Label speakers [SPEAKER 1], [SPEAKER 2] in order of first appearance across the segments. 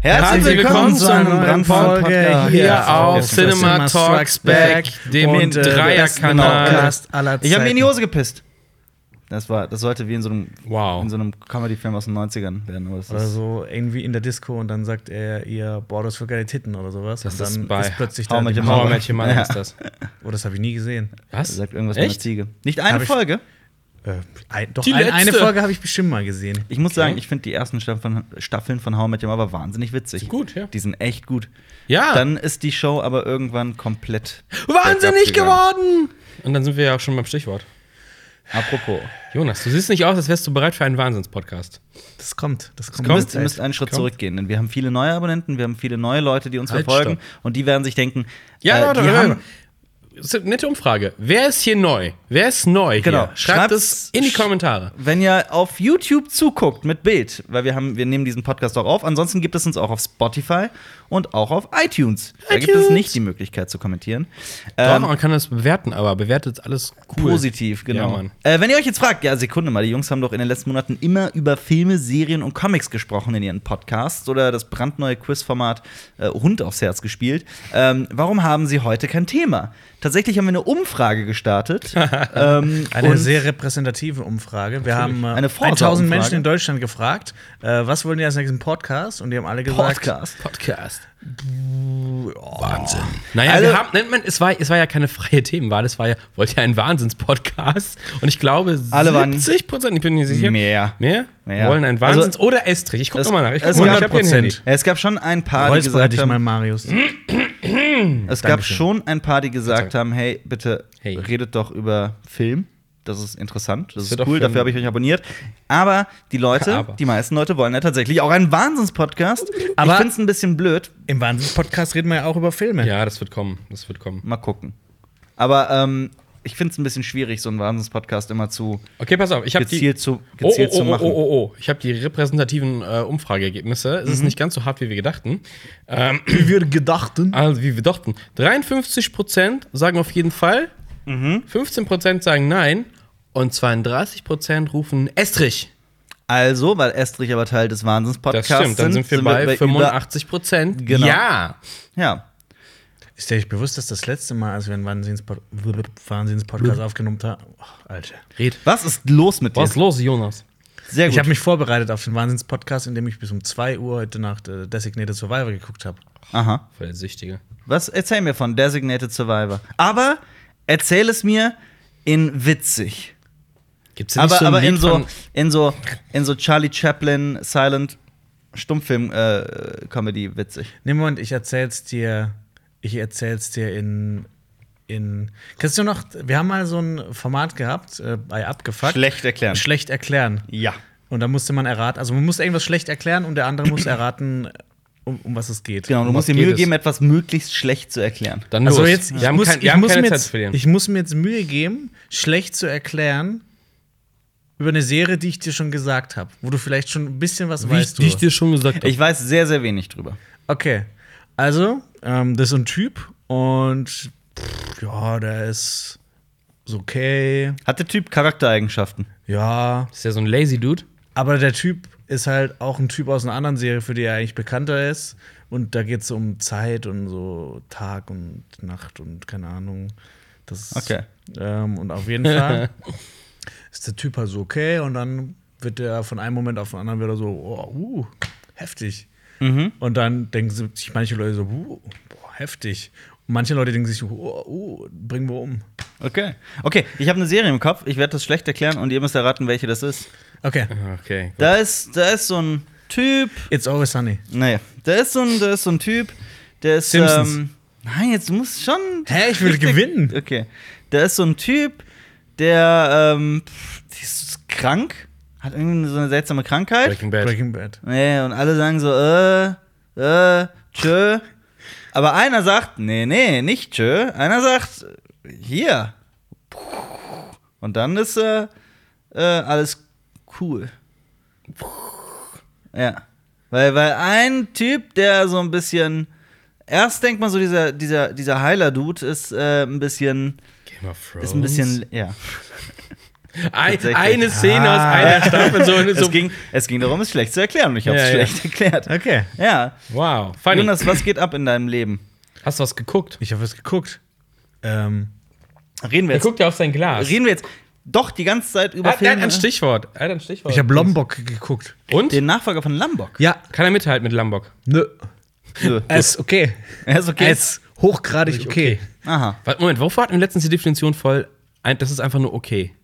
[SPEAKER 1] Herzlich willkommen zu einer neuen Folge hier auf Cinema Talks Back, äh, dem
[SPEAKER 2] Äh,
[SPEAKER 1] Dreierkanal.
[SPEAKER 2] Ich
[SPEAKER 1] Ich
[SPEAKER 2] habe
[SPEAKER 1] habe
[SPEAKER 2] mir
[SPEAKER 1] mir
[SPEAKER 2] in die Hose gepisst.
[SPEAKER 1] Oh.
[SPEAKER 2] Das, war, das sollte wie in so einem,
[SPEAKER 1] Wow.
[SPEAKER 2] in so einem Comedy-Film aus den 90ern werden. Aber das
[SPEAKER 3] Oder
[SPEAKER 2] ist,
[SPEAKER 3] so irgendwie in der Disco und dann sagt er ihr, boah, das wird geile Titten oder sowas.
[SPEAKER 1] Das
[SPEAKER 3] und dann
[SPEAKER 1] ist bei
[SPEAKER 3] plötzlich
[SPEAKER 2] How
[SPEAKER 3] da
[SPEAKER 2] I Met
[SPEAKER 3] die
[SPEAKER 2] Your
[SPEAKER 3] Mauer.
[SPEAKER 1] Mauer Mädchen Mann
[SPEAKER 2] Ja.
[SPEAKER 1] ist das.
[SPEAKER 3] Oh, das habe ich nie gesehen.
[SPEAKER 2] er
[SPEAKER 1] Was?
[SPEAKER 2] sagt irgendwas mit einer
[SPEAKER 1] Echt?
[SPEAKER 2] Ziege. Nicht eine
[SPEAKER 3] Hab ich-
[SPEAKER 2] Folge.
[SPEAKER 3] Äh, ein, doch,
[SPEAKER 1] Die
[SPEAKER 3] ein, eine
[SPEAKER 1] letzte.
[SPEAKER 3] Folge habe ich bestimmt mal gesehen.
[SPEAKER 2] Ich muss
[SPEAKER 1] Okay.
[SPEAKER 2] sagen, ich finde die ersten Staffeln, Staffeln von How I Met Your Mother wahnsinnig witzig.
[SPEAKER 1] Sind gut, ja. Ah.
[SPEAKER 2] Die sind echt gut.
[SPEAKER 1] Ja.
[SPEAKER 2] Dann ist die Show aber irgendwann komplett
[SPEAKER 1] Wahnsinnig
[SPEAKER 2] bergab gegangen.
[SPEAKER 1] geworden! Und dann sind wir ja auch schon beim Stichwort.
[SPEAKER 2] Apropos,
[SPEAKER 1] Jonas, du siehst nicht aus, als wärst du bereit für einen Wahnsinnspodcast.
[SPEAKER 3] Das kommt. Das kommt.
[SPEAKER 2] ihr
[SPEAKER 3] mit
[SPEAKER 2] müsst, ihr
[SPEAKER 3] Zeit.
[SPEAKER 2] müsst einen Schritt
[SPEAKER 1] Komm.
[SPEAKER 2] zurückgehen, denn wir haben viele neue Abonnenten, wir haben viele neue Leute, die uns
[SPEAKER 1] Halt,
[SPEAKER 2] verfolgen und die werden sich denken,
[SPEAKER 1] Ja,
[SPEAKER 2] äh,
[SPEAKER 1] Leute,
[SPEAKER 2] die
[SPEAKER 1] Leute,
[SPEAKER 2] haben,
[SPEAKER 1] Leute. Das ist eine nette Umfrage. Wer ist hier neu? Wer ist neu?
[SPEAKER 2] Genau.
[SPEAKER 1] Hier? Schreibt
[SPEAKER 2] Schreibt's-
[SPEAKER 1] es in die Kommentare.
[SPEAKER 2] Wenn ihr auf YouTube zuguckt mit Bild, weil wir haben, wir nehmen diesen Podcast auch auf. Ansonsten gibt es uns auch auf Spotify und auch auf iTunes. Da gibt es
[SPEAKER 1] iTunes.
[SPEAKER 2] nicht die Möglichkeit zu kommentieren.
[SPEAKER 1] Doch,
[SPEAKER 2] Ähm,
[SPEAKER 1] man kann das bewerten, aber bewertet alles cool.
[SPEAKER 2] Positiv,
[SPEAKER 1] Ja,
[SPEAKER 2] genau.
[SPEAKER 1] Mann.
[SPEAKER 2] äh, wenn ihr euch jetzt fragt, ja, Sekunde mal, die Jungs haben doch in den letzten Monaten immer über Filme, Serien und Comics gesprochen in ihren Podcasts oder das brandneue Quizformat äh, Hund aufs Herz gespielt. Ähm, warum haben sie heute kein Thema? Tatsächlich haben wir eine Umfrage gestartet. ähm,
[SPEAKER 3] Eine
[SPEAKER 2] und-
[SPEAKER 3] sehr repräsentative Umfrage. Wir haben äh,
[SPEAKER 2] Eine Vorsorgeumfrage.
[SPEAKER 3] 1000 Menschen in Deutschland gefragt, äh, was wollen die als nächsten Podcast? Und die haben alle gesagt,
[SPEAKER 2] Podcast.
[SPEAKER 1] Podcast. Wahnsinn. Naja,
[SPEAKER 2] Also-
[SPEAKER 1] wir haben, nennt man, es, war, es war ja keine freie Themenwahl, es war ja, wollte ja ein Wahnsinns-Podcast. Und ich glaube,
[SPEAKER 2] Alle waren-
[SPEAKER 1] 70 Prozent, ich bin mir nicht sicher.
[SPEAKER 2] Mehr.
[SPEAKER 1] Mehr?
[SPEAKER 2] Mehr.
[SPEAKER 1] Wollen ein
[SPEAKER 2] Also-
[SPEAKER 1] Wahnsinns- oder Estrich. Ich guck
[SPEAKER 2] Es-
[SPEAKER 1] nochmal nach. Ich guck
[SPEAKER 2] es
[SPEAKER 1] mal,
[SPEAKER 2] gab-
[SPEAKER 1] ich hab hier ein Handy.
[SPEAKER 2] Ja, es gab schon ein paar, die
[SPEAKER 3] Räusper
[SPEAKER 2] gesagt
[SPEAKER 3] dich mal,
[SPEAKER 2] haben,
[SPEAKER 3] Marius.
[SPEAKER 2] es gab
[SPEAKER 3] Dankeschön.
[SPEAKER 2] schon ein paar, die gesagt haben, hey, bitte
[SPEAKER 1] Hey.
[SPEAKER 2] redet doch über Film. Das ist interessant, das
[SPEAKER 1] wird
[SPEAKER 2] ist
[SPEAKER 1] auch
[SPEAKER 2] cool,
[SPEAKER 1] für-
[SPEAKER 2] dafür habe ich euch abonniert. Aber die Leute,
[SPEAKER 1] Aber.
[SPEAKER 2] die meisten Leute wollen ja tatsächlich auch einen Wahnsinns-Podcast. Ich
[SPEAKER 3] Aber-
[SPEAKER 2] finde es ein bisschen blöd.
[SPEAKER 3] Im Wahnsinns-Podcast reden wir ja auch über Filme.
[SPEAKER 1] Ja, das wird kommen. Das wird kommen.
[SPEAKER 2] Mal gucken. Aber ähm, ich finde es ein bisschen schwierig, so einen Wahnsinns-Podcast immer zu
[SPEAKER 1] Okay, pass auf. Ich habe die.
[SPEAKER 2] gezielt, zu,
[SPEAKER 1] Oh,
[SPEAKER 2] gezielt
[SPEAKER 1] oh,
[SPEAKER 2] zu
[SPEAKER 1] oh, oh,
[SPEAKER 2] machen.
[SPEAKER 1] oh, oh. Ich habe die repräsentativen äh, Umfrageergebnisse. Es
[SPEAKER 2] Mhm.
[SPEAKER 1] ist nicht ganz so hart, wie wir gedachten. Ähm,
[SPEAKER 3] Wie wir gedachten.
[SPEAKER 1] Also, wie wir dachten. 53% sagen auf jeden Fall, 15% sagen nein und 32% rufen Estrich.
[SPEAKER 2] Also, weil Estrich aber Teil des
[SPEAKER 1] Das
[SPEAKER 2] Wahnsinns-Podcasts
[SPEAKER 1] stimmt, dann sind wir bei
[SPEAKER 2] über-
[SPEAKER 1] 85%.
[SPEAKER 2] Genau.
[SPEAKER 1] Ja.
[SPEAKER 2] Ja,
[SPEAKER 3] Ist dir nicht bewusst, dass das letzte Mal, als wir einen Wahnsinnspo- Wahnsinns-Podcast aufgenommen haben. Oh, Alter.
[SPEAKER 1] Red.
[SPEAKER 2] was ist los mit dir?
[SPEAKER 1] Was ist los, Jonas?
[SPEAKER 2] Sehr gut.
[SPEAKER 3] Ich habe mich vorbereitet auf den Wahnsinns-Podcast, indem ich bis um 2 Uhr heute Nacht äh, Designated Survivor geguckt habe.
[SPEAKER 2] Aha.
[SPEAKER 1] Voll der Süchtige.
[SPEAKER 2] Was erzähl mir von Designated Survivor? Aber erzähl es mir in witzig.
[SPEAKER 1] Gibt's denn
[SPEAKER 2] Aber,
[SPEAKER 1] nicht so ein
[SPEAKER 2] aber in,
[SPEAKER 1] Lied
[SPEAKER 2] so,
[SPEAKER 1] von-
[SPEAKER 2] in so in so Charlie Chaplin Silent Stummfilm äh, Comedy witzig.
[SPEAKER 3] Nee, Moment, ich erzähl's dir. Ich erzähl's dir in. in Kennst du noch? Wir haben mal so ein Format gehabt äh, bei Abgefuckt.
[SPEAKER 2] Schlecht erklären.
[SPEAKER 3] Schlecht erklären.
[SPEAKER 2] Ja.
[SPEAKER 3] Und da musste man erraten. Also, man musste irgendwas schlecht erklären und der andere musste erraten, um, um was es geht.
[SPEAKER 2] Genau, du
[SPEAKER 1] Um
[SPEAKER 2] musst
[SPEAKER 1] was
[SPEAKER 2] dir
[SPEAKER 1] geht
[SPEAKER 2] Mühe
[SPEAKER 1] es?
[SPEAKER 2] geben, etwas möglichst schlecht zu erklären.
[SPEAKER 1] Dann
[SPEAKER 3] Also
[SPEAKER 1] los.
[SPEAKER 3] jetzt, ich,
[SPEAKER 1] wir haben,
[SPEAKER 3] muss,
[SPEAKER 1] kein, wir
[SPEAKER 3] ich,
[SPEAKER 1] haben
[SPEAKER 3] muss
[SPEAKER 1] keine
[SPEAKER 3] mir
[SPEAKER 1] Zeit
[SPEAKER 3] jetzt,
[SPEAKER 1] zu verlieren.
[SPEAKER 3] ich muss mir jetzt Mühe geben, schlecht zu erklären über eine Serie, die ich dir schon gesagt habe, wo du vielleicht schon ein bisschen was weißt. drüber.
[SPEAKER 1] dir schon gesagt habe.
[SPEAKER 2] Ich weiß sehr, sehr wenig drüber.
[SPEAKER 3] Okay, also, ähm, das ist ein Typ und pff, ja, der ist, ist okay,
[SPEAKER 2] Hat der Typ Charaktereigenschaften?
[SPEAKER 3] ja,
[SPEAKER 1] Ist ja so ein Lazy Dude.
[SPEAKER 3] aber der Typ ist halt auch ein Typ aus einer anderen Serie, für die er eigentlich bekannter ist. Und da geht es um Zeit und so Tag und Nacht und keine Ahnung. Das ist-
[SPEAKER 2] Okay.
[SPEAKER 3] Ähm, und auf jeden Fall ist der Typ halt so okay und dann wird er von einem Moment auf den anderen wieder so, oh, uh, heftig. Und dann denken sich manche Leute so, uh, boah, heftig. Und manche Leute denken sich, oh, uh, bringen wir um.
[SPEAKER 2] Okay. Okay, ich habe eine Serie im Kopf, ich werde das schlecht erklären und ihr müsst erraten, welche das ist.
[SPEAKER 3] Okay,
[SPEAKER 1] Okay.
[SPEAKER 2] Da ist, da ist so ein Typ,
[SPEAKER 3] it's always sunny.
[SPEAKER 2] Nee, da ist so ein, da ist so ein Typ, der ist.
[SPEAKER 3] Simpsons.
[SPEAKER 2] Ähm, nein, jetzt muss schon.
[SPEAKER 3] Hä, ich will gewinnen.
[SPEAKER 2] Okay. Da ist so ein Typ, der ähm, pff, ist krank, hat irgendwie so eine seltsame Krankheit.
[SPEAKER 1] Breaking Bad.
[SPEAKER 3] Breaking Bad.
[SPEAKER 2] Nee, und alle sagen so, äh, äh, tschö. Aber einer sagt, nee, nee, nicht tschö. Einer sagt, hier. Und dann ist äh, äh, alles cool. Ja. Weil, weil ein Typ, der so ein bisschen. Erst denkt man so, dieser, dieser, dieser Heiler-Dude ist äh, ein bisschen.
[SPEAKER 1] Game of Thrones.
[SPEAKER 2] Ist ein bisschen. Ja.
[SPEAKER 1] Ein,
[SPEAKER 2] Tatsächlich.
[SPEAKER 1] eine Szene aus einer Staffel. So, eine-
[SPEAKER 2] Es
[SPEAKER 1] so,
[SPEAKER 2] ging, es ging darum, es schlecht zu erklären und ich habe es
[SPEAKER 1] Ja, ja.
[SPEAKER 2] schlecht erklärt.
[SPEAKER 3] Okay.
[SPEAKER 2] Ja.
[SPEAKER 1] wow, funny.
[SPEAKER 2] Jonas, was geht ab in deinem Leben?
[SPEAKER 1] Hast du was geguckt?
[SPEAKER 3] Ich habe es geguckt. Ähm,
[SPEAKER 2] Reden wir
[SPEAKER 1] Er
[SPEAKER 2] jetzt.
[SPEAKER 1] guckt ja auf sein Glas.
[SPEAKER 2] Reden wir jetzt doch die ganze Zeit über
[SPEAKER 1] Er hat er hat
[SPEAKER 2] Filme.
[SPEAKER 1] ein Stichwort. Er hat ein Stichwort.
[SPEAKER 3] ich habe Lombok geguckt.
[SPEAKER 1] Und?
[SPEAKER 2] ne? Den Nachfolger von Lambok.
[SPEAKER 3] Ja,
[SPEAKER 1] Kann er mithalten mit Lambok?
[SPEAKER 3] nö.
[SPEAKER 2] Nö.
[SPEAKER 3] Es ist okay.
[SPEAKER 2] Er ist okay.
[SPEAKER 3] Es ist hochgradig okay.
[SPEAKER 2] Aha.
[SPEAKER 1] Warte, Moment, wofür hatten wir letztens die Definition voll? Ein, das ist einfach nur okay.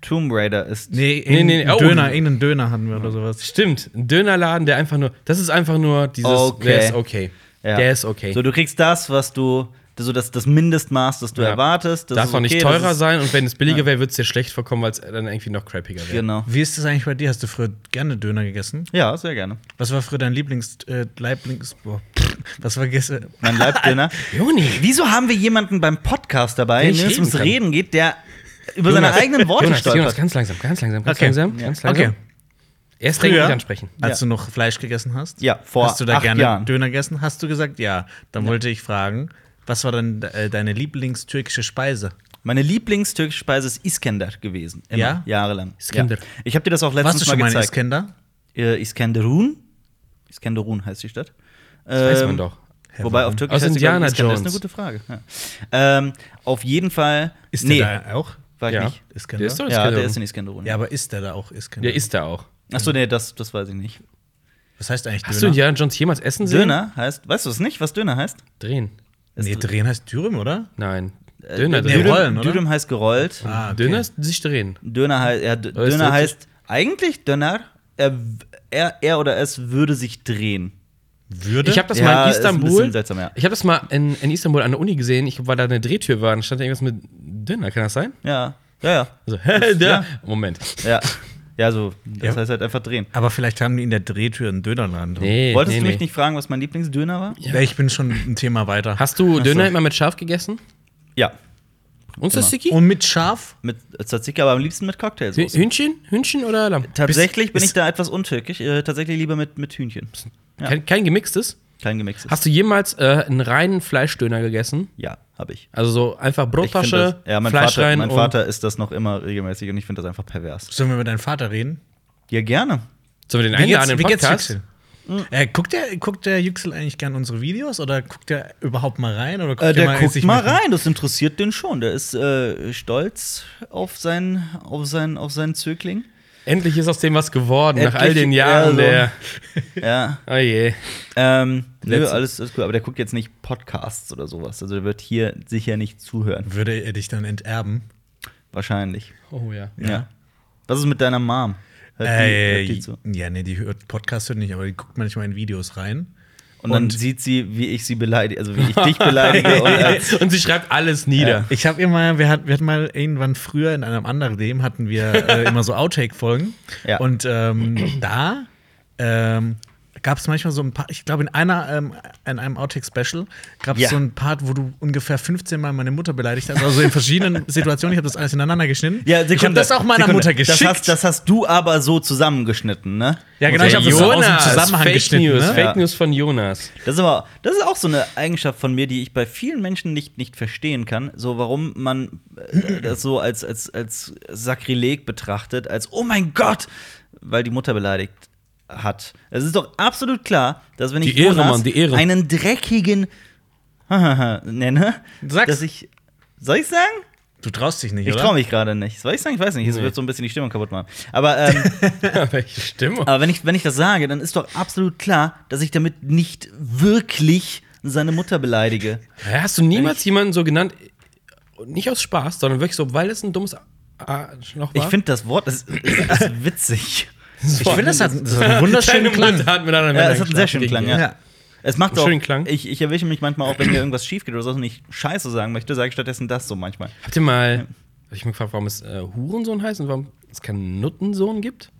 [SPEAKER 2] Tomb Raider ist.
[SPEAKER 3] Nee,
[SPEAKER 1] Nee,
[SPEAKER 3] irgendein
[SPEAKER 1] nee, oh.
[SPEAKER 3] Döner, irgendeinen Döner hatten wir oder sowas.
[SPEAKER 1] Stimmt, ein Dönerladen, der einfach nur, das ist einfach nur dieses,
[SPEAKER 2] Okay.
[SPEAKER 1] der ist okay.
[SPEAKER 2] Ja.
[SPEAKER 1] Der ist okay.
[SPEAKER 2] So, du kriegst das, was du. So das, das Mindestmaß, das du
[SPEAKER 1] Ja.
[SPEAKER 2] erwartest. Das
[SPEAKER 1] Darf
[SPEAKER 2] ist
[SPEAKER 1] auch nicht
[SPEAKER 2] okay,
[SPEAKER 1] teurer
[SPEAKER 2] das ist,
[SPEAKER 1] sein und wenn es billiger wäre, würde es dir schlecht vorkommen, weil es dann irgendwie noch crappiger wäre.
[SPEAKER 2] Genau.
[SPEAKER 3] Wie ist das eigentlich bei dir? Hast du früher gerne Döner gegessen?
[SPEAKER 2] Ja, sehr gerne.
[SPEAKER 3] Was war früher dein Lieblings, äh, Lieblings, boah, pff, was war gestern?
[SPEAKER 2] Mein Leibdöner.
[SPEAKER 1] Juni,
[SPEAKER 2] Wieso haben wir jemanden beim Podcast dabei,
[SPEAKER 1] Der
[SPEAKER 2] wenn es
[SPEAKER 1] nicht
[SPEAKER 2] ums
[SPEAKER 1] reden kann.
[SPEAKER 2] Reden geht, der über seine eigenen Worte
[SPEAKER 1] Jonas,
[SPEAKER 2] stolpert?
[SPEAKER 1] Jonas, ganz langsam, ganz langsam, ganz
[SPEAKER 3] Okay.
[SPEAKER 1] langsam,
[SPEAKER 2] Ja.
[SPEAKER 1] ganz langsam.
[SPEAKER 3] Okay.
[SPEAKER 1] Erst denken,
[SPEAKER 3] Früher,
[SPEAKER 1] nicht ansprechen.
[SPEAKER 3] als
[SPEAKER 2] Ja.
[SPEAKER 3] du noch Fleisch gegessen hast?
[SPEAKER 2] Ja, vor
[SPEAKER 3] Hast du da
[SPEAKER 2] acht
[SPEAKER 3] gerne
[SPEAKER 2] Jahren.
[SPEAKER 3] Döner gegessen? Hast du gesagt, ja. Dann wollte ich fragen, was war denn äh, deine Lieblingstürkische Speise?
[SPEAKER 2] Meine Lieblingstürkische Speise ist Iskender gewesen. Immer,
[SPEAKER 3] Ja?
[SPEAKER 2] Jahrelang.
[SPEAKER 1] Iskender.
[SPEAKER 2] Ja. Ich habe dir das auch letztens
[SPEAKER 3] Warst du schon mal in
[SPEAKER 2] gezeigt.
[SPEAKER 3] Iskender?
[SPEAKER 2] äh, Iskenderun. Iskenderun heißt die Stadt.
[SPEAKER 1] Das weiß
[SPEAKER 2] Ähm,
[SPEAKER 1] man doch.
[SPEAKER 2] Wobei auf Türkisch
[SPEAKER 1] Aus
[SPEAKER 2] heißt sie, glaub ich,
[SPEAKER 1] Indiana
[SPEAKER 2] Iskender.
[SPEAKER 1] Jones.
[SPEAKER 2] ist eine gute Frage. Ja. Ähm, auf jeden Fall.
[SPEAKER 3] Ist
[SPEAKER 2] nee,
[SPEAKER 3] der da auch?
[SPEAKER 2] war ich
[SPEAKER 1] Ja.
[SPEAKER 2] nicht.
[SPEAKER 3] Iskender?
[SPEAKER 1] Der ist
[SPEAKER 2] Ja,
[SPEAKER 1] doch
[SPEAKER 2] der
[SPEAKER 1] Iskender.
[SPEAKER 2] ist in Iskenderun.
[SPEAKER 3] Ja, aber ist der da auch Iskender?
[SPEAKER 1] Der ist da auch.
[SPEAKER 2] Achso, nee, das, das weiß ich nicht.
[SPEAKER 3] Was heißt eigentlich
[SPEAKER 1] Hast du
[SPEAKER 3] Döner?
[SPEAKER 1] Indiana Jones jemals essen sehen?
[SPEAKER 2] Döner heißt, weißt du es nicht, was Döner heißt?
[SPEAKER 1] Drehen.
[SPEAKER 3] nee, drehen heißt Dürüm, oder?
[SPEAKER 1] Nein.
[SPEAKER 2] Äh,
[SPEAKER 1] Döner
[SPEAKER 3] nee,
[SPEAKER 1] drehen.
[SPEAKER 3] Roll- rollen, oder?
[SPEAKER 2] Dürüm heißt gerollt.
[SPEAKER 3] Ah, okay.
[SPEAKER 1] Döner ist sich drehen.
[SPEAKER 2] Döner heißt, ja, D-
[SPEAKER 1] Oder ist
[SPEAKER 2] Döner
[SPEAKER 1] das-
[SPEAKER 2] heißt eigentlich Döner, er, er, er oder es würde sich drehen.
[SPEAKER 3] Würde?
[SPEAKER 1] Ich habe das
[SPEAKER 2] Ja,
[SPEAKER 1] mal in
[SPEAKER 2] ist ein
[SPEAKER 1] Istanbul.
[SPEAKER 2] bisschen seltsam, ja.
[SPEAKER 1] Ich habe das mal in, in Istanbul an der Uni gesehen. Ich war da eine Drehtür war und stand da irgendwas mit Döner. Kann das sein?
[SPEAKER 2] Ja, ja, ja.
[SPEAKER 1] Also, hä, da. Moment.
[SPEAKER 2] Ja, ja so, das
[SPEAKER 3] Ja.
[SPEAKER 2] heißt halt einfach drehen.
[SPEAKER 3] aber vielleicht haben die in der Drehtür einen Dönerladen drin.
[SPEAKER 1] Nee,
[SPEAKER 2] Wolltest
[SPEAKER 1] nee,
[SPEAKER 2] du mich
[SPEAKER 1] nee.
[SPEAKER 2] nicht fragen, was mein Lieblingsdöner war?
[SPEAKER 3] Ja, Ich bin schon ein Thema weiter.
[SPEAKER 1] Hast du Döner
[SPEAKER 2] so.
[SPEAKER 1] immer mit Schaf gegessen?
[SPEAKER 2] Ja,
[SPEAKER 1] Und Tzatziki?
[SPEAKER 3] Und mit Schaf?
[SPEAKER 2] mit Tzatziki, aber am liebsten mit Cocktailsoße.
[SPEAKER 1] Hühnchen? Hühnchen oder Lamm?
[SPEAKER 2] Tatsächlich bin
[SPEAKER 3] ist-
[SPEAKER 2] ich da etwas untürkisch. Äh, tatsächlich lieber mit, mit Hühnchen. Ja.
[SPEAKER 1] Kein, kein gemixtes?
[SPEAKER 2] Kein gemixtes.
[SPEAKER 1] Hast du jemals äh, einen reinen Fleischdöner gegessen?
[SPEAKER 2] ja, habe ich.
[SPEAKER 1] Also so einfach
[SPEAKER 2] Ich find
[SPEAKER 1] Brottasche,
[SPEAKER 2] das, ja, mein,
[SPEAKER 1] Fleisch
[SPEAKER 2] Vater,
[SPEAKER 1] rein
[SPEAKER 2] mein
[SPEAKER 1] und-
[SPEAKER 2] Vater ist das noch immer regelmäßig und ich finde das einfach pervers.
[SPEAKER 3] Sollen wir mit deinem Vater reden?
[SPEAKER 2] Ja, gerne.
[SPEAKER 1] Sollen wir den einladen in den Podcast?
[SPEAKER 3] Yüksel? Äh, guckt, der, guckt der Yüksel eigentlich gern unsere Videos oder guckt der überhaupt mal rein? Oder guckt
[SPEAKER 2] Äh, der
[SPEAKER 3] sich
[SPEAKER 2] guckt mal
[SPEAKER 3] mit-
[SPEAKER 1] ne?
[SPEAKER 2] rein, das interessiert den schon. Der ist äh, stolz auf seinen, auf seinen, auf seinen Zögling.
[SPEAKER 1] Endlich ist aus dem was geworden, nach
[SPEAKER 2] Endlich-
[SPEAKER 1] all den
[SPEAKER 2] ja,
[SPEAKER 1] Jahren
[SPEAKER 2] so.
[SPEAKER 1] der.
[SPEAKER 2] Ja.
[SPEAKER 1] Oh je.
[SPEAKER 2] Ähm, nö,
[SPEAKER 1] Letzte-
[SPEAKER 2] alles, alles cool. Aber der guckt jetzt nicht Podcasts oder sowas. Also der wird hier sicher nicht zuhören.
[SPEAKER 3] Würde er dich dann enterben?
[SPEAKER 2] Wahrscheinlich.
[SPEAKER 1] Oh ja.
[SPEAKER 2] Ja. Was ist mit deiner Mom? Hört
[SPEAKER 3] Äh,
[SPEAKER 2] hört die zu.
[SPEAKER 3] ja, nee, die hört Podcast hört nicht, aber die guckt manchmal in Videos rein.
[SPEAKER 2] Und dann
[SPEAKER 3] und-
[SPEAKER 2] sieht sie, wie ich sie beleidige, also wie ich dich beleidige. und, äh,
[SPEAKER 1] Und sie schreibt alles nieder.
[SPEAKER 3] Ich habe immer, wir hatten, wir hatten mal irgendwann früher in einem anderen Leben hatten wir äh, immer so Outtake-Folgen.
[SPEAKER 2] Ja.
[SPEAKER 3] Und ähm, da ähm, gab es manchmal so ein paar, ich glaube in einer, ähm, in einem Outtake-Special gab es
[SPEAKER 2] Ja.
[SPEAKER 3] so ein Part, wo du ungefähr 15 Mal meine Mutter beleidigt hast, also in verschiedenen Situationen. Ich habe das alles ineinander geschnitten.
[SPEAKER 2] ja,
[SPEAKER 3] ich habe
[SPEAKER 2] Sekunde,
[SPEAKER 3] das auch meiner
[SPEAKER 2] Sekunde.
[SPEAKER 3] Mutter geschickt.
[SPEAKER 2] Das hast, das hast du aber so zusammengeschnitten, ne?
[SPEAKER 3] ja, genau, ich habe das so aus dem Zusammenhang
[SPEAKER 1] Fake
[SPEAKER 3] geschnitten.
[SPEAKER 1] News,
[SPEAKER 3] ne?
[SPEAKER 1] Fake
[SPEAKER 2] Ja.
[SPEAKER 1] News von Jonas.
[SPEAKER 2] Das ist aber, das ist auch so eine Eigenschaft von mir, die ich bei vielen Menschen nicht, nicht verstehen kann. So, warum man äh, das so als, als, als Sakrileg betrachtet, als oh mein Gott, weil die Mutter beleidigt hat. Es ist doch absolut klar, dass wenn ich
[SPEAKER 1] Die Ehre, Mann, die Ehre.
[SPEAKER 2] einen dreckigen nenne,
[SPEAKER 3] Sag's.
[SPEAKER 2] dass ich. Soll ich sagen?
[SPEAKER 3] Du traust dich nicht,
[SPEAKER 2] Ich
[SPEAKER 3] oder?
[SPEAKER 2] traue mich gerade nicht. Soll ich sagen? Ich weiß nicht. Es
[SPEAKER 1] Nee.
[SPEAKER 2] wird so ein bisschen die Stimmung kaputt machen. Aber ähm,
[SPEAKER 1] Welche Stimme?
[SPEAKER 2] Aber wenn ich, wenn ich das sage, dann ist doch absolut klar, dass ich damit nicht wirklich seine Mutter beleidige.
[SPEAKER 1] Hä, Hast du niemals jemanden so genannt, nicht aus Spaß, sondern wirklich so, weil es ein dummes Arschloch war?
[SPEAKER 2] Ich finde das Wort das ist, das ist witzig.
[SPEAKER 3] Ich finde, das hat, das hat einen wunderschönen
[SPEAKER 1] Deine
[SPEAKER 3] Klang.
[SPEAKER 1] Mutter Hat mit anderen
[SPEAKER 2] Ja,
[SPEAKER 1] Männern
[SPEAKER 2] es hat einen sehr schönen
[SPEAKER 1] geschlafen.
[SPEAKER 2] Klang, ja. Es macht auch,
[SPEAKER 1] schönen Klang.
[SPEAKER 2] Ich, ich erwische mich manchmal auch, wenn mir irgendwas schief geht oder so und ich Scheiße sagen möchte, sage ich stattdessen das so manchmal.
[SPEAKER 1] Habt ihr mal, hab ich mich gefragt, warum es äh, Hurensohn heißt und warum es keinen Nuttensohn gibt?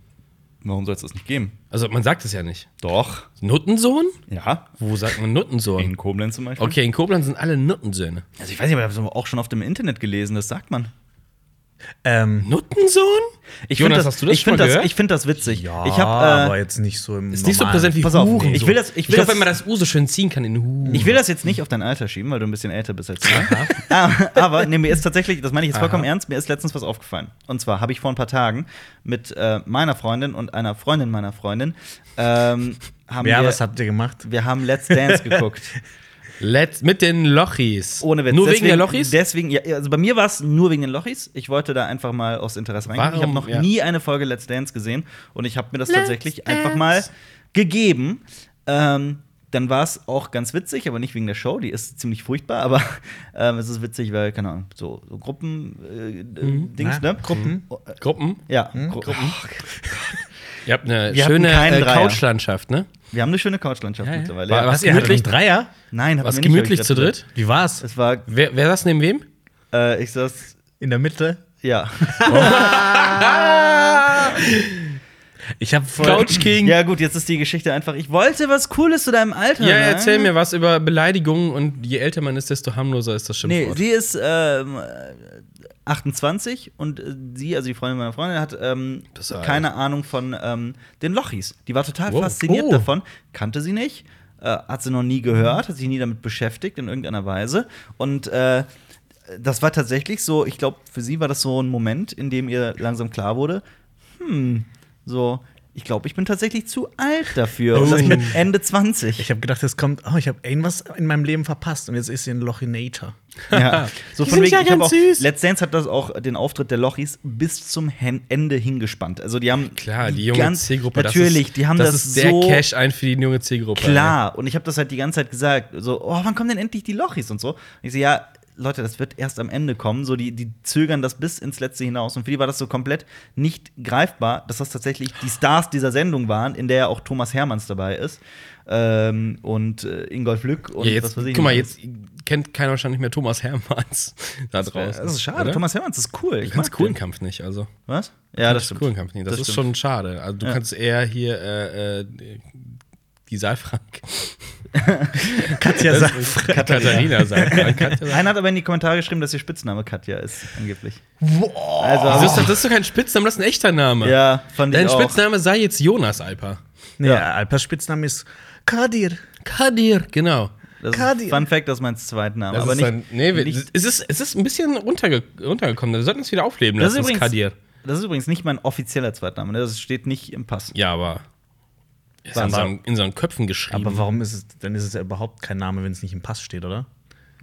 [SPEAKER 2] Warum soll es das nicht geben?
[SPEAKER 1] Also man sagt es ja nicht.
[SPEAKER 2] Doch.
[SPEAKER 1] Nuttensohn?
[SPEAKER 2] Ja.
[SPEAKER 1] Wo sagt man Nuttensohn?
[SPEAKER 2] Koblenz zum Beispiel.
[SPEAKER 1] Okay, in Koblenz sind alle Nuttensöhne.
[SPEAKER 2] Also ich weiß nicht, aber ich habe es auch schon auf dem Internet gelesen, das sagt man.
[SPEAKER 3] Ähm,
[SPEAKER 1] Nuttensohn?
[SPEAKER 2] Ich finde
[SPEAKER 1] Jonas,
[SPEAKER 2] das,
[SPEAKER 1] hast du das
[SPEAKER 2] ich
[SPEAKER 1] schon
[SPEAKER 2] find
[SPEAKER 1] mal
[SPEAKER 2] das,
[SPEAKER 1] gehört?
[SPEAKER 2] ich find das witzig.
[SPEAKER 3] ja,
[SPEAKER 2] ich hab,
[SPEAKER 3] aber
[SPEAKER 2] äh,
[SPEAKER 3] jetzt nicht so im
[SPEAKER 1] Ist nicht so
[SPEAKER 3] normalen-
[SPEAKER 1] präsent wie
[SPEAKER 2] Pass auf,
[SPEAKER 1] Huren.
[SPEAKER 2] ich
[SPEAKER 1] so.
[SPEAKER 2] will das- ich will
[SPEAKER 1] hoffe,
[SPEAKER 2] das-
[SPEAKER 1] wenn man das U so schön ziehen kann in Huren.
[SPEAKER 3] Mhm.
[SPEAKER 2] ich will das jetzt nicht auf dein Alter schieben, weil du ein bisschen älter bist als ich. aber aber nee, mir ist tatsächlich, das meine ich jetzt vollkommen ernst, mir ist letztens was aufgefallen. Und zwar habe ich vor ein paar Tagen mit äh, meiner Freundin und einer Freundin meiner Freundin ähm, haben
[SPEAKER 3] Ja,
[SPEAKER 2] wir,
[SPEAKER 3] was habt ihr gemacht?
[SPEAKER 2] wir haben Let's Dance geguckt.
[SPEAKER 1] Let's, mit den Lochis.
[SPEAKER 2] Ohne Witz.
[SPEAKER 1] Nur
[SPEAKER 2] deswegen,
[SPEAKER 1] wegen der Lochis?
[SPEAKER 2] Deswegen, ja, also bei mir war es nur wegen den Lochis. Ich wollte da einfach mal aus Interesse reingehen. Ich habe
[SPEAKER 1] Warum?
[SPEAKER 2] noch
[SPEAKER 1] Ja.
[SPEAKER 2] nie eine Folge Let's Dance gesehen und ich habe mir das
[SPEAKER 1] Let's
[SPEAKER 2] tatsächlich
[SPEAKER 1] Dance.
[SPEAKER 2] einfach mal gegeben. Ähm, dann war es auch ganz witzig, aber nicht wegen der Show, die ist ziemlich furchtbar, aber ähm, es ist witzig, weil, keine Ahnung, so, so Gruppen-Dings, äh,
[SPEAKER 1] Hm.
[SPEAKER 2] Dings,
[SPEAKER 3] Na,
[SPEAKER 2] ne?
[SPEAKER 3] Gruppen.
[SPEAKER 1] Gruppen.
[SPEAKER 2] Ja, Gru oh,
[SPEAKER 1] Ihr habt eine
[SPEAKER 2] Wir hatten
[SPEAKER 1] schöne
[SPEAKER 2] keinen
[SPEAKER 1] äh,
[SPEAKER 2] Dreier.
[SPEAKER 1] Couchlandschaft, ne?
[SPEAKER 2] wir haben eine schöne Couchlandschaft
[SPEAKER 1] Ja, ja.
[SPEAKER 2] mittlerweile.
[SPEAKER 1] War-
[SPEAKER 2] ja.
[SPEAKER 1] was
[SPEAKER 3] Was, ihr hattet
[SPEAKER 1] gemütlich?
[SPEAKER 3] einen Dreier?
[SPEAKER 2] Nein, hatten
[SPEAKER 1] Was
[SPEAKER 2] wir nicht, hab ich
[SPEAKER 1] gemütlich zu dritt?
[SPEAKER 2] letztens.
[SPEAKER 3] Wie war's?
[SPEAKER 2] Es war,
[SPEAKER 1] Wer, wer saß neben wem?
[SPEAKER 2] äh, ich saß,
[SPEAKER 3] In der Mitte?
[SPEAKER 2] ja.
[SPEAKER 3] Ich habe voll.
[SPEAKER 1] Couch King. Ja,
[SPEAKER 2] Ja, gut, jetzt ist die Geschichte einfach. Ich wollte was Cooles zu deinem Alter. ne?
[SPEAKER 1] erzähl mir was über Beleidigungen und je älter man ist, desto harmloser ist das
[SPEAKER 2] Nee,
[SPEAKER 1] Schimpfwort.
[SPEAKER 2] sie ist ähm, äh, 28 und äh, sie, also die Freundin meiner Freundin, hat ähm,
[SPEAKER 1] Das ist alt.
[SPEAKER 2] keine Ahnung von ähm, den Lochis. Die war total
[SPEAKER 1] Wow.
[SPEAKER 2] fasziniert
[SPEAKER 1] Oh.
[SPEAKER 2] davon, kannte sie nicht, äh, hat sie noch nie gehört, hat sich nie damit beschäftigt in irgendeiner Weise. Und äh, das war tatsächlich so, ich glaube, für sie war das so ein Moment, in dem ihr langsam klar wurde, hm, so. Ich glaube, ich bin tatsächlich zu alt dafür. Und das
[SPEAKER 1] Oh.
[SPEAKER 2] mit Ende 20.
[SPEAKER 3] Ich habe gedacht, es kommt, oh, ich habe irgendwas in meinem Leben verpasst und jetzt ist sie ein Lochinator.
[SPEAKER 2] Ja. So
[SPEAKER 1] Die
[SPEAKER 2] von
[SPEAKER 1] sind
[SPEAKER 2] wegen,
[SPEAKER 1] ja
[SPEAKER 2] ich hab
[SPEAKER 1] ganz
[SPEAKER 2] auch,
[SPEAKER 1] süß.
[SPEAKER 2] Let's Dance hat das auch den Auftritt der Lochis bis zum Hen Ende hingespannt. Also die haben
[SPEAKER 1] Klar, die junge Zielgruppe,
[SPEAKER 2] natürlich,
[SPEAKER 1] das ist,
[SPEAKER 2] die haben das,
[SPEAKER 1] das ist der
[SPEAKER 2] so
[SPEAKER 1] Cash ein für die junge Zielgruppe. ne?
[SPEAKER 2] klar. Und ich habe das halt die ganze Zeit gesagt, so, oh, wann kommen denn endlich die Lochis und so? Und ich so, ja, Leute, das wird erst am Ende kommen. So, die, die zögern das bis ins Letzte hinaus. Und für die war das so komplett nicht greifbar, dass das tatsächlich die Stars dieser Sendung waren, in der ja auch Thomas Hermanns dabei ist. Ähm, und äh, Ingolf Lück und
[SPEAKER 1] Ja, jetzt,
[SPEAKER 2] was weiß ich nicht
[SPEAKER 1] guck mal,
[SPEAKER 2] alles.
[SPEAKER 1] jetzt kennt keiner wahrscheinlich mehr Thomas Hermanns da draußen.
[SPEAKER 2] Das ist schade.
[SPEAKER 1] oder?
[SPEAKER 2] Thomas Hermanns ist cool.
[SPEAKER 1] Du
[SPEAKER 2] Ich
[SPEAKER 1] kannst
[SPEAKER 2] mag
[SPEAKER 1] coolen
[SPEAKER 2] cool.
[SPEAKER 1] Kampf nicht, also.
[SPEAKER 2] Was? Ja, das
[SPEAKER 1] Kannst
[SPEAKER 2] stimmt.
[SPEAKER 1] Coolen Kampf nicht. Das,
[SPEAKER 2] Das
[SPEAKER 1] ist
[SPEAKER 2] stimmt.
[SPEAKER 1] schon schade. Also du kannst eher hier äh, äh, die Saalfrank.
[SPEAKER 3] Katja sagt,
[SPEAKER 1] Ne? Katharina Saalfrank. Katharina.
[SPEAKER 2] Einer hat aber in die Kommentare geschrieben, dass ihr Spitzname Katja ist, angeblich.
[SPEAKER 3] wow.
[SPEAKER 2] Also,
[SPEAKER 1] Das ist, doch- das ist doch kein Spitzname, das ist ein echter Name.
[SPEAKER 2] ja, fand
[SPEAKER 1] Dein
[SPEAKER 2] ich auch.
[SPEAKER 1] Spitzname sei jetzt Jonas Alper.
[SPEAKER 3] Nee,
[SPEAKER 2] Ja.
[SPEAKER 3] Alpers Spitzname ist Kadir.
[SPEAKER 1] Kadir, genau.
[SPEAKER 2] Das
[SPEAKER 3] Kadi-
[SPEAKER 2] ist Fun Fact, das ist mein Zweitname.
[SPEAKER 1] Das
[SPEAKER 2] aber
[SPEAKER 1] ist
[SPEAKER 2] nicht,
[SPEAKER 1] ein, nee, wir,
[SPEAKER 2] nicht,
[SPEAKER 1] es, ist, es ist ein bisschen runterge runtergekommen. Wir sollten es wieder aufleben
[SPEAKER 2] Das ist
[SPEAKER 1] lassen, das
[SPEAKER 2] übrigens-
[SPEAKER 1] Kadir.
[SPEAKER 2] das ist übrigens nicht mein offizieller Zweitname. ne? Das steht nicht im Pass.
[SPEAKER 1] Ja, aber. Ist
[SPEAKER 2] Aber-
[SPEAKER 1] in, seinen, in seinen Köpfen geschrieben.
[SPEAKER 3] Aber warum ist es, dann ist es ja überhaupt kein Name, wenn es nicht im Pass steht, oder?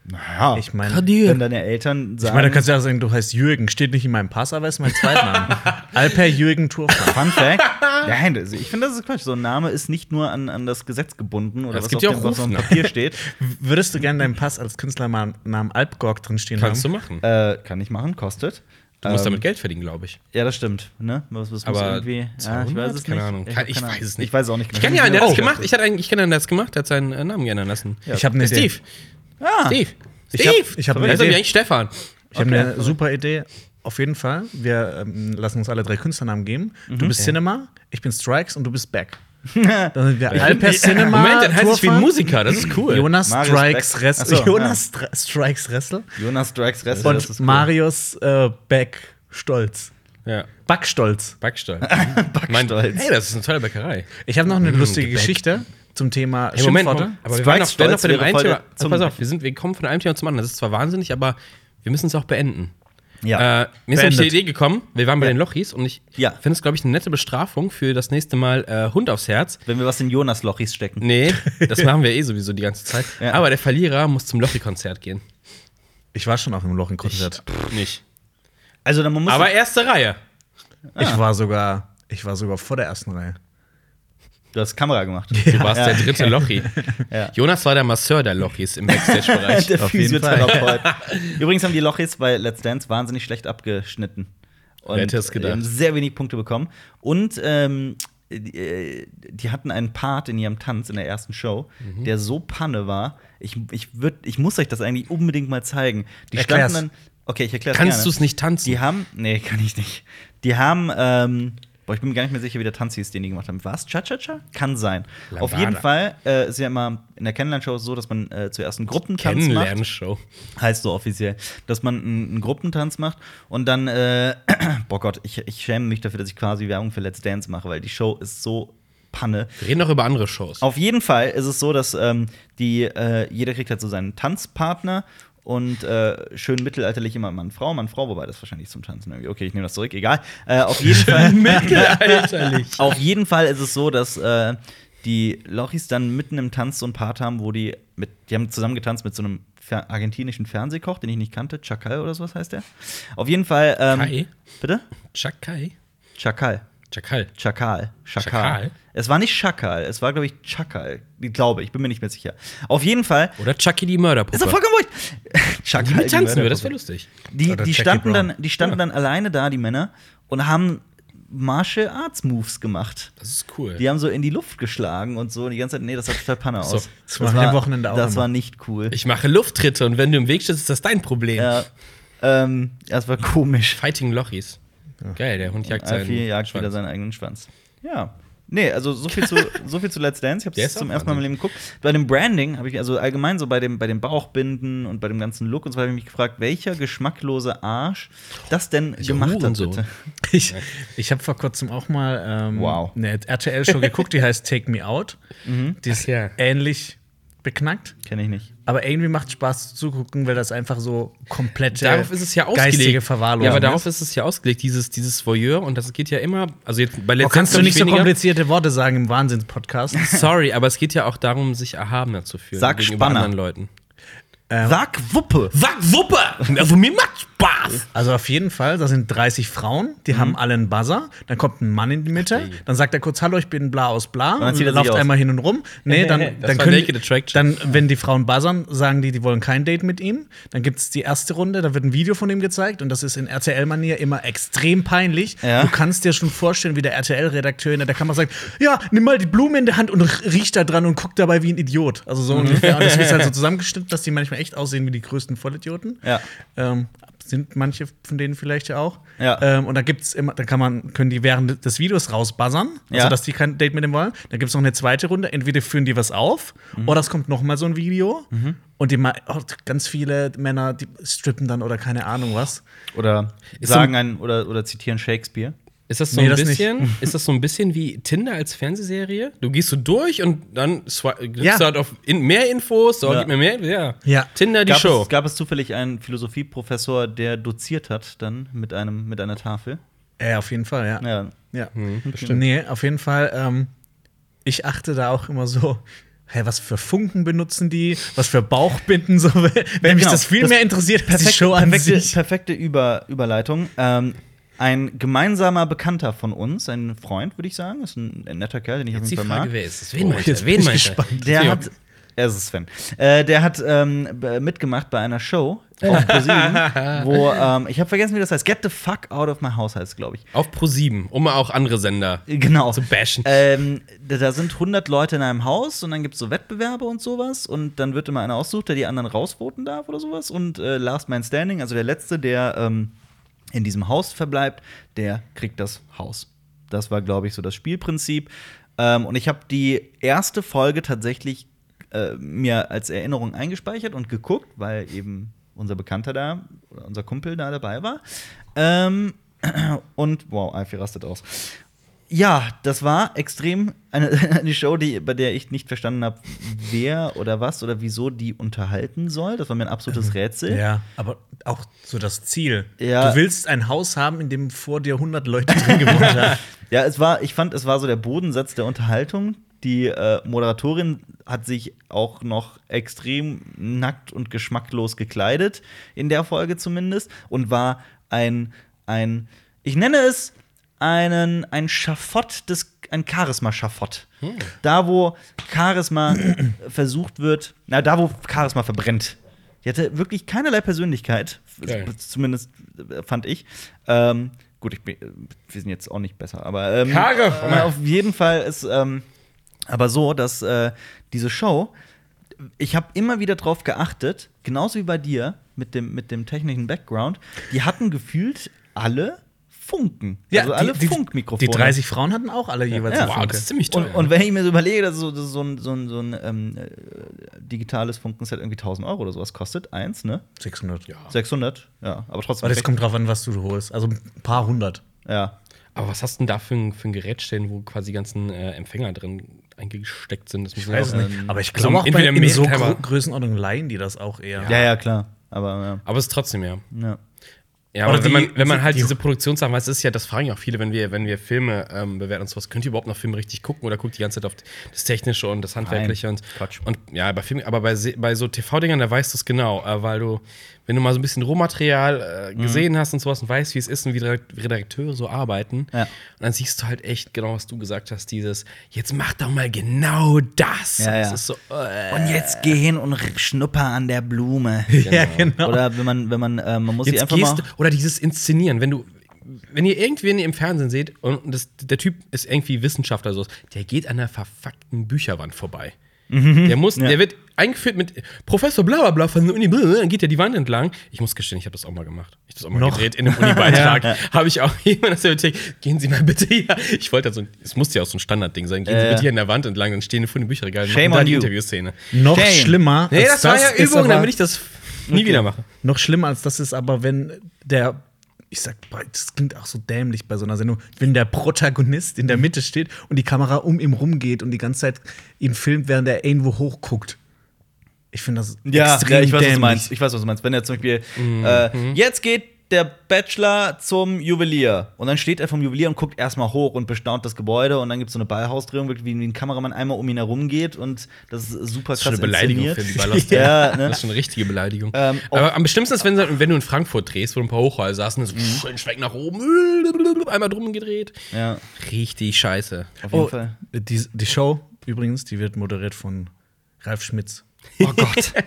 [SPEAKER 2] Naja.
[SPEAKER 3] Ich meine, ich
[SPEAKER 1] Kadir.
[SPEAKER 2] Wenn deine Eltern sagen.
[SPEAKER 3] meine, da kannst du ja auch sagen, du heißt Jürgen, steht nicht in meinem Pass, aber ist mein Zweitname. Alper Jürgen Turfmann.
[SPEAKER 2] Fun Fact. Nein, das- ich finde, das ist Quatsch. So ein Name ist nicht nur an, an das Gesetz gebunden oder
[SPEAKER 1] Es
[SPEAKER 2] was
[SPEAKER 1] gibt
[SPEAKER 2] auf
[SPEAKER 1] ja
[SPEAKER 2] dem
[SPEAKER 1] auch
[SPEAKER 2] was auf dem
[SPEAKER 1] Rufnamen.
[SPEAKER 2] Papier steht.
[SPEAKER 3] Würdest du gerne deinen Pass als Künstlernamen Alpgorg drinstehen
[SPEAKER 1] Kannst du
[SPEAKER 3] haben?
[SPEAKER 1] machen.
[SPEAKER 2] äh, kann ich machen, kostet.
[SPEAKER 1] Du
[SPEAKER 2] Ähm.
[SPEAKER 1] musst damit Geld verdienen, glaube ich.
[SPEAKER 2] Ja, das stimmt. Ne? Was, was muss
[SPEAKER 1] Aber
[SPEAKER 2] irgendwie. Ja,
[SPEAKER 1] 200? Keine Ahnung.
[SPEAKER 2] Ich,
[SPEAKER 1] Kann-
[SPEAKER 2] hab
[SPEAKER 1] ich
[SPEAKER 2] keine
[SPEAKER 1] weiß
[SPEAKER 2] Ahnung.
[SPEAKER 1] es nicht.
[SPEAKER 2] Ich weiß es auch nicht.
[SPEAKER 1] Ich kenne ja einen, der hat
[SPEAKER 2] Oh.
[SPEAKER 1] das gemacht. Ich, hatte einen, ich kenne einen, der das gemacht, der hat seinen äh, Namen geändert lassen.
[SPEAKER 3] Ich habe eine
[SPEAKER 1] Der
[SPEAKER 3] Idee.
[SPEAKER 1] Steve.
[SPEAKER 2] Ah.
[SPEAKER 1] Steve.
[SPEAKER 3] Ich hab-
[SPEAKER 1] Steve.
[SPEAKER 3] ich hab eine
[SPEAKER 1] Der ist doch
[SPEAKER 3] Idee.
[SPEAKER 1] eigentlich Stefan.
[SPEAKER 3] Ich habe
[SPEAKER 2] Okay.
[SPEAKER 3] eine super Idee. Auf jeden Fall. Wir ähm, lassen uns alle drei Künstlernamen geben. Du bist Cinema, ich bin Strikes und du bist Back. Dann sind wir Alper Cinema.
[SPEAKER 1] Moment, dann heißt ich wie ein
[SPEAKER 3] Turfan,
[SPEAKER 1] Musiker. Das ist cool.
[SPEAKER 3] Jonas
[SPEAKER 2] Marius
[SPEAKER 3] Strikes
[SPEAKER 2] Beck.
[SPEAKER 3] Ressel.
[SPEAKER 2] Ach so,
[SPEAKER 3] Jonas Stra- Strikes Ressel.
[SPEAKER 2] Jonas Drax Ressel.
[SPEAKER 3] Und Marius äh, Beck Stolz.
[SPEAKER 1] Ja.
[SPEAKER 3] Backstolz.
[SPEAKER 1] Backstolz. Mein,
[SPEAKER 2] Backstolz.
[SPEAKER 1] hey, das ist eine tolle Bäckerei.
[SPEAKER 3] Ich habe noch eine lustige
[SPEAKER 1] Gebäck.
[SPEAKER 3] Geschichte zum Thema
[SPEAKER 1] Hey, Moment,
[SPEAKER 3] Schimpfworte.
[SPEAKER 1] Moment, aber wir
[SPEAKER 2] Strikes
[SPEAKER 1] waren noch, werden noch
[SPEAKER 2] Stolz
[SPEAKER 1] bei dem
[SPEAKER 2] wäre
[SPEAKER 1] einen
[SPEAKER 2] voll
[SPEAKER 1] Thema.
[SPEAKER 2] der-
[SPEAKER 1] Also
[SPEAKER 2] zum-
[SPEAKER 1] pass auf, wir, sind, wir kommen von einem Thema zum anderen. Das ist zwar wahnsinnig, aber wir müssen es auch beenden.
[SPEAKER 2] Ja.
[SPEAKER 1] Äh, mir ist nämlich die
[SPEAKER 3] Beendet.
[SPEAKER 1] Idee gekommen, wir waren bei den Lochis und ich
[SPEAKER 2] Ja.
[SPEAKER 1] finde es, glaube ich, eine nette Bestrafung für das nächste Mal äh, Hund aufs Herz.
[SPEAKER 2] Wenn wir was in Jonas Lochis stecken.
[SPEAKER 1] Nee, das machen wir eh sowieso die ganze Zeit.
[SPEAKER 2] Ja.
[SPEAKER 1] Aber der Verlierer muss zum Lochi-Konzert gehen.
[SPEAKER 3] Ich war schon auf einem Loch in Konzert.
[SPEAKER 1] Nicht.
[SPEAKER 2] Also dann man muss.
[SPEAKER 1] Aber erste Reihe.
[SPEAKER 3] Ich war sogar, ich war sogar vor der ersten Reihe.
[SPEAKER 2] du hast Kamera gemacht.
[SPEAKER 1] Du warst der dritte Lochi.
[SPEAKER 2] Ja.
[SPEAKER 1] Jonas war der Masseur der Lochis im Backstage-Bereich.
[SPEAKER 2] Der
[SPEAKER 3] Auf jeden
[SPEAKER 2] Physiotherapeut. Übrigens haben die Lochis bei Let's Dance wahnsinnig schlecht abgeschnitten. Und
[SPEAKER 1] Wer hätte es gedacht?
[SPEAKER 2] haben sehr wenig Punkte bekommen. Und ähm, die, äh, die hatten einen Part in ihrem Tanz in der ersten Show,
[SPEAKER 1] Mhm.
[SPEAKER 2] der so panne war. Ich, ich, würd, ich muss euch das eigentlich unbedingt mal zeigen. Die
[SPEAKER 3] Erklär's.
[SPEAKER 2] standen dann. Okay, ich erkläre
[SPEAKER 1] Kannst du es nicht tanzen?
[SPEAKER 2] Die haben, nee, kann ich nicht. Die haben ähm, Boah, ich bin mir gar nicht mehr sicher, wie der Tanz hieß, den die gemacht haben. War es Cha-Cha-Cha? Kann sein.
[SPEAKER 1] Lambada.
[SPEAKER 2] Auf jeden Fall äh, ist ja immer in der Kennenlernshow so, dass man äh, zuerst einen Gruppentanz macht
[SPEAKER 1] Kennenlernshow.
[SPEAKER 2] heißt so offiziell, dass man einen, einen Gruppentanz macht und dann, äh, boah Gott, ich, ich schäme mich dafür, dass ich quasi Werbung für Let's Dance mache, weil die Show ist so Panne.
[SPEAKER 1] Wir reden auch über andere Shows.
[SPEAKER 2] Auf jeden Fall ist es so, dass ähm, die, äh, jeder kriegt halt so seinen Tanzpartner und äh, schön mittelalterlich immer Mann, Frau, Mann, Frau, wobei das wahrscheinlich zum Tanzen irgendwie. Okay, ich nehme das zurück, egal. Äh, auf jeden Fall.
[SPEAKER 1] Mittelalterlich.
[SPEAKER 2] Auf jeden Fall ist es so, dass äh, die Lochis dann mitten im Tanz so einen Part haben, wo die mit, die haben zusammen getanzt mit so einem fer argentinischen Fernsehkoch, den ich nicht kannte, Chacal oder sowas heißt der. Auf jeden Fall. Ähm,
[SPEAKER 1] Kai?
[SPEAKER 2] Bitte?
[SPEAKER 1] Chakai?
[SPEAKER 2] Chacal.
[SPEAKER 1] Chakal.
[SPEAKER 2] Chakal. Chakal.
[SPEAKER 1] Schakal?
[SPEAKER 2] Es war nicht Schakal, es war, glaube ich, Chakal. Ich glaube, ich bin mir nicht mehr sicher. Auf jeden Fall.
[SPEAKER 1] Oder Chucky die
[SPEAKER 2] Ist doch
[SPEAKER 1] Mörderpuppe.
[SPEAKER 2] vollkommen wurscht. Chakal.
[SPEAKER 1] Die mit tanzen wir,
[SPEAKER 2] Mörderpuppe.
[SPEAKER 1] das wäre lustig.
[SPEAKER 2] Die,
[SPEAKER 3] Oder
[SPEAKER 2] die
[SPEAKER 3] Jackie
[SPEAKER 2] standen,
[SPEAKER 3] Brown.
[SPEAKER 2] dann, die standen dann alleine da, die Männer, und haben Martial Arts Moves gemacht.
[SPEAKER 1] Das ist cool.
[SPEAKER 2] Die haben so in die Luft geschlagen und so und die ganze Zeit, nee, das sah total Panne aus.
[SPEAKER 1] So,
[SPEAKER 3] das machen wir am Wochenende auch
[SPEAKER 2] Das
[SPEAKER 3] immer.
[SPEAKER 2] war nicht cool.
[SPEAKER 1] Ich mache Lufttritte und wenn du im Weg stehst, ist das dein Problem.
[SPEAKER 2] ja, ähm, das war komisch.
[SPEAKER 1] Fighting Lochis. Geil, der Hund jagt seinen.
[SPEAKER 2] Alfie jagt wieder
[SPEAKER 1] Schwanz.
[SPEAKER 2] Äh, seinen eigenen Schwanz. Ja. Nee, also so viel zu, so viel zu Let's Dance. Ich habe
[SPEAKER 1] Der
[SPEAKER 2] es
[SPEAKER 1] ist
[SPEAKER 2] zum
[SPEAKER 1] auch
[SPEAKER 2] ersten Mal in meinem Leben geguckt. Bei dem Branding habe ich, also allgemein so bei dem, bei dem Bauchbinden und bei dem ganzen Look und so habe ich mich gefragt, welcher geschmacklose Arsch das denn gemacht hat.
[SPEAKER 1] Hurensohn.
[SPEAKER 2] Bitte.
[SPEAKER 3] Ich, ich habe vor kurzem auch mal ähm,
[SPEAKER 2] Wow.
[SPEAKER 3] eine RTL-Show geguckt, die heißt Take Me Out. Die ist
[SPEAKER 1] Ach ja.
[SPEAKER 3] ähnlich beknackt,
[SPEAKER 2] Kenne ich nicht.
[SPEAKER 3] aber irgendwie macht Spaß zuzugucken, weil das einfach so komplette
[SPEAKER 1] Darauf ist es ja ausgelegt.
[SPEAKER 3] geistige Verwahrlosung ne?
[SPEAKER 1] Ja, aber
[SPEAKER 3] ist.
[SPEAKER 1] darauf ist es ja ausgelegt, dieses, dieses Voyeur. Und das geht ja immer, also jetzt bei
[SPEAKER 3] Boah,
[SPEAKER 1] letzten
[SPEAKER 3] kannst du nicht so komplizierte Worte sagen im Wahnsinns-Podcast?
[SPEAKER 1] Sorry, aber es geht ja auch darum, sich erhabener zu fühlen.
[SPEAKER 2] Sag
[SPEAKER 1] gegenüber
[SPEAKER 2] Spanner.
[SPEAKER 1] anderen Leuten.
[SPEAKER 3] Ähm,
[SPEAKER 2] Sag Wuppe.
[SPEAKER 1] Sag Wuppe! Also mir macht Spaß!
[SPEAKER 3] Also auf jeden Fall, da sind 30 Frauen, die
[SPEAKER 1] Mhm.
[SPEAKER 3] haben alle einen Buzzer, dann kommt ein Mann in die Mitte, dann sagt er kurz, hallo, ich bin bla aus bla, und
[SPEAKER 2] dann zieht er sich
[SPEAKER 3] läuft
[SPEAKER 2] aus.
[SPEAKER 3] einmal hin und rum. Nee, dann,
[SPEAKER 1] Das
[SPEAKER 3] dann
[SPEAKER 1] war
[SPEAKER 3] können,
[SPEAKER 1] Naked Attraction.
[SPEAKER 3] dann, wenn die Frauen buzzern, sagen die, die wollen kein Date mit ihm. Dann gibt es die erste Runde, da wird ein Video von ihm gezeigt und das ist in RTL-Manier immer extrem peinlich.
[SPEAKER 2] Ja.
[SPEAKER 3] Du kannst dir schon vorstellen, wie der RTL-Redakteur hinter der Kamera sagt, ja, nimm mal die Blume in der Hand und riecht da dran und guckt dabei wie ein Idiot. Also
[SPEAKER 2] Mhm.
[SPEAKER 3] so ungefähr. Und das wird halt so zusammengeschnitten, dass die manchmal echt aussehen wie die größten Vollidioten.
[SPEAKER 2] Ja.
[SPEAKER 3] Ähm, sind manche von denen vielleicht ja auch.
[SPEAKER 2] Ja.
[SPEAKER 3] Ähm, und da gibt's immer, da kann man, können die während des Videos rausbuzzern,
[SPEAKER 2] Ja.
[SPEAKER 3] also dass die kein Date mit dem wollen. Dann gibt es noch eine zweite Runde, entweder führen die was auf
[SPEAKER 2] Mhm.
[SPEAKER 3] oder es kommt noch mal so ein Video. Und die ma- oh, ganz viele Männer, die strippen dann oder keine Ahnung was.
[SPEAKER 2] Oder
[SPEAKER 1] Ist so
[SPEAKER 2] sagen einen oder, oder zitieren Shakespeare.
[SPEAKER 1] Ist das so
[SPEAKER 3] Nee,
[SPEAKER 1] ein
[SPEAKER 3] das nicht.
[SPEAKER 1] bisschen, ist das so ein bisschen wie Tinder als Fernsehserie? Du gehst so durch und dann swi- klickst
[SPEAKER 3] Ja.
[SPEAKER 1] du halt auf in, mehr Infos, so,
[SPEAKER 2] Ja.
[SPEAKER 1] gib mir mehr, ja.
[SPEAKER 3] Ja.
[SPEAKER 1] Tinder, die
[SPEAKER 2] Gab
[SPEAKER 1] Show.
[SPEAKER 2] es, gab es zufällig einen Philosophieprofessor, der doziert hat dann mit einem mit einer Tafel?
[SPEAKER 3] Äh, auf jeden Fall, ja.
[SPEAKER 2] Ja.
[SPEAKER 3] Ja, Nee, auf jeden Fall. Ähm, ich achte da auch immer so. Hä, was für Funken benutzen die? Was für Bauchbinden? So, wenn mich
[SPEAKER 2] genau.
[SPEAKER 3] das viel
[SPEAKER 2] Das
[SPEAKER 3] mehr interessiert als die
[SPEAKER 2] Perfekt,
[SPEAKER 3] Show an
[SPEAKER 2] perfekte,
[SPEAKER 3] sich.
[SPEAKER 2] perfekte Über, Überleitung. Ähm, ein gemeinsamer Bekannter von uns, ein Freund, würde ich sagen, ist ein, ein netter Kerl, den ich
[SPEAKER 1] Jetzt
[SPEAKER 2] auf
[SPEAKER 1] die
[SPEAKER 2] jeden Fall
[SPEAKER 1] Frage,
[SPEAKER 2] mag.
[SPEAKER 1] wer ist es? Wen
[SPEAKER 3] Oh,
[SPEAKER 1] meint
[SPEAKER 3] jetzt
[SPEAKER 1] er?
[SPEAKER 3] bin
[SPEAKER 1] Wen
[SPEAKER 3] ich
[SPEAKER 1] meint er?
[SPEAKER 3] gespannt.
[SPEAKER 2] Der
[SPEAKER 1] Theo.
[SPEAKER 2] hat, es ist Sven, äh, der hat ähm, b- mitgemacht bei einer Show auf ProSieben, wo, ähm, ich habe vergessen, wie das heißt, Get the Fuck Out of My House heißt, glaube ich.
[SPEAKER 1] Auf Pro7, um mal auch andere Sender
[SPEAKER 2] Genau.
[SPEAKER 1] zu bashen.
[SPEAKER 2] Ähm, da, da sind 100 Leute in einem Haus und dann gibt es so Wettbewerbe und sowas und dann wird immer einer ausgesucht, der die anderen rausvoten darf oder sowas und äh, Last Man Standing, also der Letzte, der ähm, in diesem Haus verbleibt, der kriegt das Haus. Das war, glaube ich, so das Spielprinzip. Ähm, und ich habe die erste Folge tatsächlich äh, mir als Erinnerung eingespeichert und geguckt, weil eben unser Bekannter da, oder unser Kumpel da dabei war. Ähm, und wow, Alfie rastet aus. Ja, das war extrem eine, eine Show, die, bei der ich nicht verstanden habe, wer oder was oder wieso die unterhalten soll. Das war mir ein absolutes Rätsel.
[SPEAKER 3] Ja, aber auch so das Ziel.
[SPEAKER 2] Ja.
[SPEAKER 3] Du willst ein Haus haben, in dem vor dir 100 Leute drin gewohnt haben.
[SPEAKER 2] Ja, es war, ich fand, es war so der Bodensatz der Unterhaltung. Die äh, Moderatorin hat sich auch noch extrem nackt und geschmacklos gekleidet, in der Folge zumindest, und war ein, ein ich nenne es einen, ein Schafott des, ein Charisma-Schafott. Da, wo Charisma versucht wird, na, da, wo Charisma verbrennt. Die hatte wirklich keinerlei Persönlichkeit,
[SPEAKER 1] Geil.
[SPEAKER 2] zumindest äh, fand ich. Ähm, gut, ich bin, äh, wir sind jetzt auch nicht besser, aber ähm,
[SPEAKER 1] Haare, komm
[SPEAKER 2] äh,
[SPEAKER 1] mal.
[SPEAKER 2] auf jeden Fall ist ähm, aber so, dass äh, diese Show, ich habe immer wieder drauf geachtet, genauso wie bei dir mit dem mit dem technischen Background, die hatten gefühlt alle Funken.
[SPEAKER 3] Ja,
[SPEAKER 2] also alle
[SPEAKER 3] die- die-
[SPEAKER 2] Funkmikrofone.
[SPEAKER 3] Die 30 Frauen hatten auch alle jeweils
[SPEAKER 2] Ja.
[SPEAKER 3] eine
[SPEAKER 1] Wow, das ist ziemlich
[SPEAKER 2] Und,
[SPEAKER 1] teuer.
[SPEAKER 2] und wenn ich mir so überlege, dass so, dass so ein, so ein, so ein ähm, äh, digitales Funkenset irgendwie 1000 Euro oder sowas kostet, eins, ne?
[SPEAKER 3] 600. Ja.
[SPEAKER 2] 600, ja, aber trotzdem.
[SPEAKER 3] Weil es kommt drauf an, was du holst. Also ein paar hundert.
[SPEAKER 2] ja.
[SPEAKER 1] Aber was hast du denn da für ein, für ein Gerät stehen, wo quasi die ganzen äh, Empfänger drin eingesteckt sind? Das müssen wir
[SPEAKER 3] Weiß
[SPEAKER 1] auch-
[SPEAKER 3] nicht.
[SPEAKER 2] ähm,
[SPEAKER 3] Aber ich
[SPEAKER 1] so
[SPEAKER 3] glaube auch bei
[SPEAKER 1] Also entweder
[SPEAKER 3] in so
[SPEAKER 1] Mehrteiler.
[SPEAKER 3] Gro Größenordnung leihen die das auch eher.
[SPEAKER 2] ja, ja, klar. Aber
[SPEAKER 1] Aber es ist trotzdem, ja.
[SPEAKER 2] ja. ja.
[SPEAKER 1] Ja,
[SPEAKER 3] Oder
[SPEAKER 1] aber wenn,
[SPEAKER 3] die-
[SPEAKER 1] man, wenn man halt
[SPEAKER 3] die-
[SPEAKER 1] diese Produktionssachen, weil es ist ja, das fragen ja auch viele, wenn wir, wenn wir Filme ähm, bewerten und sowas, könnt ihr überhaupt noch Filme richtig gucken oder guckt die ganze Zeit auf das Technische und das Handwerkliche und,
[SPEAKER 2] Quatsch.
[SPEAKER 1] und ja, bei Filmen, aber bei, se- bei so TV-Dingern, da weißt du es genau, äh, weil du, wenn du mal so ein bisschen Rohmaterial äh,
[SPEAKER 2] Mhm.
[SPEAKER 1] gesehen hast und sowas und weißt, wie es ist und wie Redakt- Redakteure so arbeiten,
[SPEAKER 2] Ja.
[SPEAKER 1] und dann siehst du halt echt genau, was du gesagt hast, dieses, jetzt mach doch mal genau das.
[SPEAKER 2] Ja,
[SPEAKER 1] Das
[SPEAKER 2] ja.
[SPEAKER 1] ist so, äh,
[SPEAKER 2] Und jetzt geh hin und r- schnupper an der Blume.
[SPEAKER 3] Ja, genau.
[SPEAKER 2] Oder wenn man, wenn man, äh, man muss sie
[SPEAKER 1] Jetzt
[SPEAKER 2] einfach
[SPEAKER 1] gehst,
[SPEAKER 2] mal.
[SPEAKER 1] Oder dieses Inszenieren, wenn du. Wenn ihr irgendwen im Fernsehen seht und das, der Typ ist irgendwie Wissenschaftler oder so, der geht an einer verfuckten Bücherwand vorbei.
[SPEAKER 2] Mhm.
[SPEAKER 1] Der muss, der wird eingeführt mit Professor bla bla bla von der Uni, bla, dann geht er die Wand entlang. Ich muss gestehen, ich habe das auch mal gemacht. Ich habe das auch mal
[SPEAKER 3] Noch?
[SPEAKER 1] gedreht in einem Uni-Beitrag. Habe ich auch jemand aus der Bibliothek, gehen Sie mal bitte hier. Ich wollte da so, ein- es musste ja auch so ein Standardding sein, gehen Sie
[SPEAKER 2] Äh.
[SPEAKER 1] bitte hier an der Wand entlang, dann stehen die vor dem Bücherregal und
[SPEAKER 2] Shame
[SPEAKER 1] machen da
[SPEAKER 2] on
[SPEAKER 1] die
[SPEAKER 2] you.
[SPEAKER 1] Interviewszene.
[SPEAKER 3] Noch
[SPEAKER 2] Shame.
[SPEAKER 3] schlimmer.
[SPEAKER 1] Nee, das,
[SPEAKER 3] als
[SPEAKER 1] war ja
[SPEAKER 3] ist
[SPEAKER 1] Übung,
[SPEAKER 3] aber-
[SPEAKER 1] damit ich das nie wieder mache.
[SPEAKER 3] Noch schlimmer als das ist aber, wenn der, ich sag, boah, das klingt auch so dämlich bei so einer Sendung, wenn der Protagonist
[SPEAKER 2] Mhm.
[SPEAKER 3] in der Mitte steht und die Kamera um ihn rumgeht und die ganze Zeit ihn filmt, während er irgendwo hochguckt. Ich finde das extrem
[SPEAKER 2] ich weiß, was
[SPEAKER 3] dämlich.
[SPEAKER 2] du meinst. Ich weiß, was du meinst. Wenn er zum Beispiel,
[SPEAKER 1] Mhm.
[SPEAKER 2] äh, jetzt geht der Bachelor zum Juwelier. Und dann steht er vom Juwelier und guckt erstmal hoch und bestaunt das Gebäude. Und dann gibt es so eine Ballhausdrehung, wie ein Kameramann einmal um ihn herum geht. Und das ist super krass
[SPEAKER 1] Das ist schon eine Beleidigung für
[SPEAKER 2] inszeniert.
[SPEAKER 1] die Ballast.
[SPEAKER 2] Ja, ne?
[SPEAKER 1] Das ist schon eine richtige Beleidigung.
[SPEAKER 2] Ähm,
[SPEAKER 1] Aber am bestimmsten ist, wenn, wenn du in Frankfurt drehst, wo ein paar Hochhäuser saßen, so schön schräg nach oben, einmal drum gedreht.
[SPEAKER 2] Ja,
[SPEAKER 1] Richtig scheiße.
[SPEAKER 2] auf jeden
[SPEAKER 3] Oh,
[SPEAKER 2] Fall.
[SPEAKER 3] die, die Show übrigens, die wird moderiert von Ralf Schmitz.
[SPEAKER 2] Oh Gott.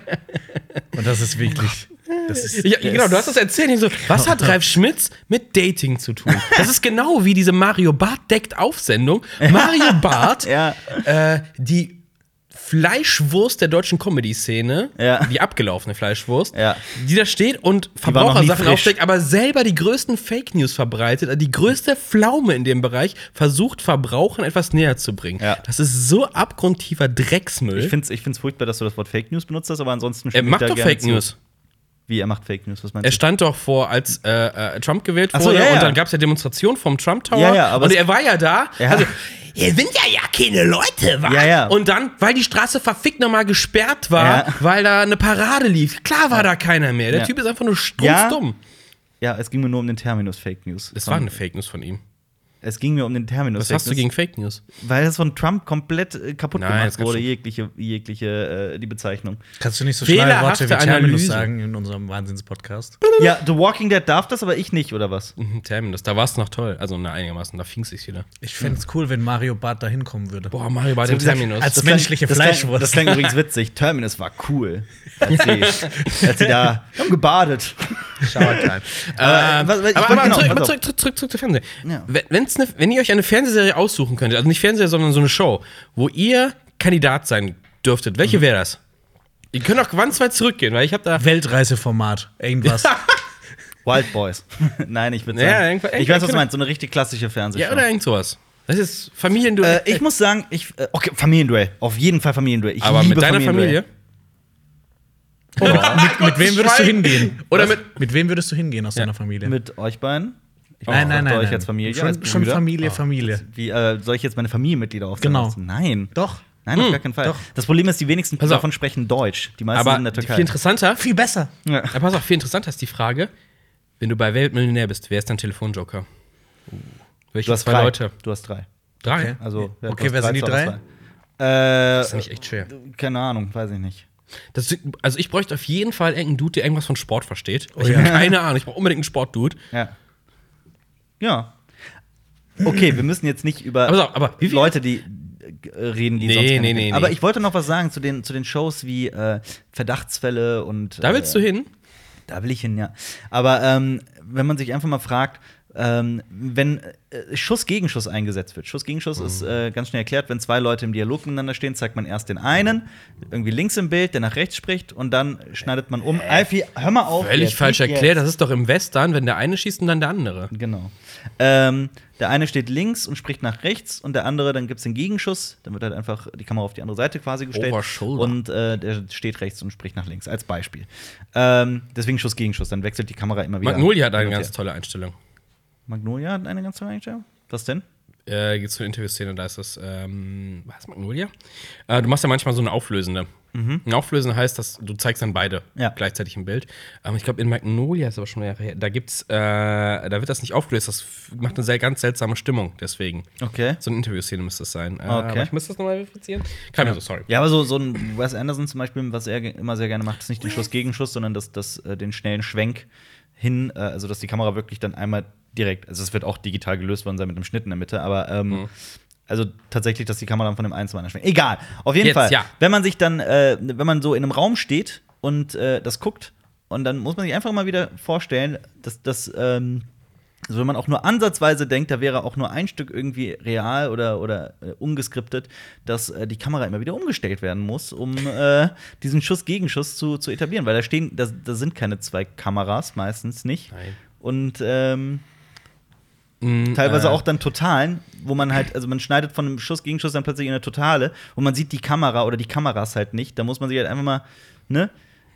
[SPEAKER 2] Oh
[SPEAKER 3] Und das ist wirklich. Das ist,
[SPEAKER 1] Ja, genau, du hast das erzählt. Ich so, was hat Ralf Schmitz mit Dating zu tun? Das ist genau wie diese Mario Barth deckt Aufsendung. Mario Barth,
[SPEAKER 2] Ja.
[SPEAKER 1] äh, die Fleischwurst der deutschen Comedy-Szene,
[SPEAKER 2] Ja.
[SPEAKER 1] die abgelaufene Fleischwurst,
[SPEAKER 2] Ja.
[SPEAKER 1] die da steht und
[SPEAKER 2] war noch nie
[SPEAKER 1] Verbrauchersachen
[SPEAKER 2] frisch.
[SPEAKER 1] aufdeckt, aber selber die größten Fake News verbreitet, also die größte Pflaume in dem Bereich, versucht Verbrauchern etwas näher zu bringen.
[SPEAKER 2] Ja.
[SPEAKER 1] Das ist so abgrundtiefer Drecksmüll.
[SPEAKER 2] Ich finde es ich find's furchtbar, dass du das Wort Fake News benutzt hast, aber ansonsten
[SPEAKER 1] er
[SPEAKER 2] stimme ich
[SPEAKER 1] macht
[SPEAKER 2] da
[SPEAKER 1] doch
[SPEAKER 2] gerne
[SPEAKER 1] Fake
[SPEAKER 2] zu.
[SPEAKER 1] News.
[SPEAKER 2] Wie, er macht Fake News? Was meinst
[SPEAKER 1] Er
[SPEAKER 2] du?
[SPEAKER 1] stand doch vor, als äh, äh, Trump gewählt
[SPEAKER 2] Ach
[SPEAKER 1] wurde
[SPEAKER 2] so, ja, ja.
[SPEAKER 1] und dann gab es ja Demonstrationen vom Trump Tower
[SPEAKER 2] Ja, ja, aber
[SPEAKER 1] und
[SPEAKER 2] es-
[SPEAKER 1] er war ja da.
[SPEAKER 2] Ja.
[SPEAKER 1] Also, hier sind ja ja keine Leute, wa?
[SPEAKER 2] Ja, ja.
[SPEAKER 1] Und dann, weil die Straße verfickt nochmal gesperrt war,
[SPEAKER 2] Ja.
[SPEAKER 1] weil da eine Parade lief. Klar war da keiner mehr. Der
[SPEAKER 2] Ja.
[SPEAKER 1] Typ ist einfach nur strunzdumm.
[SPEAKER 2] Ja, es ging mir nur um den Terminus Fake News.
[SPEAKER 1] Das war eine Fake News von ihm.
[SPEAKER 2] Es ging mir um den Terminus
[SPEAKER 1] Was hast du gegen Fake News?
[SPEAKER 2] Weil das von Trump komplett äh, kaputt
[SPEAKER 1] Nein, das
[SPEAKER 2] gemacht
[SPEAKER 1] gab's
[SPEAKER 2] wurde,
[SPEAKER 1] schon.
[SPEAKER 2] jegliche, jegliche äh, die Bezeichnung.
[SPEAKER 3] Kannst du nicht so schnell Worte
[SPEAKER 1] Fehlerhafte
[SPEAKER 3] wie Terminus
[SPEAKER 1] Analyse.
[SPEAKER 3] sagen in unserem Wahnsinns-Podcast?
[SPEAKER 2] Ja, The Walking Dead darf das, aber ich nicht, oder was?
[SPEAKER 1] Mhm, Termin, das, da war es noch toll. Also, na, einigermaßen, da fing es sich wieder.
[SPEAKER 3] Ich fände es cool, wenn Mario Barth da hinkommen würde.
[SPEAKER 1] Boah, Mario bei dem
[SPEAKER 3] gesagt,
[SPEAKER 1] Terminus.
[SPEAKER 3] als-
[SPEAKER 1] Das,
[SPEAKER 2] klang-
[SPEAKER 3] menschliche
[SPEAKER 2] das klang-
[SPEAKER 3] Fleischwurst.
[SPEAKER 2] Das klang übrigens witzig. Terminus war cool. Als sie, als sie da haben gebadet.
[SPEAKER 3] Schauertime.
[SPEAKER 2] Aber, was- was- ich
[SPEAKER 1] Ähm, aber
[SPEAKER 2] wollte
[SPEAKER 1] aber
[SPEAKER 2] genau-
[SPEAKER 1] zurück,
[SPEAKER 2] pass
[SPEAKER 1] aber
[SPEAKER 2] auf.
[SPEAKER 1] zurück, zurück, zurück, zurück zur Fernsehen.
[SPEAKER 2] Ja.
[SPEAKER 1] Wenn, wenn's ne, wenn ihr euch eine Fernsehserie aussuchen könntet, also nicht Fernsehserie, sondern so eine Show, wo ihr Kandidat sein dürftet, welche
[SPEAKER 2] Mhm.
[SPEAKER 1] wäre das? Ihr könnt auch ganz weit zurückgehen, weil ich habe da.
[SPEAKER 3] Weltreiseformat, irgendwas.
[SPEAKER 2] Wild Boys. Nein, ich würde
[SPEAKER 1] Ja,
[SPEAKER 2] sagen.
[SPEAKER 1] irgendwann-
[SPEAKER 2] ich weiß, was
[SPEAKER 1] irgendwann-
[SPEAKER 2] du meinst. So eine richtig klassische Fernsehshow.
[SPEAKER 1] ja, oder irgend sowas. Das ist Familienduell.
[SPEAKER 2] äh, ich muss sagen, ich, äh, okay, Familienduell. Auf jeden Fall Familienduell. Ich
[SPEAKER 1] aber
[SPEAKER 2] liebe
[SPEAKER 1] mit deiner
[SPEAKER 2] Familienduell.
[SPEAKER 1] Familie?
[SPEAKER 3] mit, mit wem würdest du hingehen?
[SPEAKER 1] Oh. Oder
[SPEAKER 3] Was?
[SPEAKER 1] mit-
[SPEAKER 3] mit wem würdest du hingehen aus deiner Familie?
[SPEAKER 2] Mit euch beiden? Ich
[SPEAKER 1] Oh,
[SPEAKER 3] nein, nein, nein,
[SPEAKER 2] Euch
[SPEAKER 3] nein.
[SPEAKER 2] als Familie,
[SPEAKER 3] schon,
[SPEAKER 2] als
[SPEAKER 3] schon
[SPEAKER 2] Brüder.
[SPEAKER 3] Familie, Familie.
[SPEAKER 2] Wie, äh, soll ich jetzt meine Familienmitglieder aufzählen?
[SPEAKER 3] Genau.
[SPEAKER 2] lassen? Nein.
[SPEAKER 3] Doch.
[SPEAKER 2] Nein, auf gar keinen Fall.
[SPEAKER 3] doch.
[SPEAKER 2] Das Problem ist, die wenigsten
[SPEAKER 1] Pass auf.
[SPEAKER 2] davon sprechen Deutsch. Die meisten
[SPEAKER 1] Aber
[SPEAKER 2] sind in der
[SPEAKER 1] die-
[SPEAKER 2] Türkei.
[SPEAKER 1] viel interessanter.
[SPEAKER 3] Viel besser.
[SPEAKER 2] ja.
[SPEAKER 1] Ja, pass auf, viel interessanter ist die Frage, wenn du bei Weltmillionär bist, wer ist dein Telefonjoker? Uh,
[SPEAKER 2] Du
[SPEAKER 1] Welche
[SPEAKER 2] hast
[SPEAKER 1] zwei
[SPEAKER 2] drei.
[SPEAKER 1] Leute?
[SPEAKER 2] Du hast drei.
[SPEAKER 1] Drei.
[SPEAKER 3] Okay.
[SPEAKER 2] Also, ja,
[SPEAKER 3] Okay,
[SPEAKER 2] du hast
[SPEAKER 3] wer sind die
[SPEAKER 2] du hast
[SPEAKER 3] drei?
[SPEAKER 1] Das ist nicht echt schwer.
[SPEAKER 2] Äh, keine Ahnung, weiß ich nicht.
[SPEAKER 1] Das, also ich bräuchte auf jeden Fall irgendeinen Dude, der irgendwas von Sport versteht.
[SPEAKER 2] Oh
[SPEAKER 1] ich
[SPEAKER 3] ja.
[SPEAKER 1] habe keine Ahnung, ich brauche unbedingt einen Sportdude.
[SPEAKER 2] Ja. Ja. Okay, wir müssen jetzt nicht über
[SPEAKER 1] Aber so, aber wie viel-
[SPEAKER 2] Leute, die äh, reden, die
[SPEAKER 1] Nee,
[SPEAKER 2] sonst keine
[SPEAKER 1] nee,
[SPEAKER 2] kennen.
[SPEAKER 1] nee, nee.
[SPEAKER 2] Aber ich wollte noch was sagen zu den, zu den Shows wie äh, Verdachtsfälle und
[SPEAKER 1] Da willst
[SPEAKER 2] äh,
[SPEAKER 1] du hin?
[SPEAKER 2] Da will ich hin, ja. Aber ähm, wenn man sich einfach mal fragt, ähm, wenn äh, Schuss gegen Schuss eingesetzt wird. Schuss gegen Schuss ist
[SPEAKER 1] Mhm.
[SPEAKER 2] äh, ganz schnell erklärt, wenn zwei Leute im Dialog miteinander stehen, zeigt man erst den einen, irgendwie links im Bild, der nach rechts spricht und dann schneidet man um. Alfie, hör mal auf.
[SPEAKER 1] Äh, Völlig
[SPEAKER 2] jetzt,
[SPEAKER 1] falsch
[SPEAKER 2] nicht jetzt.
[SPEAKER 1] erklärt, das ist doch im Western, wenn der eine schießt und dann der andere.
[SPEAKER 2] Genau. Ähm, der eine steht links und spricht nach rechts und der andere, dann gibt es den Gegenschuss, dann wird halt einfach die Kamera auf die andere Seite quasi gestellt.
[SPEAKER 1] Over shoulder.
[SPEAKER 2] Und äh, der steht rechts und spricht nach links, als Beispiel. Ähm, deswegen Schuss gegen Schuss, dann wechselt die Kamera immer wieder.
[SPEAKER 1] Magnolia hat eine
[SPEAKER 2] hin und
[SPEAKER 1] ganz
[SPEAKER 2] her.
[SPEAKER 1] tolle Einstellung.
[SPEAKER 2] Magnolia hat eine ganz tolle Einstellung. Was denn?
[SPEAKER 1] Äh, geht's zur Interviewszene, da ist das, ähm, was, Magnolia? Äh, du machst ja manchmal so eine auflösende. Eine auflösende heißt, dass du zeigst dann beide
[SPEAKER 2] Mhm. Ja.
[SPEAKER 1] gleichzeitig im Bild. Aber ich glaube, in Magnolia ist aber schon mehr her. Da gibt's, äh, da wird das nicht aufgelöst, das f- macht eine sehr, ganz seltsame Stimmung, deswegen.
[SPEAKER 2] Okay.
[SPEAKER 1] So eine Interviewszene müsste es sein. Äh,
[SPEAKER 2] Okay.
[SPEAKER 1] Aber ich müsste das nochmal verifizieren. Kann mir so, sorry.
[SPEAKER 2] Ja, aber so, so ein Wes Anderson zum Beispiel, was er ge- immer sehr gerne macht, ist nicht den Schuss gegen Schuss, sondern das, das, äh, den schnellen Schwenk hin, äh, also dass die Kamera wirklich dann einmal direkt, also es wird auch digital gelöst worden sein mit einem Schnitt in der Mitte, aber ähm,
[SPEAKER 1] Mhm.
[SPEAKER 2] also tatsächlich, dass die Kamera dann von dem einen zum anderen schwenkt. Egal, auf jeden
[SPEAKER 1] Jetzt,
[SPEAKER 2] Fall.
[SPEAKER 1] ja.
[SPEAKER 2] Wenn man sich dann, äh, wenn man so in einem Raum steht und äh, das guckt, und dann muss man sich einfach mal wieder vorstellen, dass das, ähm, also wenn man auch nur ansatzweise denkt, da wäre auch nur ein Stück irgendwie real oder, oder äh, ungeskriptet, dass äh, die Kamera immer wieder umgestellt werden muss, um äh, diesen Schuss gegen Schuss zu, zu etablieren. Weil da stehen, da, da sind keine zwei Kameras, meistens nicht.
[SPEAKER 1] Nein.
[SPEAKER 2] Und ähm,
[SPEAKER 1] Mm,
[SPEAKER 2] teilweise
[SPEAKER 1] äh,
[SPEAKER 2] auch dann Totalen, wo man halt, also man schneidet von einem Schuss gegen Schuss dann plötzlich in eine Totale und man sieht die Kamera oder die Kameras halt nicht. Da muss man sich halt einfach mal, ne?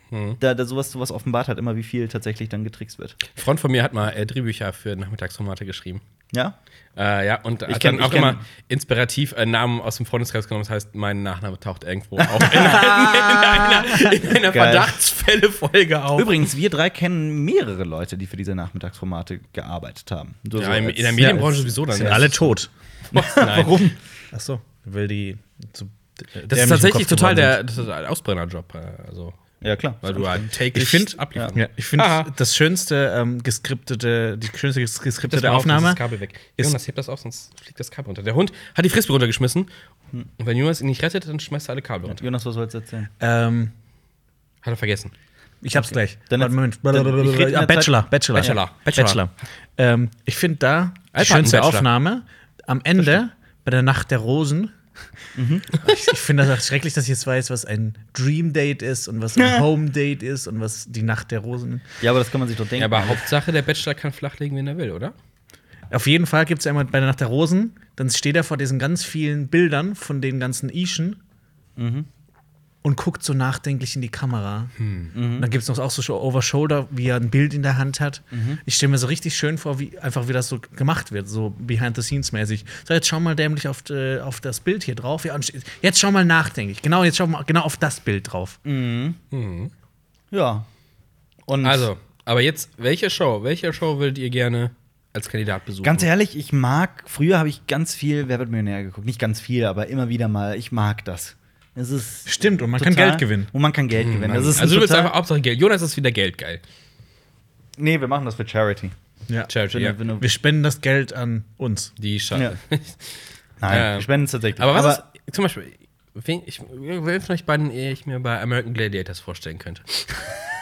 [SPEAKER 1] Hm.
[SPEAKER 2] Da, da sowas, sowas offenbart halt immer, wie viel tatsächlich dann getrickst wird.
[SPEAKER 1] Ein Freund von mir hat mal äh, Drehbücher für Nachmittagsformate geschrieben.
[SPEAKER 2] Ja?
[SPEAKER 1] Äh, ja, und hat
[SPEAKER 2] kenn-
[SPEAKER 1] dann auch
[SPEAKER 2] ich kenn-
[SPEAKER 1] immer inspirativ einen Namen aus dem Freundeskreis genommen. Das heißt, mein Nachname taucht irgendwo auch in, einer- in einer, in einer
[SPEAKER 2] Geil.
[SPEAKER 1] Verdachtsfälle-Folge auf.
[SPEAKER 2] Übrigens, wir drei kennen mehrere Leute, die für diese Nachmittagsformate gearbeitet haben. So, so
[SPEAKER 1] ja, in,
[SPEAKER 2] als-
[SPEAKER 1] in der Medienbranche
[SPEAKER 2] ja,
[SPEAKER 1] sowieso dann.
[SPEAKER 3] Sind alle tot.
[SPEAKER 1] Nein.
[SPEAKER 2] Warum?
[SPEAKER 3] Achso, weil die. So,
[SPEAKER 1] Das ist tatsächlich total der, das ist ein Ausbrennerjob. äh, Also,
[SPEAKER 2] als- Ja, klar.
[SPEAKER 1] weil du halt täglich
[SPEAKER 3] Ich find-
[SPEAKER 1] abliefern musst.
[SPEAKER 3] Ja, ich finde
[SPEAKER 1] Aha.
[SPEAKER 3] das schönste ähm, geskriptete, die schönste ges-
[SPEAKER 1] Das
[SPEAKER 3] geskriptete
[SPEAKER 1] war auf,
[SPEAKER 3] Aufnahme.
[SPEAKER 1] Das Kabel weg. Jonas, heb das auf, sonst fliegt das Kabel runter. Der Hund hat die Frisbee runtergeschmissen.
[SPEAKER 2] Hm.
[SPEAKER 1] Und wenn Jonas ihn nicht rettet, dann schmeißt er alle Kabel runter.
[SPEAKER 2] Jonas, was sollst du erzählen?
[SPEAKER 3] Ähm,
[SPEAKER 1] Hat er vergessen.
[SPEAKER 3] ich hab's gleich.
[SPEAKER 2] Dann-
[SPEAKER 3] Warte, Moment.
[SPEAKER 2] dann- ich red in der
[SPEAKER 3] Ah, Bachelor, Bachelor.
[SPEAKER 1] Bachelor,
[SPEAKER 3] Ja. Bachelor.
[SPEAKER 1] Bachelor.
[SPEAKER 3] Ähm, ich finde da die
[SPEAKER 1] Alpha
[SPEAKER 3] schönste
[SPEAKER 1] hat einen Bachelor.
[SPEAKER 3] Aufnahme am Ende bei der Nacht der Rosen.
[SPEAKER 2] Mhm.
[SPEAKER 3] Ich, ich finde das auch schrecklich, dass ich jetzt weiß, was ein Dream Date ist und was ein Home Date ist und was die Nacht der Rosen.
[SPEAKER 2] Ja, aber das kann man sich doch denken.
[SPEAKER 1] Ja, aber Hauptsache, der Bachelor kann flachlegen, wen er will, oder?
[SPEAKER 3] Auf jeden Fall gibt es einmal bei der Nacht der Rosen, dann steht er vor diesen ganz vielen Bildern von den ganzen Ischen
[SPEAKER 2] Mhm.
[SPEAKER 3] und guckt so nachdenklich in die Kamera.
[SPEAKER 2] Mhm.
[SPEAKER 3] Und dann gibt es noch auch so Over-Shoulder, wie er ein Bild in der Hand hat.
[SPEAKER 2] Mhm.
[SPEAKER 3] Ich stelle mir so richtig schön vor, wie einfach wie das so gemacht wird, so behind-the-scenes-mäßig. So, jetzt schau mal dämlich auf, äh, auf das Bild hier drauf. Ja, und sch- jetzt schau mal nachdenklich. Genau, jetzt schau mal genau auf das Bild drauf.
[SPEAKER 2] Mhm. Ja. Und
[SPEAKER 1] Also, aber jetzt, welche Show, welche Show würdet ihr gerne als Kandidat besuchen?
[SPEAKER 2] Ganz ehrlich, ich mag, früher habe ich ganz viel Wer wird Millionär geguckt. Nicht ganz viel, aber immer wieder mal. Ich mag das. Es ist
[SPEAKER 3] Stimmt, und man kann Geld gewinnen.
[SPEAKER 2] Und man kann Geld gewinnen. Das ist ein
[SPEAKER 1] also du willst
[SPEAKER 2] total-
[SPEAKER 1] einfach Hauptsache Geld. Jonas ist wieder Geld geil.
[SPEAKER 2] Nee, wir machen das für Charity.
[SPEAKER 3] Ja.
[SPEAKER 1] Charity, ja.
[SPEAKER 2] Wenn du-
[SPEAKER 3] Wir spenden das Geld an uns.
[SPEAKER 1] Die Schade.
[SPEAKER 2] Nein,
[SPEAKER 1] Ähm,
[SPEAKER 2] wir spenden es tatsächlich.
[SPEAKER 1] aber was ist, zum Beispiel, wen, ich, wen von euch beiden eher ich mir bei American Gladiators vorstellen könnte?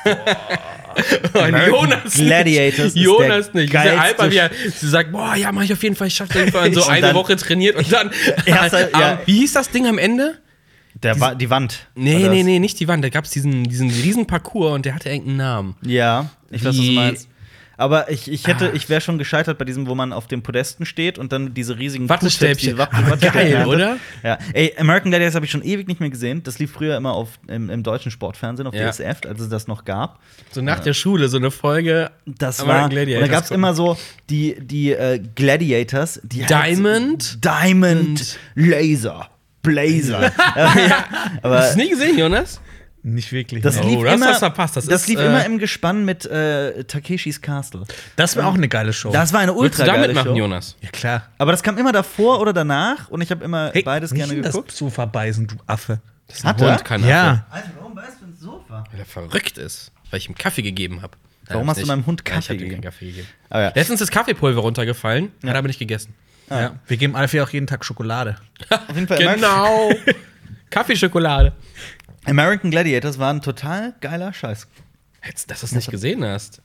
[SPEAKER 1] Nein,
[SPEAKER 2] American Gladiators ist
[SPEAKER 1] nicht. Jonas
[SPEAKER 2] der
[SPEAKER 1] nicht. Dieser
[SPEAKER 2] geilste
[SPEAKER 1] Alper, wie er sie sagt, boah, ja, mach ich auf jeden Fall, ich schaff das auf jeden Fall. Und so
[SPEAKER 2] Und
[SPEAKER 1] eine
[SPEAKER 2] dann-
[SPEAKER 1] Woche trainiert und dann.
[SPEAKER 2] Erster-
[SPEAKER 1] Ah,
[SPEAKER 2] ja.
[SPEAKER 1] Wie hieß das Ding am Ende?
[SPEAKER 2] der Wa die Wand.
[SPEAKER 1] Nee,
[SPEAKER 2] Oder
[SPEAKER 1] nee,
[SPEAKER 2] das-
[SPEAKER 1] nee, nicht die Wand. Da gab es diesen, diesen riesen Parcours und der hatte irgendeinen Namen.
[SPEAKER 2] Ja, ich weiß, was du
[SPEAKER 1] Wie-
[SPEAKER 2] meinst. Aber ich, ich hätte,
[SPEAKER 1] Ah.
[SPEAKER 2] ich wäre schon gescheitert bei diesem, wo man auf dem Podesten steht und dann diese riesigen
[SPEAKER 1] Wattestäbchen.
[SPEAKER 2] Q-Tips, diese Watt-
[SPEAKER 1] Aber
[SPEAKER 2] Wattestäbchen
[SPEAKER 1] geil,
[SPEAKER 2] hatte.
[SPEAKER 1] oder?
[SPEAKER 2] Ja. Ey, American Gladiators habe ich schon ewig nicht mehr gesehen. Das lief früher immer auf, im, im deutschen Sportfernsehen, auf
[SPEAKER 1] Ja.
[SPEAKER 2] DSF, als es das noch gab.
[SPEAKER 1] So nach der Schule, so eine Folge.
[SPEAKER 2] Das
[SPEAKER 1] American
[SPEAKER 2] war, und
[SPEAKER 1] Gladiators
[SPEAKER 2] da gab es
[SPEAKER 1] gucken.
[SPEAKER 2] immer so die, die äh, Gladiators, die halt-
[SPEAKER 1] Diamond?
[SPEAKER 2] Diamond, Laser, Blazer.
[SPEAKER 1] Hast du es nie gesehen, Jonas?
[SPEAKER 3] Nicht wirklich.
[SPEAKER 2] Das
[SPEAKER 1] Oh,
[SPEAKER 2] lief,
[SPEAKER 1] das
[SPEAKER 2] immer,
[SPEAKER 1] hast du verpasst. Das
[SPEAKER 2] Das,
[SPEAKER 1] ist,
[SPEAKER 2] lief
[SPEAKER 1] äh,
[SPEAKER 2] immer im Gespann mit äh, Takeshis Castle.
[SPEAKER 3] Das wäre auch eine geile Show.
[SPEAKER 2] Das war eine
[SPEAKER 1] Würdest
[SPEAKER 2] ultra
[SPEAKER 1] Oh. du da
[SPEAKER 2] geile
[SPEAKER 1] mitmachen,
[SPEAKER 2] Show.
[SPEAKER 1] Jonas?
[SPEAKER 3] ja, klar.
[SPEAKER 2] Aber das kam immer davor oder danach und ich habe immer
[SPEAKER 3] Hey,
[SPEAKER 2] beides
[SPEAKER 3] nicht
[SPEAKER 2] gerne
[SPEAKER 3] in
[SPEAKER 2] geguckt.
[SPEAKER 3] Das Sofa beißen, du Affe.
[SPEAKER 1] Das
[SPEAKER 2] Hat
[SPEAKER 1] ein
[SPEAKER 2] er?
[SPEAKER 1] Hund, keine Ahnung.
[SPEAKER 3] ja.
[SPEAKER 2] Alter, warum beißt du ins Sofa?
[SPEAKER 1] Weil er verrückt ist, weil ich ihm Kaffee gegeben habe.
[SPEAKER 2] Warum hast du meinem Hund Kaffee
[SPEAKER 1] ich hab ihm
[SPEAKER 2] gegeben?
[SPEAKER 1] keinen Kaffee gegeben.
[SPEAKER 2] Ah, ja.
[SPEAKER 1] Letztens ist Kaffeepulver runtergefallen, hat er aber nicht gegessen.
[SPEAKER 3] ja. Wir geben Alfie auch jeden Tag Schokolade.
[SPEAKER 2] Auf jeden Fall American,
[SPEAKER 1] Genau. Kaffeeschokolade.
[SPEAKER 2] American Gladiators war ein total geiler Scheiß.
[SPEAKER 1] Jetzt, dass du es nicht gesehen hast.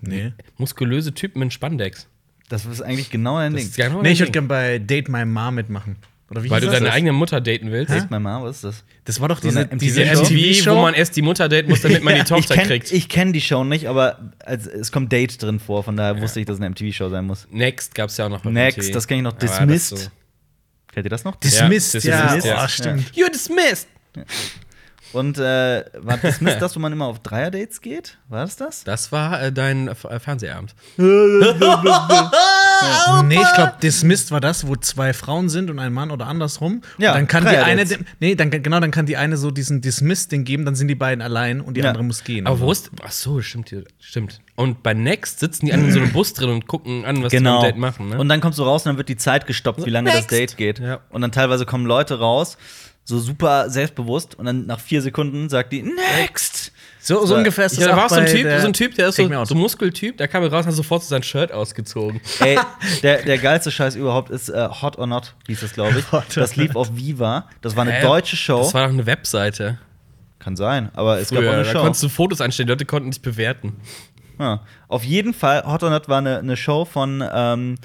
[SPEAKER 3] Nee.
[SPEAKER 1] Muskulöse Typen in Spandex.
[SPEAKER 2] Das ist eigentlich genau dein
[SPEAKER 1] Das
[SPEAKER 2] Ding.
[SPEAKER 1] ist genau
[SPEAKER 3] Nee, ich
[SPEAKER 1] dein
[SPEAKER 3] würde
[SPEAKER 1] Ding.
[SPEAKER 3] gerne bei Date My Mom mitmachen. Oder wie
[SPEAKER 1] Weil du
[SPEAKER 3] hieß
[SPEAKER 1] deine
[SPEAKER 3] das?
[SPEAKER 1] eigene Mutter daten willst.
[SPEAKER 2] Date My Mom, was ist das?
[SPEAKER 3] Das war doch
[SPEAKER 2] So eine
[SPEAKER 3] diese, diese
[SPEAKER 2] MTV-Show?
[SPEAKER 1] MTV,
[SPEAKER 3] MTV-Show,
[SPEAKER 1] wo man erst die Mutter daten muss, damit man die
[SPEAKER 2] ich
[SPEAKER 1] Tochter
[SPEAKER 2] kenn-
[SPEAKER 1] kriegt.
[SPEAKER 2] Ich kenne die Show nicht, aber als, es kommt Date drin vor, von daher wusste ich, dass es eine MTV-Show sein muss.
[SPEAKER 1] Next gab es ja auch noch. bei
[SPEAKER 2] Next,
[SPEAKER 1] MTV.
[SPEAKER 2] das kenne ich noch.
[SPEAKER 1] Aber Ah, das
[SPEAKER 2] Dismissed.
[SPEAKER 1] so-
[SPEAKER 2] Kennt ihr das noch?
[SPEAKER 3] Dismissed,
[SPEAKER 1] Ja,
[SPEAKER 3] ja.
[SPEAKER 1] Dismissed, ja.
[SPEAKER 3] Oh, stimmt.
[SPEAKER 1] You're dismissed!
[SPEAKER 2] Und äh, war Dismissed das, wo man immer auf Dreier-Dates geht? War das das?
[SPEAKER 1] Das war äh, dein äh, Fernsehabend.
[SPEAKER 3] Nee, ich glaube, Dismissed war das, wo zwei Frauen sind und ein Mann oder andersrum.
[SPEAKER 2] Ja,
[SPEAKER 3] und dann kann die eine,
[SPEAKER 2] Dreier-Dates.
[SPEAKER 3] dem- nee, dann, genau, dann kann die eine so diesen Dismissed-Ding geben, dann sind die beiden allein und die
[SPEAKER 2] Ja.
[SPEAKER 3] andere muss gehen.
[SPEAKER 1] Aber wo ist. Ach so, stimmt. hier- Stimmt. Und bei Next sitzen die anderen in so einem Bus drin und gucken an, was
[SPEAKER 3] Genau.
[SPEAKER 1] die beim Date machen. Ne?
[SPEAKER 2] Genau. Und dann kommst du raus und dann wird die Zeit gestoppt, wie lange das
[SPEAKER 1] next.
[SPEAKER 2] Date geht.
[SPEAKER 1] Ja.
[SPEAKER 2] Und dann teilweise kommen Leute raus, so super selbstbewusst, und dann nach vier Sekunden sagt die Next.
[SPEAKER 3] so, so ungefähr ist
[SPEAKER 1] ja, da
[SPEAKER 3] auch
[SPEAKER 1] war so ein
[SPEAKER 3] bei
[SPEAKER 1] Typ,
[SPEAKER 3] der-
[SPEAKER 1] so ein Typ, der ist
[SPEAKER 3] Take
[SPEAKER 1] so,
[SPEAKER 3] Me Out.
[SPEAKER 1] so Muskeltyp, der kam raus und hat sofort so sein Shirt ausgezogen.
[SPEAKER 2] Ey, der, der geilste Scheiß überhaupt ist äh, Hot or Not, hieß es, glaube ich.
[SPEAKER 3] Hot or
[SPEAKER 2] das lief auf Viva. Das war eine
[SPEAKER 1] Hä?
[SPEAKER 2] deutsche Show.
[SPEAKER 1] Das war doch eine Webseite.
[SPEAKER 2] Kann sein, aber es gab auch
[SPEAKER 1] Früher,
[SPEAKER 2] eine
[SPEAKER 1] da
[SPEAKER 2] Show.
[SPEAKER 1] konntest du Fotos einstellen, die Leute konnten dich bewerten.
[SPEAKER 2] Ja. Auf jeden Fall, Hot or Not war eine, eine Show von, ähm,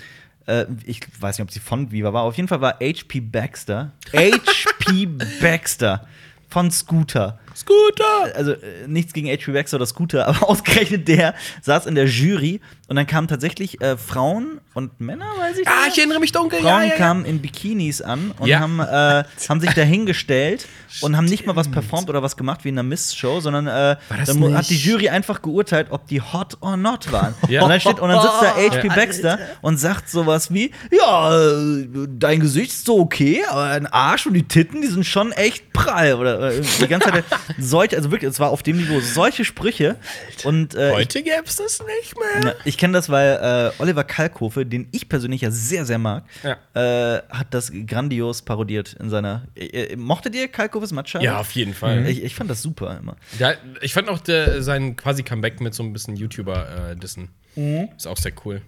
[SPEAKER 2] äh, ich weiß nicht, ob sie von Viva war, auf jeden Fall war H.P. Baxter. H.P. Baxter von Scooter.
[SPEAKER 1] Scooter!
[SPEAKER 2] Also äh, nichts gegen H.P. Baxter oder Scooter, aber ausgerechnet der saß in der Jury und dann kamen tatsächlich äh, Frauen und Männer, weiß ich
[SPEAKER 1] Ah,
[SPEAKER 2] nicht.
[SPEAKER 1] ich erinnere mich dunkel.
[SPEAKER 2] Frauen
[SPEAKER 1] ja, ja, ja.
[SPEAKER 2] kamen in Bikinis an und
[SPEAKER 1] Ja.
[SPEAKER 2] haben, äh, haben sich dahingestellt und haben nicht mal was performt oder was gemacht wie in einer Miss-Show, sondern äh,
[SPEAKER 1] das
[SPEAKER 2] dann mu- hat die
[SPEAKER 1] nicht-
[SPEAKER 2] Jury einfach geurteilt, ob die hot or not waren.
[SPEAKER 1] Ja.
[SPEAKER 2] und, dann steht, und dann sitzt da H.P.
[SPEAKER 1] Ja.
[SPEAKER 2] Baxter und sagt sowas wie: Ja, äh, dein Gesicht ist so okay, aber dein Arsch und die Titten, die sind schon echt prall. Oder äh, die ganze Zeit solche, also wirklich, es war auf dem Niveau solche Sprüche. Und äh, ich
[SPEAKER 1] Heute gäbe es das nicht mehr.
[SPEAKER 2] ja, ich kenne das, weil äh, Oliver Kalkofe, den ich persönlich ja sehr, sehr mag,
[SPEAKER 1] Ja.
[SPEAKER 2] äh, hat das grandios parodiert in seiner. Äh, mochtet ihr Kalkofes Matcha? Mhm.
[SPEAKER 1] Ja, auf jeden Fall.
[SPEAKER 3] Mhm.
[SPEAKER 2] Ich, ich fand das super immer.
[SPEAKER 1] Ja, ich fand auch der, sein quasi Comeback mit so ein bisschen YouTuber-Dissen.
[SPEAKER 3] Mhm.
[SPEAKER 1] Ist auch sehr cool.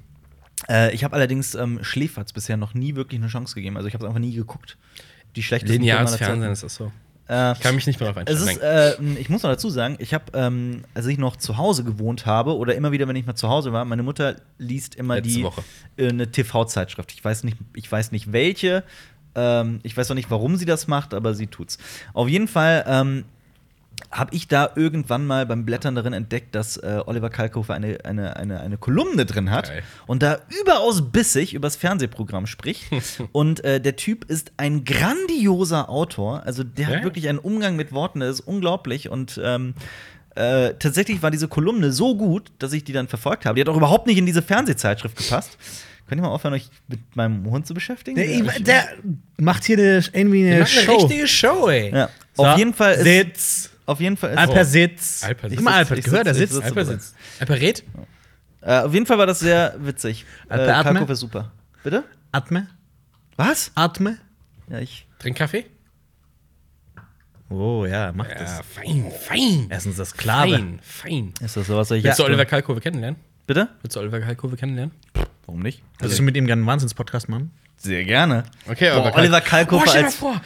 [SPEAKER 2] Äh, ich habe allerdings ähm, Schläferz bisher noch nie wirklich eine Chance gegeben. Also ich habe es einfach nie geguckt. Die schlechtesten
[SPEAKER 1] Lineares
[SPEAKER 2] Filme
[SPEAKER 1] Fernsehen
[SPEAKER 2] meiner
[SPEAKER 1] ist das so.
[SPEAKER 2] Zeit.
[SPEAKER 3] Äh,
[SPEAKER 1] Ich kann mich nicht mehr darauf
[SPEAKER 2] Es
[SPEAKER 1] einstellen.
[SPEAKER 2] ist, äh, ich muss noch dazu sagen, ich habe, ähm, als ich noch zu Hause gewohnt habe oder immer wieder, wenn ich mal zu Hause war, meine Mutter liest immer
[SPEAKER 1] Letzte
[SPEAKER 2] die
[SPEAKER 1] Woche.
[SPEAKER 2] Äh, eine TV-Zeitschrift. Ich weiß nicht, ich weiß nicht welche. Ähm, ich weiß auch nicht, warum sie das macht, aber sie tut's. Auf jeden Fall ähm, habe ich da irgendwann mal beim Blättern darin entdeckt, dass äh, Oliver Kalkofe eine, eine, eine, eine Kolumne drin hat
[SPEAKER 1] Geil.
[SPEAKER 2] und da überaus bissig übers Fernsehprogramm spricht. und äh, der Typ ist ein grandioser Autor. Also der
[SPEAKER 1] Ja.
[SPEAKER 2] hat wirklich einen Umgang mit Worten, der ist unglaublich. Und ähm, äh, tatsächlich war diese Kolumne so gut, dass ich die dann verfolgt habe. Die hat auch überhaupt nicht in diese Fernsehzeitschrift gepasst. Könnt ihr mal aufhören, euch mit meinem Hund zu beschäftigen?
[SPEAKER 3] Der, ich- der macht hier eine, irgendwie
[SPEAKER 1] Die
[SPEAKER 3] eine
[SPEAKER 1] machen
[SPEAKER 3] Show.
[SPEAKER 1] Show, ey.
[SPEAKER 2] ja.
[SPEAKER 3] So,
[SPEAKER 2] auf jeden Fall ist.
[SPEAKER 3] Sitz.
[SPEAKER 2] Auf jeden Fall ist.
[SPEAKER 3] Alper Sitz.
[SPEAKER 1] Alper
[SPEAKER 3] Ich
[SPEAKER 1] Sitz.
[SPEAKER 3] hab mal Alper
[SPEAKER 2] Ich
[SPEAKER 3] gehört, der
[SPEAKER 2] sitz- ich
[SPEAKER 3] sitzt.
[SPEAKER 2] sitz-
[SPEAKER 1] Alper sitzt. Alper red?
[SPEAKER 2] Äh, auf jeden Fall war das sehr witzig. Äh,
[SPEAKER 3] Alper Atme?
[SPEAKER 2] Kalkofe ist super. Bitte?
[SPEAKER 3] Atme.
[SPEAKER 2] Was?
[SPEAKER 3] Atme.
[SPEAKER 2] Ja, ich.
[SPEAKER 1] Trink Kaffee?
[SPEAKER 3] Oh ja, macht
[SPEAKER 1] Ja, fein, fein.
[SPEAKER 3] Erstens das Klare.
[SPEAKER 1] Fein, fein.
[SPEAKER 2] Ist das sowas, was ich
[SPEAKER 1] Willst du
[SPEAKER 2] jetzt-
[SPEAKER 1] Oliver Kalkofe kennenlernen?
[SPEAKER 2] Bitte? Also
[SPEAKER 1] Willst du Oliver Kalkofe kennenlernen?
[SPEAKER 2] Warum nicht?
[SPEAKER 3] Würdest du mit ihm gerne einen Wahnsinns-Podcast machen?
[SPEAKER 2] Sehr gerne.
[SPEAKER 1] Okay,
[SPEAKER 2] Boah, Oliver Kalkofe
[SPEAKER 1] Boah, stell dir mal
[SPEAKER 2] als-
[SPEAKER 1] vor,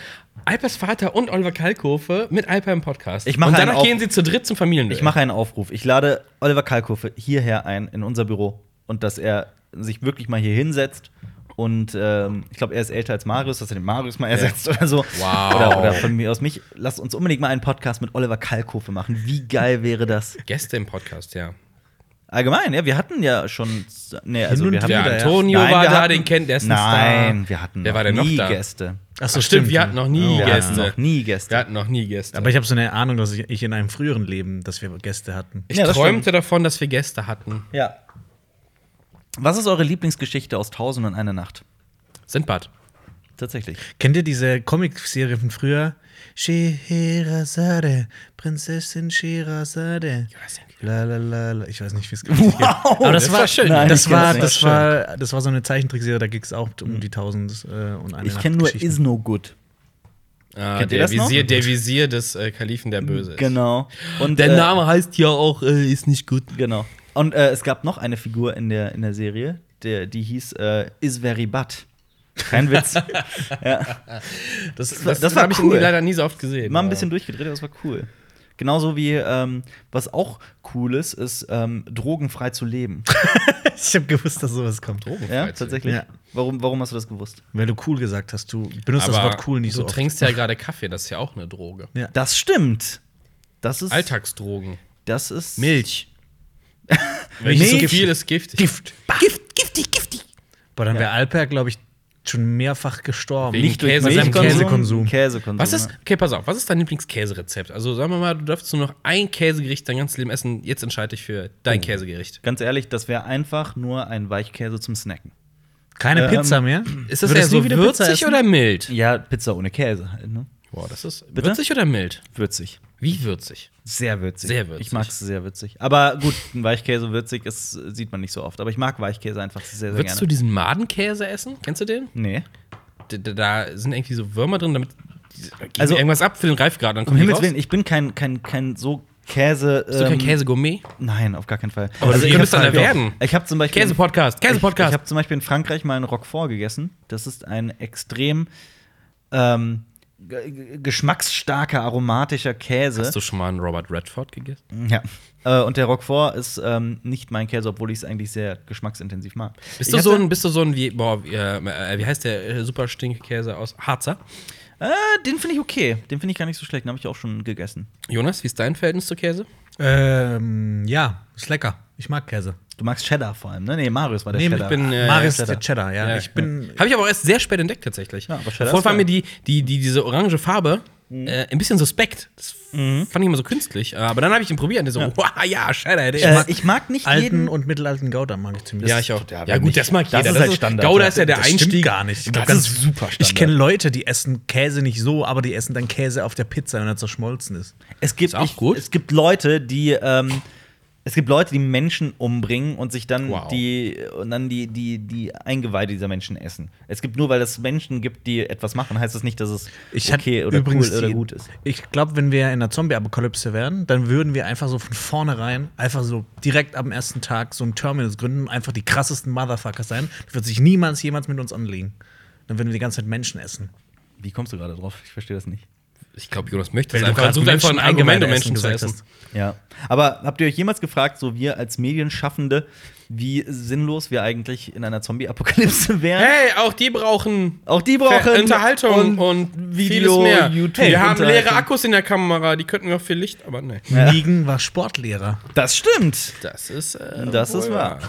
[SPEAKER 1] Alpers Vater und Oliver Kalkofe mit Alper im Podcast.
[SPEAKER 2] Ich mach
[SPEAKER 1] und
[SPEAKER 2] einen
[SPEAKER 1] danach
[SPEAKER 2] auf.
[SPEAKER 1] gehen sie zu dritt zum Familienduell.
[SPEAKER 2] Ich mache einen Aufruf. Ich lade Oliver Kalkofe hierher ein, in unser Büro. Und dass er sich wirklich mal hier hinsetzt. Und ähm, ich glaube, er ist älter als Marius, dass er den Marius mal ersetzt oder so.
[SPEAKER 1] Wow.
[SPEAKER 2] Oder, oder von mir aus mich. Lasst uns unbedingt mal einen Podcast mit Oliver Kalkofe machen. Wie geil wäre das?
[SPEAKER 1] Gäste im Podcast, ja.
[SPEAKER 2] Allgemein, ja, wir hatten ja schon. Nee, also
[SPEAKER 3] und
[SPEAKER 2] wir hatten.
[SPEAKER 1] Der
[SPEAKER 3] wieder, ja.
[SPEAKER 1] Antonio
[SPEAKER 2] Nein,
[SPEAKER 1] war
[SPEAKER 2] wir
[SPEAKER 1] da,
[SPEAKER 2] hatten-
[SPEAKER 1] den kennt, der ist ein
[SPEAKER 2] Nein, wir hatten
[SPEAKER 1] Wer war denn noch
[SPEAKER 2] nie
[SPEAKER 1] da?
[SPEAKER 2] Gäste.
[SPEAKER 3] Achso,
[SPEAKER 1] Ach, stimmt, wir hatten noch nie
[SPEAKER 2] Wir hatten
[SPEAKER 1] Gäste.
[SPEAKER 2] noch nie Gäste.
[SPEAKER 1] Wir hatten noch nie Gäste.
[SPEAKER 3] Aber ich habe so eine Ahnung, dass ich, ich in einem früheren Leben, dass wir Gäste hatten.
[SPEAKER 1] ich
[SPEAKER 2] Ja, das
[SPEAKER 1] träumte davon, dass wir Gäste hatten.
[SPEAKER 2] Ja. Was ist eure Lieblingsgeschichte aus Tausend und einer Nacht?
[SPEAKER 1] Sindbad.
[SPEAKER 2] Tatsächlich.
[SPEAKER 3] Kennt ihr diese Comicserie von früher? Scheherazade, Prinzessin Scheherazade. La la la la. Ich weiß nicht, wie es geht.
[SPEAKER 2] Wow!
[SPEAKER 3] Aber das,
[SPEAKER 1] das
[SPEAKER 3] war
[SPEAKER 1] war schön.
[SPEAKER 3] schön.
[SPEAKER 1] Nein,
[SPEAKER 2] ich
[SPEAKER 3] das,
[SPEAKER 2] kenn's
[SPEAKER 3] war,
[SPEAKER 2] nicht.
[SPEAKER 3] das, war, das war so eine Zeichentrickserie, da ging es auch
[SPEAKER 1] Hm.
[SPEAKER 3] um die tausend äh, und eine
[SPEAKER 2] Ich
[SPEAKER 3] Nacht
[SPEAKER 2] kenne nur
[SPEAKER 3] Geschichten.
[SPEAKER 2] Is No Good.
[SPEAKER 1] Ah,
[SPEAKER 2] Kennt ihr
[SPEAKER 1] der,
[SPEAKER 2] das noch?
[SPEAKER 1] Visier, der Visier des äh, Kalifen, der Böse ist.
[SPEAKER 2] Genau. Und
[SPEAKER 1] Der
[SPEAKER 2] äh,
[SPEAKER 1] Name heißt ja auch, äh, ist nicht gut.
[SPEAKER 2] Genau. Und äh, es gab noch eine Figur in der, in der Serie, der, die hieß äh, Is Very Bad. Kein Witz.
[SPEAKER 1] Das, das,
[SPEAKER 2] war-
[SPEAKER 1] das,
[SPEAKER 2] das war
[SPEAKER 1] habe ich
[SPEAKER 2] cool.
[SPEAKER 1] leider nie so oft gesehen.
[SPEAKER 2] Mal ein
[SPEAKER 1] aber-
[SPEAKER 2] bisschen durchgedreht, aber es war cool. Genauso wie, ähm, was auch cool ist, ist, ähm, drogenfrei zu leben.
[SPEAKER 3] Ich habe gewusst, dass sowas
[SPEAKER 1] Äh,
[SPEAKER 3] kommt.
[SPEAKER 2] ja, tatsächlich.
[SPEAKER 3] Ja.
[SPEAKER 2] Warum, warum hast du das gewusst?
[SPEAKER 3] Weil du cool gesagt hast, du benutzt
[SPEAKER 1] Aber
[SPEAKER 3] das Wort cool nicht
[SPEAKER 1] du
[SPEAKER 3] so oft.
[SPEAKER 1] trinkst ja gerade Kaffee, das ist ja auch eine Droge.
[SPEAKER 3] Ja.
[SPEAKER 2] Das stimmt. Das ist.
[SPEAKER 1] Alltagsdrogen.
[SPEAKER 2] Das ist.
[SPEAKER 1] Milch. Welches
[SPEAKER 3] Milch.
[SPEAKER 1] so viel ist giftig.
[SPEAKER 3] Gift. Gift, giftig, giftig. Boah, dann wäre Alper, glaube ich, schon mehrfach gestorben.
[SPEAKER 1] Wegen
[SPEAKER 2] Nicht durch
[SPEAKER 1] Käse-
[SPEAKER 2] Milchkonsum.
[SPEAKER 3] Käsekonsum.
[SPEAKER 2] Käsekonsum.
[SPEAKER 1] Was
[SPEAKER 2] ja.
[SPEAKER 1] ist, okay, pass auf, was ist dein Lieblingskäserezept? Also sagen wir mal, du darfst nur noch ein Käsegericht dein ganzes Leben essen. Jetzt entscheide ich für
[SPEAKER 2] Oh.
[SPEAKER 1] dein Käsegericht.
[SPEAKER 2] Ganz ehrlich, das wäre einfach nur ein Weichkäse zum Snacken.
[SPEAKER 3] Keine
[SPEAKER 2] Ähm,
[SPEAKER 3] Pizza mehr.
[SPEAKER 1] Ist das
[SPEAKER 3] Würdest
[SPEAKER 1] eher so
[SPEAKER 3] du wieder Pizza
[SPEAKER 1] würzig
[SPEAKER 3] essen?
[SPEAKER 1] oder mild?
[SPEAKER 2] Ja, Pizza ohne Käse halt, ne?
[SPEAKER 1] Boah, das ist
[SPEAKER 2] Bitte?
[SPEAKER 1] würzig oder mild?
[SPEAKER 2] Würzig.
[SPEAKER 1] Wie würzig?
[SPEAKER 2] Sehr würzig.
[SPEAKER 1] Sehr würzig.
[SPEAKER 2] Ich mag es sehr würzig. Aber gut, ein Weichkäse würzig, das äh, sieht man nicht so oft. Aber ich mag Weichkäse einfach sehr, sehr
[SPEAKER 1] Würdest du
[SPEAKER 2] gerne.
[SPEAKER 1] diesen Madenkäse essen? Kennst du den?
[SPEAKER 2] nee.
[SPEAKER 1] D d- da sind irgendwie so Würmer drin, damit geht
[SPEAKER 2] Also-
[SPEAKER 1] irgendwas ab für den Reifgrad. Dann
[SPEAKER 2] Um
[SPEAKER 1] kommt
[SPEAKER 2] Himmels Willen, ich bin kein, kein, kein so Käse.
[SPEAKER 1] Bist du kein
[SPEAKER 2] ähm,
[SPEAKER 1] Käsegourmet? Also
[SPEAKER 2] Nein, auf gar keinen Fall. Also
[SPEAKER 1] Aber du
[SPEAKER 2] ich
[SPEAKER 1] könntest
[SPEAKER 2] hab-
[SPEAKER 1] einer werden.
[SPEAKER 2] Ich habe zum Beispiel.
[SPEAKER 1] Käse-Podcast,
[SPEAKER 2] Ich, ne? ich
[SPEAKER 1] Käse-Podcast.
[SPEAKER 2] habe zum Beispiel in Frankreich mal einen Roquefort gegessen. Das ist ein extrem ähm, g- g- geschmacksstarker, aromatischer Käse.
[SPEAKER 1] Hast du schon mal einen Robert Redford gegessen?
[SPEAKER 2] Ja. Äh, und der Roquefort ist ähm, nicht mein Käse, obwohl ich es eigentlich sehr geschmacksintensiv mag.
[SPEAKER 1] Bist
[SPEAKER 2] Ich
[SPEAKER 1] du,
[SPEAKER 2] hatte-
[SPEAKER 1] so ein, bist du so ein, wie, boah, wie, äh, wie heißt der äh, super Käse aus Harzer?
[SPEAKER 2] Äh, den finde ich okay. Den finde ich gar nicht so schlecht. Den habe ich auch schon gegessen.
[SPEAKER 1] Jonas, wie ist dein Verhältnis zu Käse?
[SPEAKER 3] Ähm, ja, ist lecker. Ich mag Käse.
[SPEAKER 2] Du magst Cheddar vor allem, ne? Nee, Marius war der
[SPEAKER 3] Nee, ich
[SPEAKER 2] Cheddar.
[SPEAKER 1] bin, äh,
[SPEAKER 3] Marius
[SPEAKER 2] Cheddar.
[SPEAKER 3] ist der Cheddar, ja.
[SPEAKER 1] Ja,
[SPEAKER 3] ich bin.
[SPEAKER 1] Habe ich aber auch erst sehr spät entdeckt, tatsächlich.
[SPEAKER 2] Ja, Mhm. aber Cheddar
[SPEAKER 1] Vorher
[SPEAKER 2] ist
[SPEAKER 1] war
[SPEAKER 2] geil.
[SPEAKER 1] mir die, die, die, diese orange Farbe äh, ein bisschen suspekt. Das
[SPEAKER 2] Mhm.
[SPEAKER 1] fand ich immer so künstlich. äh, Aber dann habe ich ihn probiert und der so, ja, wow, ja Cheddar. der
[SPEAKER 2] äh,
[SPEAKER 1] ist-
[SPEAKER 2] ich mag nicht jeden.
[SPEAKER 3] Alten und mittelalten Gouda mag ich ziemlich.
[SPEAKER 1] ja, ich auch.
[SPEAKER 2] ja,
[SPEAKER 1] Ja,
[SPEAKER 2] wer
[SPEAKER 1] gut,
[SPEAKER 2] nicht-
[SPEAKER 1] das mag
[SPEAKER 2] das
[SPEAKER 1] jeder.
[SPEAKER 2] ist
[SPEAKER 3] also-
[SPEAKER 2] halt Standard.
[SPEAKER 1] Gouda ist ja der
[SPEAKER 3] das
[SPEAKER 1] Einstieg.
[SPEAKER 3] stimmt gar nicht. Ich glaub,
[SPEAKER 1] das
[SPEAKER 3] ganz-
[SPEAKER 1] ist super
[SPEAKER 3] Ich
[SPEAKER 1] Standard.
[SPEAKER 3] kenne Leute, die essen Käse nicht so, aber die essen dann Käse auf der Pizza, wenn er zerschmolzen ist.
[SPEAKER 2] Es gibt,
[SPEAKER 1] Ist auch gut.
[SPEAKER 2] Ich, es gibt Leute, die ähm, es gibt Leute, die Menschen umbringen und sich dann
[SPEAKER 1] Wow.
[SPEAKER 2] die und dann die, die, die Eingeweide dieser Menschen essen. Es gibt nur, weil es Menschen gibt, die etwas machen, heißt das nicht, dass es
[SPEAKER 3] Ich hatte
[SPEAKER 2] okay oder cool
[SPEAKER 3] übrigens
[SPEAKER 2] oder
[SPEAKER 3] die-
[SPEAKER 2] gut ist.
[SPEAKER 3] Ich glaube, wenn wir in einer Zombie-Apokalypse wären, dann würden wir einfach so von vornherein, einfach so direkt am ersten Tag so ein Terminus gründen und einfach die krassesten Motherfuckers sein. Da wird sich niemals jemals mit uns anlegen. Dann würden wir die ganze Zeit Menschen essen.
[SPEAKER 2] Wie kommst du gerade drauf? Ich verstehe das nicht.
[SPEAKER 1] Ich glaube, Jonas möchte es
[SPEAKER 3] Wenn du
[SPEAKER 1] einfach.
[SPEAKER 3] gerade
[SPEAKER 1] Sucht einfach ein
[SPEAKER 3] Menschen
[SPEAKER 1] Argument, um
[SPEAKER 3] allgemein
[SPEAKER 1] Menschen
[SPEAKER 3] essen
[SPEAKER 1] zu
[SPEAKER 3] gesagt
[SPEAKER 1] essen.
[SPEAKER 3] hast.
[SPEAKER 2] Ja. Aber habt ihr euch jemals gefragt, so wir als Medienschaffende, wie sinnlos wir eigentlich in einer Zombie-Apokalypse wären?
[SPEAKER 1] Hey, auch die brauchen.
[SPEAKER 2] Auch die brauchen
[SPEAKER 1] Unterhaltung und,
[SPEAKER 2] Video,
[SPEAKER 1] vieles mehr.
[SPEAKER 2] YouTube.
[SPEAKER 1] wir haben leere
[SPEAKER 2] Unterhaltung.
[SPEAKER 1] Akkus in der Kamera, die könnten wir auch für Licht, aber nee.
[SPEAKER 3] Negan war Sportlehrer.
[SPEAKER 2] Das stimmt.
[SPEAKER 1] Das ist. Äh,
[SPEAKER 2] Das ist
[SPEAKER 1] wohl
[SPEAKER 2] wahr.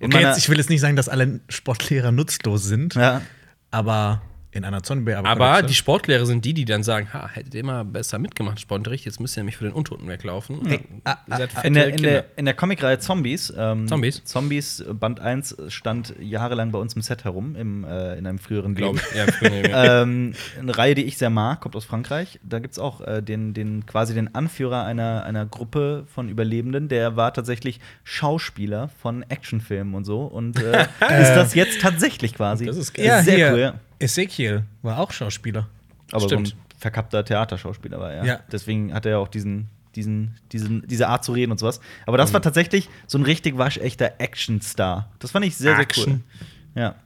[SPEAKER 2] In
[SPEAKER 3] Okay,
[SPEAKER 2] meiner-
[SPEAKER 3] jetzt, ich will jetzt nicht sagen, dass alle Sportlehrer nutzlos sind,
[SPEAKER 2] ja.
[SPEAKER 3] aber in einer Zombie-Apokalypse.
[SPEAKER 1] Aber die Sportlehrer sind die, die dann sagen: Ha, hättet ihr mal besser mitgemacht, Sportunterricht, jetzt müsst ihr nämlich für den Untoten weglaufen.
[SPEAKER 3] ah,
[SPEAKER 1] Ihr seid fette
[SPEAKER 2] In der, in,
[SPEAKER 1] Kinder.
[SPEAKER 2] der, in der Comicreihe Zombies, ähm,
[SPEAKER 1] Zombies?
[SPEAKER 2] Zombies äh, Band 1 stand jahrelang bei uns im Set herum, im, äh, in einem früheren
[SPEAKER 1] Glaub
[SPEAKER 2] Leben.
[SPEAKER 1] ich. Ja, früher, ja.
[SPEAKER 2] ähm, eine Reihe, die ich sehr mag, kommt aus Frankreich. Da gibt es auch äh, den, den, quasi den Anführer einer, einer Gruppe von Überlebenden, der war tatsächlich Schauspieler von Actionfilmen und so. Und äh, ist das jetzt tatsächlich quasi.
[SPEAKER 1] Das ist geil.
[SPEAKER 3] ja,
[SPEAKER 2] sehr
[SPEAKER 3] hier,
[SPEAKER 2] cool, ja.
[SPEAKER 3] Ezekiel war auch Schauspieler.
[SPEAKER 2] Aber so
[SPEAKER 1] Stimmt.
[SPEAKER 2] ein verkappter Theaterschauspieler war er.
[SPEAKER 3] Ja.
[SPEAKER 2] Deswegen hat er ja auch diesen, diesen, diesen, diese Art zu reden und sowas. Aber das war tatsächlich so ein richtig waschechter Action-Star. Das fand ich sehr, sehr cool.
[SPEAKER 3] Action.
[SPEAKER 2] Ja.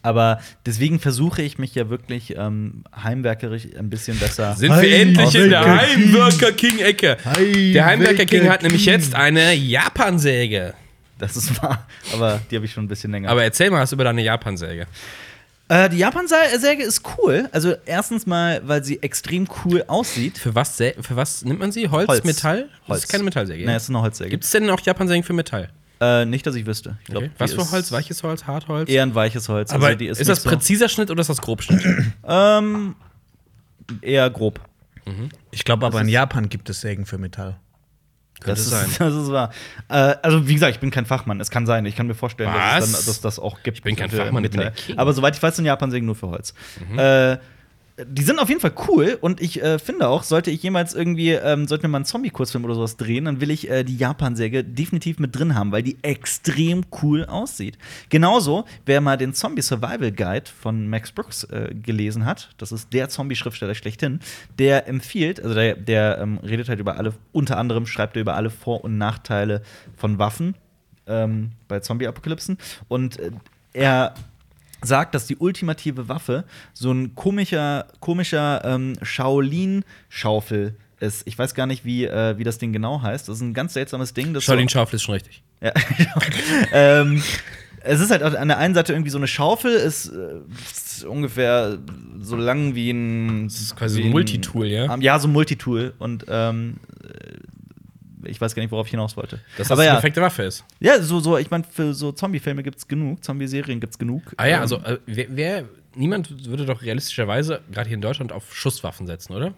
[SPEAKER 2] Aber deswegen versuche ich mich ja wirklich ähm, heimwerkerisch ein bisschen besser.
[SPEAKER 1] Sind wir
[SPEAKER 3] Heimwerker
[SPEAKER 1] endlich in der
[SPEAKER 2] King.
[SPEAKER 1] Heimwerker King-Ecke? Der Heimwerker King hat nämlich jetzt eine Japansäge.
[SPEAKER 2] das ist wahr. Aber die habe ich schon ein bisschen länger.
[SPEAKER 1] Aber erzähl mal was über deine Japansäge.
[SPEAKER 2] äh, die Japan-Säge ist cool. Also erstens mal, weil sie extrem cool aussieht.
[SPEAKER 1] Für was, sä- für was nimmt man sie? Holz,
[SPEAKER 2] Holz.
[SPEAKER 1] Metall? Das
[SPEAKER 2] Holz.
[SPEAKER 1] ist keine Metallsäge.
[SPEAKER 2] Nein, es ist eine Holzsäge.
[SPEAKER 1] Gibt es denn auch Japansägen für Metall?
[SPEAKER 2] Äh, nicht, dass ich wüsste. Ich glaub,
[SPEAKER 1] Okay.
[SPEAKER 2] die
[SPEAKER 1] Was für
[SPEAKER 2] ist
[SPEAKER 1] Holz? Weiches Holz? Hartholz?
[SPEAKER 2] Eher ein weiches Holz.
[SPEAKER 1] Aber
[SPEAKER 2] Also die
[SPEAKER 1] ist,
[SPEAKER 2] nicht
[SPEAKER 1] das
[SPEAKER 2] so-
[SPEAKER 1] präziser Schnitt oder ist das Grobschnitt?
[SPEAKER 2] Ähm, eher grob.
[SPEAKER 3] Ich glaube aber, in Japan gibt es Sägen für Metall.
[SPEAKER 1] Könnte
[SPEAKER 2] das
[SPEAKER 1] sein.
[SPEAKER 2] Ist, das ist wahr. Äh, also, wie gesagt, ich bin kein Fachmann. Es kann sein. Ich kann mir vorstellen, dass, es
[SPEAKER 1] Was?
[SPEAKER 2] dann, dass das auch gibt. Ich
[SPEAKER 1] bin kein Fachmann, ich bin Also der King. Mhm.
[SPEAKER 2] Aber soweit ich weiß, in Japan sägen nur für Holz. Äh, die sind auf jeden Fall cool und ich äh, finde auch, sollte ich jemals irgendwie, ähm, sollten wir mal einen Zombie-Kurzfilm oder sowas drehen, dann will ich äh, die Japan-Säge definitiv mit drin haben, weil die extrem cool aussieht. Genauso, wer mal den Zombie-Survival-Guide von Max Brooks äh, gelesen hat, das ist der Zombie-Schriftsteller schlechthin, der empfiehlt, also der, der ähm, redet halt über alle, unter anderem schreibt er über alle Vor- und Nachteile von Waffen ähm, bei Zombie-Apokalypsen und äh, er sagt, dass die ultimative Waffe so ein komischer, komischer ähm, Shaolin-Schaufel ist. Ich weiß gar nicht, wie, äh, wie das Ding genau heißt. Das ist ein ganz seltsames Ding. Das
[SPEAKER 1] Shaolin Schaufel ist schon richtig.
[SPEAKER 2] ja, ähm, es ist halt an der einen Seite irgendwie so eine Schaufel, ist, äh, ist ungefähr so lang wie ein. Das
[SPEAKER 1] ist quasi so ein Multitool, ja?
[SPEAKER 2] Ja, so ein Multitool. Und ähm, äh, ich weiß gar nicht, worauf ich hinaus wollte.
[SPEAKER 1] Dass das
[SPEAKER 2] Aber
[SPEAKER 1] die
[SPEAKER 2] ja,
[SPEAKER 1] perfekte Waffe ist.
[SPEAKER 2] ja, so, so ich meine, für so Zombie-Filme gibt's genug, Zombie-Serien gibt's genug.
[SPEAKER 1] Ah ja,
[SPEAKER 2] Ähm,
[SPEAKER 1] also äh, wer, wer, niemand würde doch realistischerweise gerade hier in Deutschland auf Schusswaffen setzen, oder?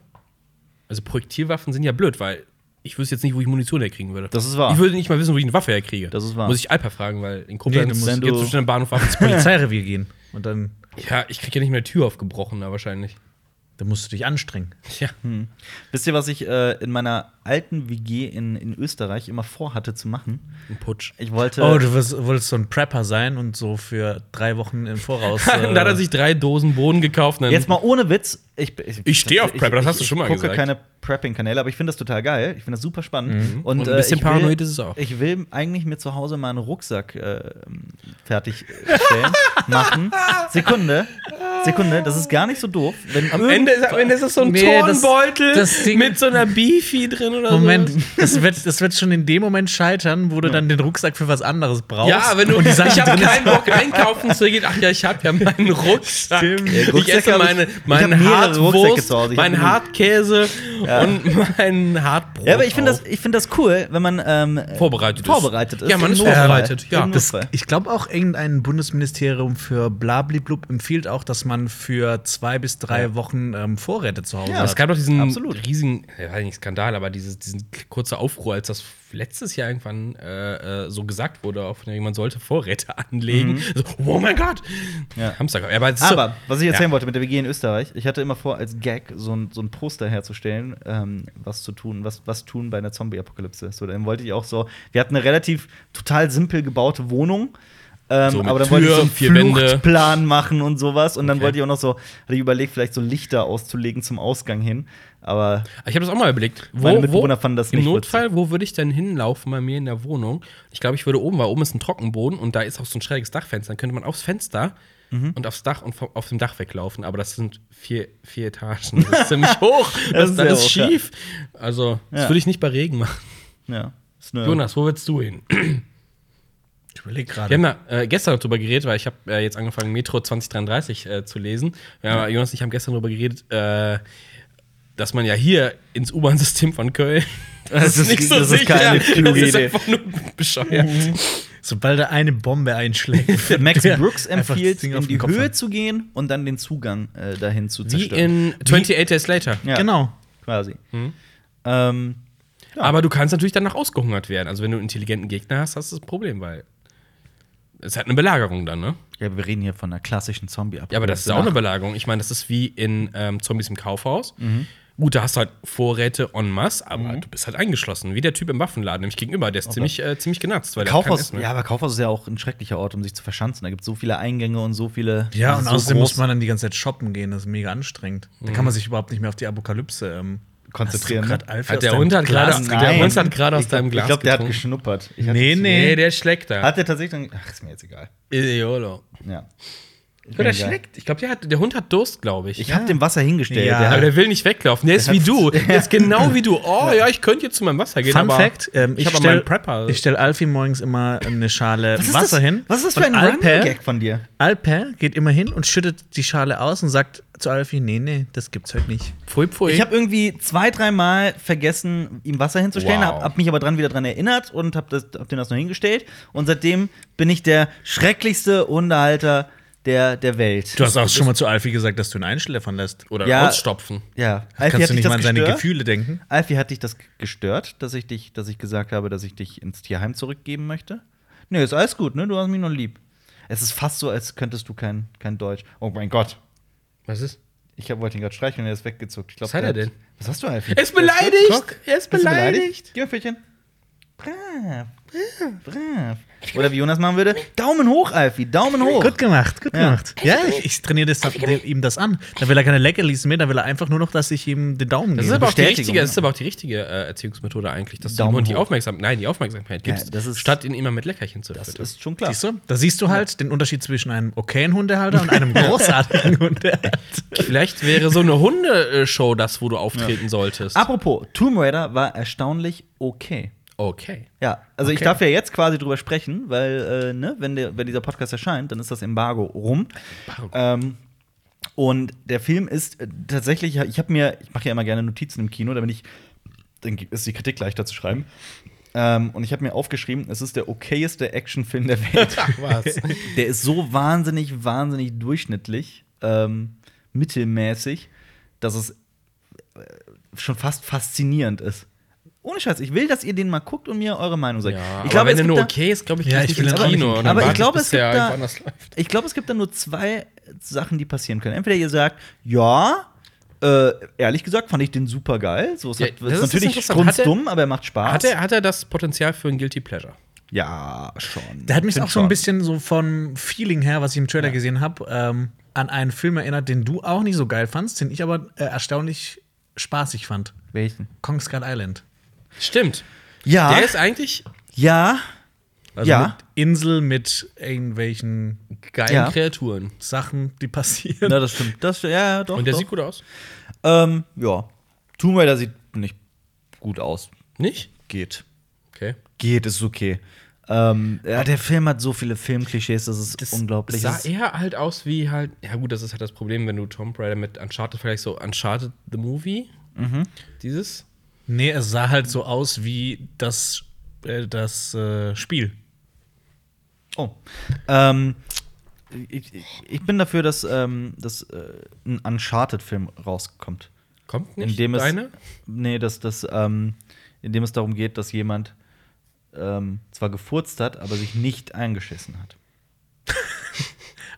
[SPEAKER 1] Also Projektilwaffen sind ja blöd, weil ich wüsste jetzt nicht, wo ich Munition herkriegen würde.
[SPEAKER 2] Das ist wahr.
[SPEAKER 1] Ich würde nicht mal wissen, wo ich eine Waffe herkriege.
[SPEAKER 2] Das ist wahr.
[SPEAKER 1] Muss ich Alper fragen, weil in Koblenz
[SPEAKER 3] Nee, du musst-
[SPEAKER 2] wenn
[SPEAKER 1] gibt's
[SPEAKER 2] du-
[SPEAKER 1] bestimmt einen Bahnhof Waffen.
[SPEAKER 3] ins Polizeirevier gehen. Und dann,
[SPEAKER 1] ja, ich kriege ja nicht mehr die Tür aufgebrochen, da wahrscheinlich.
[SPEAKER 3] dann musst du dich anstrengen.
[SPEAKER 1] Ja.
[SPEAKER 2] Hm. Wisst ihr, was ich äh, in meiner alten WG in, in Österreich immer vorhatte zu machen?
[SPEAKER 1] Ein Putsch.
[SPEAKER 2] Ich wollte.
[SPEAKER 3] Oh, du wirst, wolltest so ein Prepper sein und so für drei Wochen im Voraus. äh,
[SPEAKER 1] da hat er sich drei Dosen Bohnen gekauft. und Dann
[SPEAKER 2] Jetzt mal ohne Witz. Ich,
[SPEAKER 1] Ich stehe auf Prepper, das
[SPEAKER 2] ich-
[SPEAKER 1] hast du schon mal
[SPEAKER 2] Ich gucke
[SPEAKER 1] gesagt.
[SPEAKER 2] keine Prepping-Kanäle, aber ich finde das total geil. Ich finde das super spannend. Und,
[SPEAKER 1] Mhm.
[SPEAKER 2] äh,
[SPEAKER 1] Und ein bisschen
[SPEAKER 2] ich will-
[SPEAKER 1] paranoid ist es auch.
[SPEAKER 2] Ich will eigentlich mir zu Hause mal einen Rucksack äh, fertigstellen, machen. Sekunde, Sekunde, das ist gar nicht so doof. Wenn
[SPEAKER 1] am
[SPEAKER 2] irgend-
[SPEAKER 1] Ende, ist, am Ende ist das so ein
[SPEAKER 3] Nee, das-
[SPEAKER 1] Turnbeutel
[SPEAKER 3] das Ding-
[SPEAKER 1] mit so einer Beefy drin oder
[SPEAKER 3] Moment,
[SPEAKER 1] so.
[SPEAKER 3] das wird, das wird schon in dem Moment scheitern, wo du dann den Rucksack für was anderes brauchst.
[SPEAKER 1] Ja, wenn du,
[SPEAKER 3] und die
[SPEAKER 1] ich
[SPEAKER 3] Sachen
[SPEAKER 1] habe
[SPEAKER 3] drin
[SPEAKER 1] keinen Bock einkaufen zu gehen. Ach ja, ich habe ja meinen Rucksack.
[SPEAKER 3] Stimmt.
[SPEAKER 1] Ich
[SPEAKER 2] Rucksack
[SPEAKER 1] esse
[SPEAKER 2] hab ich-
[SPEAKER 1] meine,
[SPEAKER 2] ich hab
[SPEAKER 1] meinen
[SPEAKER 2] mehrere Rucksäcke
[SPEAKER 1] Hartwurst,
[SPEAKER 2] zu Hause. Ich hab
[SPEAKER 1] meinen
[SPEAKER 2] genug.
[SPEAKER 1] Hartkäse und meinen Hartbrot.
[SPEAKER 2] ja, aber ich finde das,
[SPEAKER 1] auch.
[SPEAKER 2] ich find das cool, wenn man ähm,
[SPEAKER 1] Vorbereitet ist.
[SPEAKER 2] vorbereitet ist.
[SPEAKER 1] Ja, man
[SPEAKER 2] Im
[SPEAKER 1] ist
[SPEAKER 2] Notfall.
[SPEAKER 1] vorbereitet, ja.
[SPEAKER 2] Im
[SPEAKER 3] Das,
[SPEAKER 2] Notfall.
[SPEAKER 3] ich glaube auch, irgendein Bundesministerium für Blabliblub empfiehlt auch, dass man für zwei bis drei Wochen ähm, Vorräte zu Hause
[SPEAKER 2] Ja,
[SPEAKER 1] Es gab doch diesen
[SPEAKER 2] Absolut.
[SPEAKER 1] riesigen, ja, weiß nicht Skandal, aber dieses, diesen k- kurzer Aufruhr, als das letztes Jahr irgendwann äh, äh, so gesagt wurde, auch von jemand sollte Vorräte anlegen. So, oh mein Gott!
[SPEAKER 2] Mhm. Ja.
[SPEAKER 1] Hamster. Aber, es ist
[SPEAKER 2] Aber was ich erzählen
[SPEAKER 1] ja.
[SPEAKER 2] wollte mit der WG in Österreich, ich hatte immer vor, als Gag so ein, so ein Poster herzustellen, ähm, was zu tun, was, was tun bei einer Zombie-Apokalypse. So, dann wollte ich auch so, wir hatten eine relativ total simpel gebaute Wohnung. Ähm,
[SPEAKER 1] So mit
[SPEAKER 2] aber dann wollte ich so
[SPEAKER 1] Tür,
[SPEAKER 2] einen
[SPEAKER 1] vier Wände.
[SPEAKER 2] Fluchtplan machen und sowas. Und dann
[SPEAKER 1] Okay.
[SPEAKER 2] wollte ich auch noch so, hatte ich überlegt, vielleicht so Lichter auszulegen zum Ausgang hin. Aber
[SPEAKER 1] Ich habe das auch mal überlegt. Wo,
[SPEAKER 2] Meine Mitbewohner fanden das
[SPEAKER 1] Im
[SPEAKER 2] nicht
[SPEAKER 1] Notfall, wo würde ich denn hinlaufen bei mir in der Wohnung? Ich glaube, ich würde oben, weil oben ist ein Trockenboden und da ist auch so ein schräges Dachfenster. Dann könnte man aufs Fenster
[SPEAKER 2] Mhm.
[SPEAKER 1] und aufs Dach und vom, auf dem Dach weglaufen. Aber das sind vier, vier Etagen. Das ist ziemlich hoch.
[SPEAKER 2] Das
[SPEAKER 1] Das,
[SPEAKER 2] ist
[SPEAKER 1] das ist,
[SPEAKER 2] sehr hoch,
[SPEAKER 1] schief. Also,
[SPEAKER 2] Ja.
[SPEAKER 1] das würde ich nicht bei Regen machen.
[SPEAKER 2] ja, ist eine
[SPEAKER 1] Jonas, wo willst du hin?
[SPEAKER 3] Ich überleg
[SPEAKER 1] Wir
[SPEAKER 3] gerade.
[SPEAKER 1] haben da äh, gestern darüber geredet, weil ich habe äh, jetzt angefangen, Metro 2033 äh, zu lesen. Ja, Jonas und ich haben gestern darüber geredet, äh, dass man ja hier ins U-Bahn-System von Köln.
[SPEAKER 2] Das ist- das ist keine kluge
[SPEAKER 1] Das ist
[SPEAKER 2] Idee. Mhm.
[SPEAKER 1] einfach nur bescheuert.
[SPEAKER 3] Sobald da eine Bombe einschlägt.
[SPEAKER 2] Max
[SPEAKER 3] Ja,
[SPEAKER 2] Brooks
[SPEAKER 3] einfach das
[SPEAKER 2] empfiehlt,
[SPEAKER 3] Ding
[SPEAKER 2] in
[SPEAKER 3] auf
[SPEAKER 2] die
[SPEAKER 3] den Kopf
[SPEAKER 2] Höhe
[SPEAKER 3] hauen.
[SPEAKER 2] zu gehen und dann den Zugang äh, dahin zu
[SPEAKER 1] Wie
[SPEAKER 2] zerstören.
[SPEAKER 1] in 28 Days Later.
[SPEAKER 2] ja,
[SPEAKER 3] Genau.
[SPEAKER 2] quasi.
[SPEAKER 1] Hm.
[SPEAKER 2] Ähm,
[SPEAKER 1] Aber du kannst natürlich danach ausgehungert werden. Also, wenn du einen intelligenten Gegner hast, hast du das Problem, weil. Es hat eine Belagerung dann, ne?
[SPEAKER 2] Ja, aber wir reden hier von einer klassischen zombie
[SPEAKER 1] Ja, aber das ist auch eine Belagerung. Ich meine, das ist wie in ähm, Zombies im Kaufhaus. Gut, da hast du halt Vorräte en masse, aber du bist halt eingeschlossen. Wie der Typ im Waffenladen, nämlich gegenüber. Der ist ziemlich, äh, ziemlich genatzt, weil der kein
[SPEAKER 2] Kaufhaus,
[SPEAKER 1] Essen ne? mehr-
[SPEAKER 2] ja, aber Kaufhaus ist ja auch ein schrecklicher Ort, um sich zu verschanzen. Da gibt es so viele Eingänge und so viele.
[SPEAKER 3] Ja,
[SPEAKER 2] das
[SPEAKER 3] und
[SPEAKER 2] ist so
[SPEAKER 3] außerdem
[SPEAKER 2] groß.
[SPEAKER 3] muss man dann die ganze Zeit shoppen gehen. Das ist mega anstrengend. Da kann man sich überhaupt nicht mehr auf die Apokalypse ähm,
[SPEAKER 2] Konzentrieren,
[SPEAKER 3] Hast du
[SPEAKER 2] ne?
[SPEAKER 3] grad Alfie
[SPEAKER 1] Hat
[SPEAKER 3] aus
[SPEAKER 1] der
[SPEAKER 3] deinem
[SPEAKER 1] Hund halt hat gerade
[SPEAKER 3] Glas
[SPEAKER 2] Nein.
[SPEAKER 1] der Hund hat gerade aus
[SPEAKER 2] Ich glaub-
[SPEAKER 1] deinem Glas
[SPEAKER 2] Ich glaube, der hat
[SPEAKER 1] getrunken.
[SPEAKER 2] geschnuppert. Ich
[SPEAKER 3] Nee,
[SPEAKER 2] hatte-
[SPEAKER 3] nee.
[SPEAKER 1] Nee, der schlägt da.
[SPEAKER 2] Hat der tatsächlich dann. Ach, ist mir jetzt egal.
[SPEAKER 1] Idiolo.
[SPEAKER 2] Ja.
[SPEAKER 1] Ja, der
[SPEAKER 2] Mir egal.
[SPEAKER 1] schlägt. Ich glaube, der, hat- der Hund hat Durst, glaube ich.
[SPEAKER 2] Ich habe dem Wasser hingestellt.
[SPEAKER 3] Ja.
[SPEAKER 2] der
[SPEAKER 1] aber
[SPEAKER 2] hat-
[SPEAKER 1] der will nicht weglaufen. Der ist wie du. Der ist genau wie du. Oh ja, ich könnte jetzt zu meinem Wasser gehen.
[SPEAKER 3] Fun
[SPEAKER 1] aber
[SPEAKER 3] Fact: ähm,
[SPEAKER 1] ich
[SPEAKER 3] Ich,
[SPEAKER 1] habe
[SPEAKER 3] stelle
[SPEAKER 1] meinen Prepper.
[SPEAKER 3] stell Alfie morgens immer ähm, eine Schale
[SPEAKER 2] Was ist
[SPEAKER 3] Wasser
[SPEAKER 2] das,
[SPEAKER 3] hin.
[SPEAKER 2] Was ist das
[SPEAKER 3] Und
[SPEAKER 2] für ein Running Gag von dir?
[SPEAKER 3] Alper geht immer hin und schüttet die Schale aus und sagt zu Alfie: Nee, nee, das gibt's heute nicht.
[SPEAKER 1] Pfui, pfui.
[SPEAKER 2] Ich habe irgendwie zwei, dreimal vergessen, ihm Wasser hinzustellen,
[SPEAKER 1] Wow.
[SPEAKER 2] hab, hab mich aber dran wieder dran erinnert und hab, das, hab dem das noch hingestellt. Und seitdem bin ich der schrecklichste Hundehalter der, der Welt.
[SPEAKER 3] Du hast auch schon mal zu Alfie gesagt, dass du ihn einschläfern lässt.
[SPEAKER 1] Oder
[SPEAKER 2] Ja.
[SPEAKER 1] ausstopfen.
[SPEAKER 2] ja,
[SPEAKER 3] Kannst du nicht mal an seine
[SPEAKER 2] gestört?
[SPEAKER 3] Gefühle denken?
[SPEAKER 2] Alfie, hat dich das gestört, dass ich dich, dass ich gesagt habe, dass ich dich ins Tierheim zurückgeben möchte? Nee, ist alles gut, ne? Du hast mich noch lieb. Es ist fast so, als könntest du kein, kein Deutsch. Oh mein Gott.
[SPEAKER 1] Was ist?
[SPEAKER 2] Ich hab- wollte ihn gerade streicheln und er ist weggezuckt. Ich glaub,
[SPEAKER 1] Was hat
[SPEAKER 2] der
[SPEAKER 1] er denn?
[SPEAKER 2] Was hast du, Alfie?
[SPEAKER 1] Er ist beleidigt!
[SPEAKER 2] Guck.
[SPEAKER 1] Er ist
[SPEAKER 2] Bist du
[SPEAKER 1] beleidigt!
[SPEAKER 2] Geh mal, Pfötchen. Brav, brav, brav. Oder wie Jonas machen würde, Daumen hoch, Alfie, Daumen hoch.
[SPEAKER 3] Gut gemacht, gut
[SPEAKER 2] Ja.
[SPEAKER 3] gemacht. Oh. Ja, ich, ich trainiere das, ihm das an. Da will er keine Leckerlis mehr, da will er einfach nur noch, dass ich ihm den Daumen
[SPEAKER 1] Das ist
[SPEAKER 3] gebe.
[SPEAKER 1] aber auch die
[SPEAKER 2] Bestätigung,
[SPEAKER 1] richtige, das
[SPEAKER 2] ja.
[SPEAKER 1] ist aber auch die richtige äh, Erziehungsmethode eigentlich, dass
[SPEAKER 2] Daumen
[SPEAKER 1] du und die
[SPEAKER 2] hoch.
[SPEAKER 1] Aufmerksamkeit, nein, die Aufmerksamkeit gibst,
[SPEAKER 2] Ja, das ist-
[SPEAKER 1] statt ihn immer mit Leckerchen zu
[SPEAKER 2] Das
[SPEAKER 1] füttern.
[SPEAKER 2] ist schon klar.
[SPEAKER 3] Siehst du? Da siehst du halt den Unterschied zwischen einem okayen Hundehalter und einem großartigen Hundehalter.
[SPEAKER 1] Vielleicht wäre so eine Hundeshow das, wo du auftreten solltest.
[SPEAKER 2] Apropos, Tomb Raider war erstaunlich okay.
[SPEAKER 1] okay.
[SPEAKER 2] Ja, also ich
[SPEAKER 3] Okay.
[SPEAKER 2] darf ja jetzt quasi drüber sprechen, weil, äh, ne, wenn, der, wenn dieser Podcast erscheint, dann ist das Embargo rum. Ähm, und der Film ist äh, tatsächlich, ich habe mir, ich mache ja immer gerne Notizen im Kino, damit ich, dann ist die Kritik leichter zu schreiben. Ähm, und ich habe mir aufgeschrieben, es ist der okayeste Actionfilm der Welt.
[SPEAKER 1] Was?
[SPEAKER 2] Der ist so wahnsinnig, wahnsinnig durchschnittlich, ähm, mittelmäßig, dass es äh, schon fast faszinierend ist. Ohne Scheiß, ich will, dass ihr den mal guckt und mir eure Meinung sagt.
[SPEAKER 1] Ja,
[SPEAKER 2] ich
[SPEAKER 1] aber
[SPEAKER 2] glaube,
[SPEAKER 1] wenn
[SPEAKER 2] es
[SPEAKER 1] er
[SPEAKER 2] gibt
[SPEAKER 1] nur
[SPEAKER 2] da-
[SPEAKER 1] okay ist, glaube ich,
[SPEAKER 3] Ja,
[SPEAKER 1] gehe
[SPEAKER 3] ich will ihn auch nicht gucken.
[SPEAKER 1] Und dann
[SPEAKER 2] aber ich
[SPEAKER 1] warte
[SPEAKER 2] glaube,
[SPEAKER 1] bis
[SPEAKER 2] es gibt
[SPEAKER 1] der irgendwo
[SPEAKER 2] da,
[SPEAKER 1] anders läuft.
[SPEAKER 2] ich glaube, es gibt da nur zwei Sachen, die passieren können. Entweder ihr sagt, ja, äh, ehrlich gesagt, fand ich den super geil. So, es
[SPEAKER 1] Ja,
[SPEAKER 2] hat,
[SPEAKER 1] das
[SPEAKER 2] ist
[SPEAKER 1] ist
[SPEAKER 2] natürlich
[SPEAKER 1] interessant. Hat er-
[SPEAKER 2] strunzdumm, aber er macht Spaß.
[SPEAKER 1] Hat er, hat er das Potenzial für ein Guilty Pleasure?
[SPEAKER 2] Ja, schon.
[SPEAKER 3] Der hat mich
[SPEAKER 2] Find
[SPEAKER 3] auch so ein
[SPEAKER 2] schon.
[SPEAKER 3] bisschen so vom Feeling her, was ich im Trailer gesehen habe, ähm, an einen Film erinnert, den du auch nicht so geil fandst, den ich aber äh, erstaunlich spaßig fand.
[SPEAKER 2] Welchen?
[SPEAKER 3] Kong Skull Island.
[SPEAKER 1] Stimmt.
[SPEAKER 2] Ja,
[SPEAKER 1] Der ist eigentlich
[SPEAKER 2] ja,
[SPEAKER 3] Also
[SPEAKER 2] Ja.
[SPEAKER 3] mit Insel mit irgendwelchen
[SPEAKER 1] geilen
[SPEAKER 2] Ja.
[SPEAKER 1] Kreaturen.
[SPEAKER 3] Sachen, die passieren.
[SPEAKER 2] Na, das stimmt. Das, ja, ja, doch.
[SPEAKER 1] Und der
[SPEAKER 2] doch.
[SPEAKER 1] sieht gut aus.
[SPEAKER 2] Ähm, ja. Tomb Raider sieht nicht gut aus.
[SPEAKER 1] Nicht?
[SPEAKER 2] Geht.
[SPEAKER 1] Okay.
[SPEAKER 2] Geht, ist okay. Ähm, ja, der Film hat so viele Filmklischees, das ist unglaublich.
[SPEAKER 1] sah
[SPEAKER 2] Das ist-
[SPEAKER 1] eher halt aus wie halt, ja gut, das ist halt das Problem, wenn du Tomb Raider mit Uncharted vielleicht so Uncharted the Movie, dieses.
[SPEAKER 3] Nee, es sah halt so aus wie das, äh, das äh, Spiel.
[SPEAKER 2] oh. Ähm, ich, ich- ich bin dafür, dass, ähm, dass äh, ein Uncharted-Film rauskommt.
[SPEAKER 1] Kommt
[SPEAKER 2] In
[SPEAKER 1] nicht
[SPEAKER 2] dem es,
[SPEAKER 1] deine?
[SPEAKER 2] Nee, dass, dass, ähm, in dem es darum geht, dass jemand ähm, zwar gefurzt hat, aber sich nicht eingeschissen hat.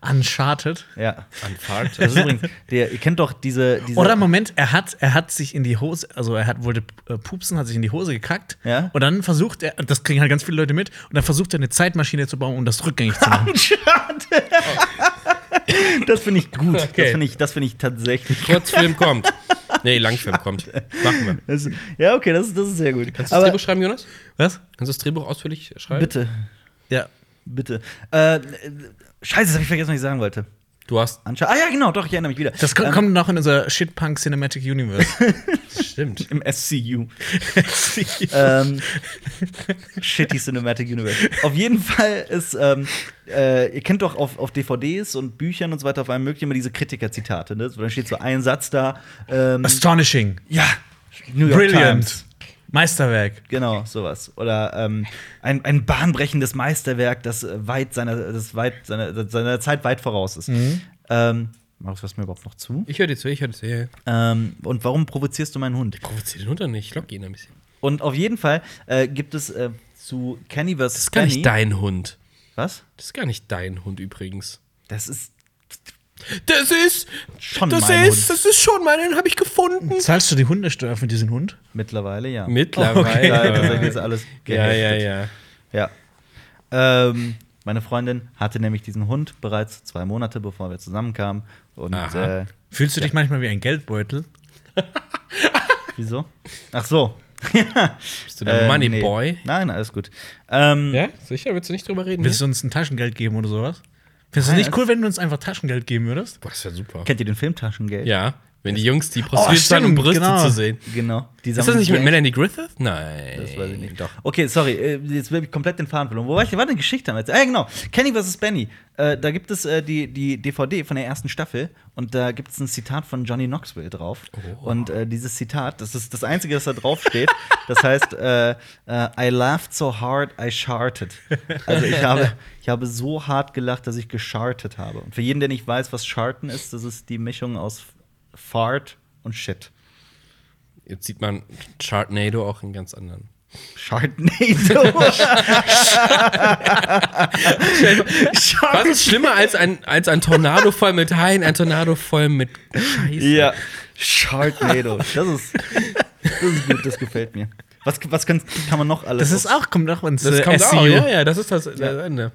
[SPEAKER 3] Uncharted.
[SPEAKER 2] Ja.
[SPEAKER 1] Anfahrt.
[SPEAKER 2] Das ist übrigens, der, ihr kennt doch diese. diese
[SPEAKER 3] Oder Moment, er hat, er hat sich in die Hose, also er hat wollte äh, pupsen, hat sich in die Hose gekackt.
[SPEAKER 2] Ja.
[SPEAKER 3] Und dann versucht er, das kriegen halt ganz viele Leute mit, und dann versucht er eine Zeitmaschine zu bauen, um das rückgängig zu machen.
[SPEAKER 2] Schade. Das finde ich gut. Das
[SPEAKER 1] Okay.
[SPEAKER 2] finde ich, das finde ich tatsächlich.
[SPEAKER 1] Kurzfilm kommt. Nee, Langfilm kommt. Machen wir.
[SPEAKER 2] Das, ja, okay, das, ist- das ist sehr gut.
[SPEAKER 1] Kannst du das
[SPEAKER 2] Aber
[SPEAKER 1] Drehbuch schreiben, Jonas?
[SPEAKER 3] Was?
[SPEAKER 1] Kannst du das Drehbuch ausführlich schreiben?
[SPEAKER 2] bitte,
[SPEAKER 3] Ja.
[SPEAKER 2] bitte. Äh, äh, scheiße, das habe ich vergessen, was ich sagen wollte.
[SPEAKER 1] Du hast.
[SPEAKER 2] Anschau ah ja, genau, doch, ich erinnere mich wieder.
[SPEAKER 3] Das ko- kommt noch in unser Shitpunk Cinematic Universe.
[SPEAKER 1] Stimmt.
[SPEAKER 2] Im SCU. ähm, shitty Cinematic Universe. Auf jeden Fall ist, ähm, äh, ihr kennt doch auf, auf DVDs und Büchern und so weiter auf allem möglichen immer diese Kritiker-Zitate, ne? So, Da steht so ein Satz da. Ähm,
[SPEAKER 3] Astonishing.
[SPEAKER 2] ja, New York
[SPEAKER 3] Brilliant.
[SPEAKER 2] Times.
[SPEAKER 3] Meisterwerk.
[SPEAKER 2] Genau, sowas. Oder ähm, ein, ein bahnbrechendes Meisterwerk, das äh, weit seiner, das weit seiner, das seiner Zeit weit voraus ist. Ähm, Marius, hörst du mir überhaupt noch zu?
[SPEAKER 1] Ich höre dir zu, ich höre dir zu. ja, ja.
[SPEAKER 2] Ähm, und warum provozierst du meinen Hund?
[SPEAKER 1] Provozier den Hund doch nicht, ich lock ihn ein bisschen.
[SPEAKER 2] Und auf jeden Fall äh, gibt es äh, zu Kenny vs.
[SPEAKER 1] Das ist gar nicht dein Hund.
[SPEAKER 2] Was?
[SPEAKER 1] Das ist gar nicht dein Hund übrigens.
[SPEAKER 2] Das ist
[SPEAKER 1] Das ist.
[SPEAKER 2] Schon
[SPEAKER 1] das
[SPEAKER 2] mein
[SPEAKER 1] ist.
[SPEAKER 2] Hund.
[SPEAKER 1] Das ist schon mein, den habe ich gefunden.
[SPEAKER 3] Zahlst du die Hundesteuer für diesen Hund?
[SPEAKER 2] mittlerweile, ja. Oh,
[SPEAKER 1] Mittlerweile.
[SPEAKER 2] Ja, tatsächlich ist alles
[SPEAKER 1] Ja, ja,
[SPEAKER 2] geheftet.
[SPEAKER 1] ja.
[SPEAKER 2] Ja. Ähm, meine Freundin hatte nämlich diesen Hund bereits zwei Monate, bevor wir zusammenkamen. Und
[SPEAKER 1] Aha.
[SPEAKER 2] äh,
[SPEAKER 3] Fühlst du dich manchmal wie ein Geldbeutel?
[SPEAKER 2] wieso? Ach so.
[SPEAKER 1] Bist du der
[SPEAKER 2] Ähm,
[SPEAKER 1] Money
[SPEAKER 2] nee.
[SPEAKER 1] Boy?
[SPEAKER 2] Nein, alles gut. Ähm,
[SPEAKER 1] Ja, sicher? Willst du nicht drüber reden?
[SPEAKER 3] Willst
[SPEAKER 1] hier?
[SPEAKER 3] du uns ein Taschengeld geben oder sowas? Findest du
[SPEAKER 2] Nein,
[SPEAKER 3] nicht cool, wenn du uns einfach Taschengeld geben würdest?
[SPEAKER 1] Boah, das wäre super.
[SPEAKER 2] Kennt ihr den Film Taschengeld?
[SPEAKER 1] Ja, wenn die Jungs die prostituiert
[SPEAKER 3] stimmt,
[SPEAKER 1] sind, um Brüste
[SPEAKER 3] genau.
[SPEAKER 1] zu sehen.
[SPEAKER 2] Oh, Genau. Die
[SPEAKER 1] Ist das nicht mit
[SPEAKER 2] Männer?
[SPEAKER 1] Melanie Griffith? Nein.
[SPEAKER 2] Das weiß ich nicht.
[SPEAKER 1] Doch.
[SPEAKER 2] Okay, sorry, äh, jetzt bin ich komplett den Faden verloren. Wo war ich? War denn Geschichte damals? Ah, ja, genau. Kenny vs. Benny. Äh, da gibt es äh, die, die DVD von der ersten Staffel und da gibt es ein Zitat von Johnny Knoxville drauf. Und äh, dieses Zitat, das ist das Einzige, das da drauf steht. Das heißt, äh, äh, I laughed so hard, I sharted. Also ich habe, ich habe so hart gelacht, dass ich geschartet habe. Und für jeden, der nicht weiß, was Sharten ist, das ist die Mischung aus Fart und Shit.
[SPEAKER 1] Jetzt sieht man Sharknado auch in ganz anderen.
[SPEAKER 2] Shartnado.
[SPEAKER 1] Was ist schlimmer als ein, als ein Tornado voll mit Haien, ein Tornado voll mit Scheiße?
[SPEAKER 2] Ja. Sharknado. Das ist, das ist gut, das gefällt mir. Was, was kann, kann man noch alles?
[SPEAKER 3] Das ist
[SPEAKER 2] aus-
[SPEAKER 3] auch, kommt auch ins
[SPEAKER 1] Das
[SPEAKER 3] äh,
[SPEAKER 1] kommt
[SPEAKER 3] SEO.
[SPEAKER 1] auch, E ja, ja, das ist das, das Ende.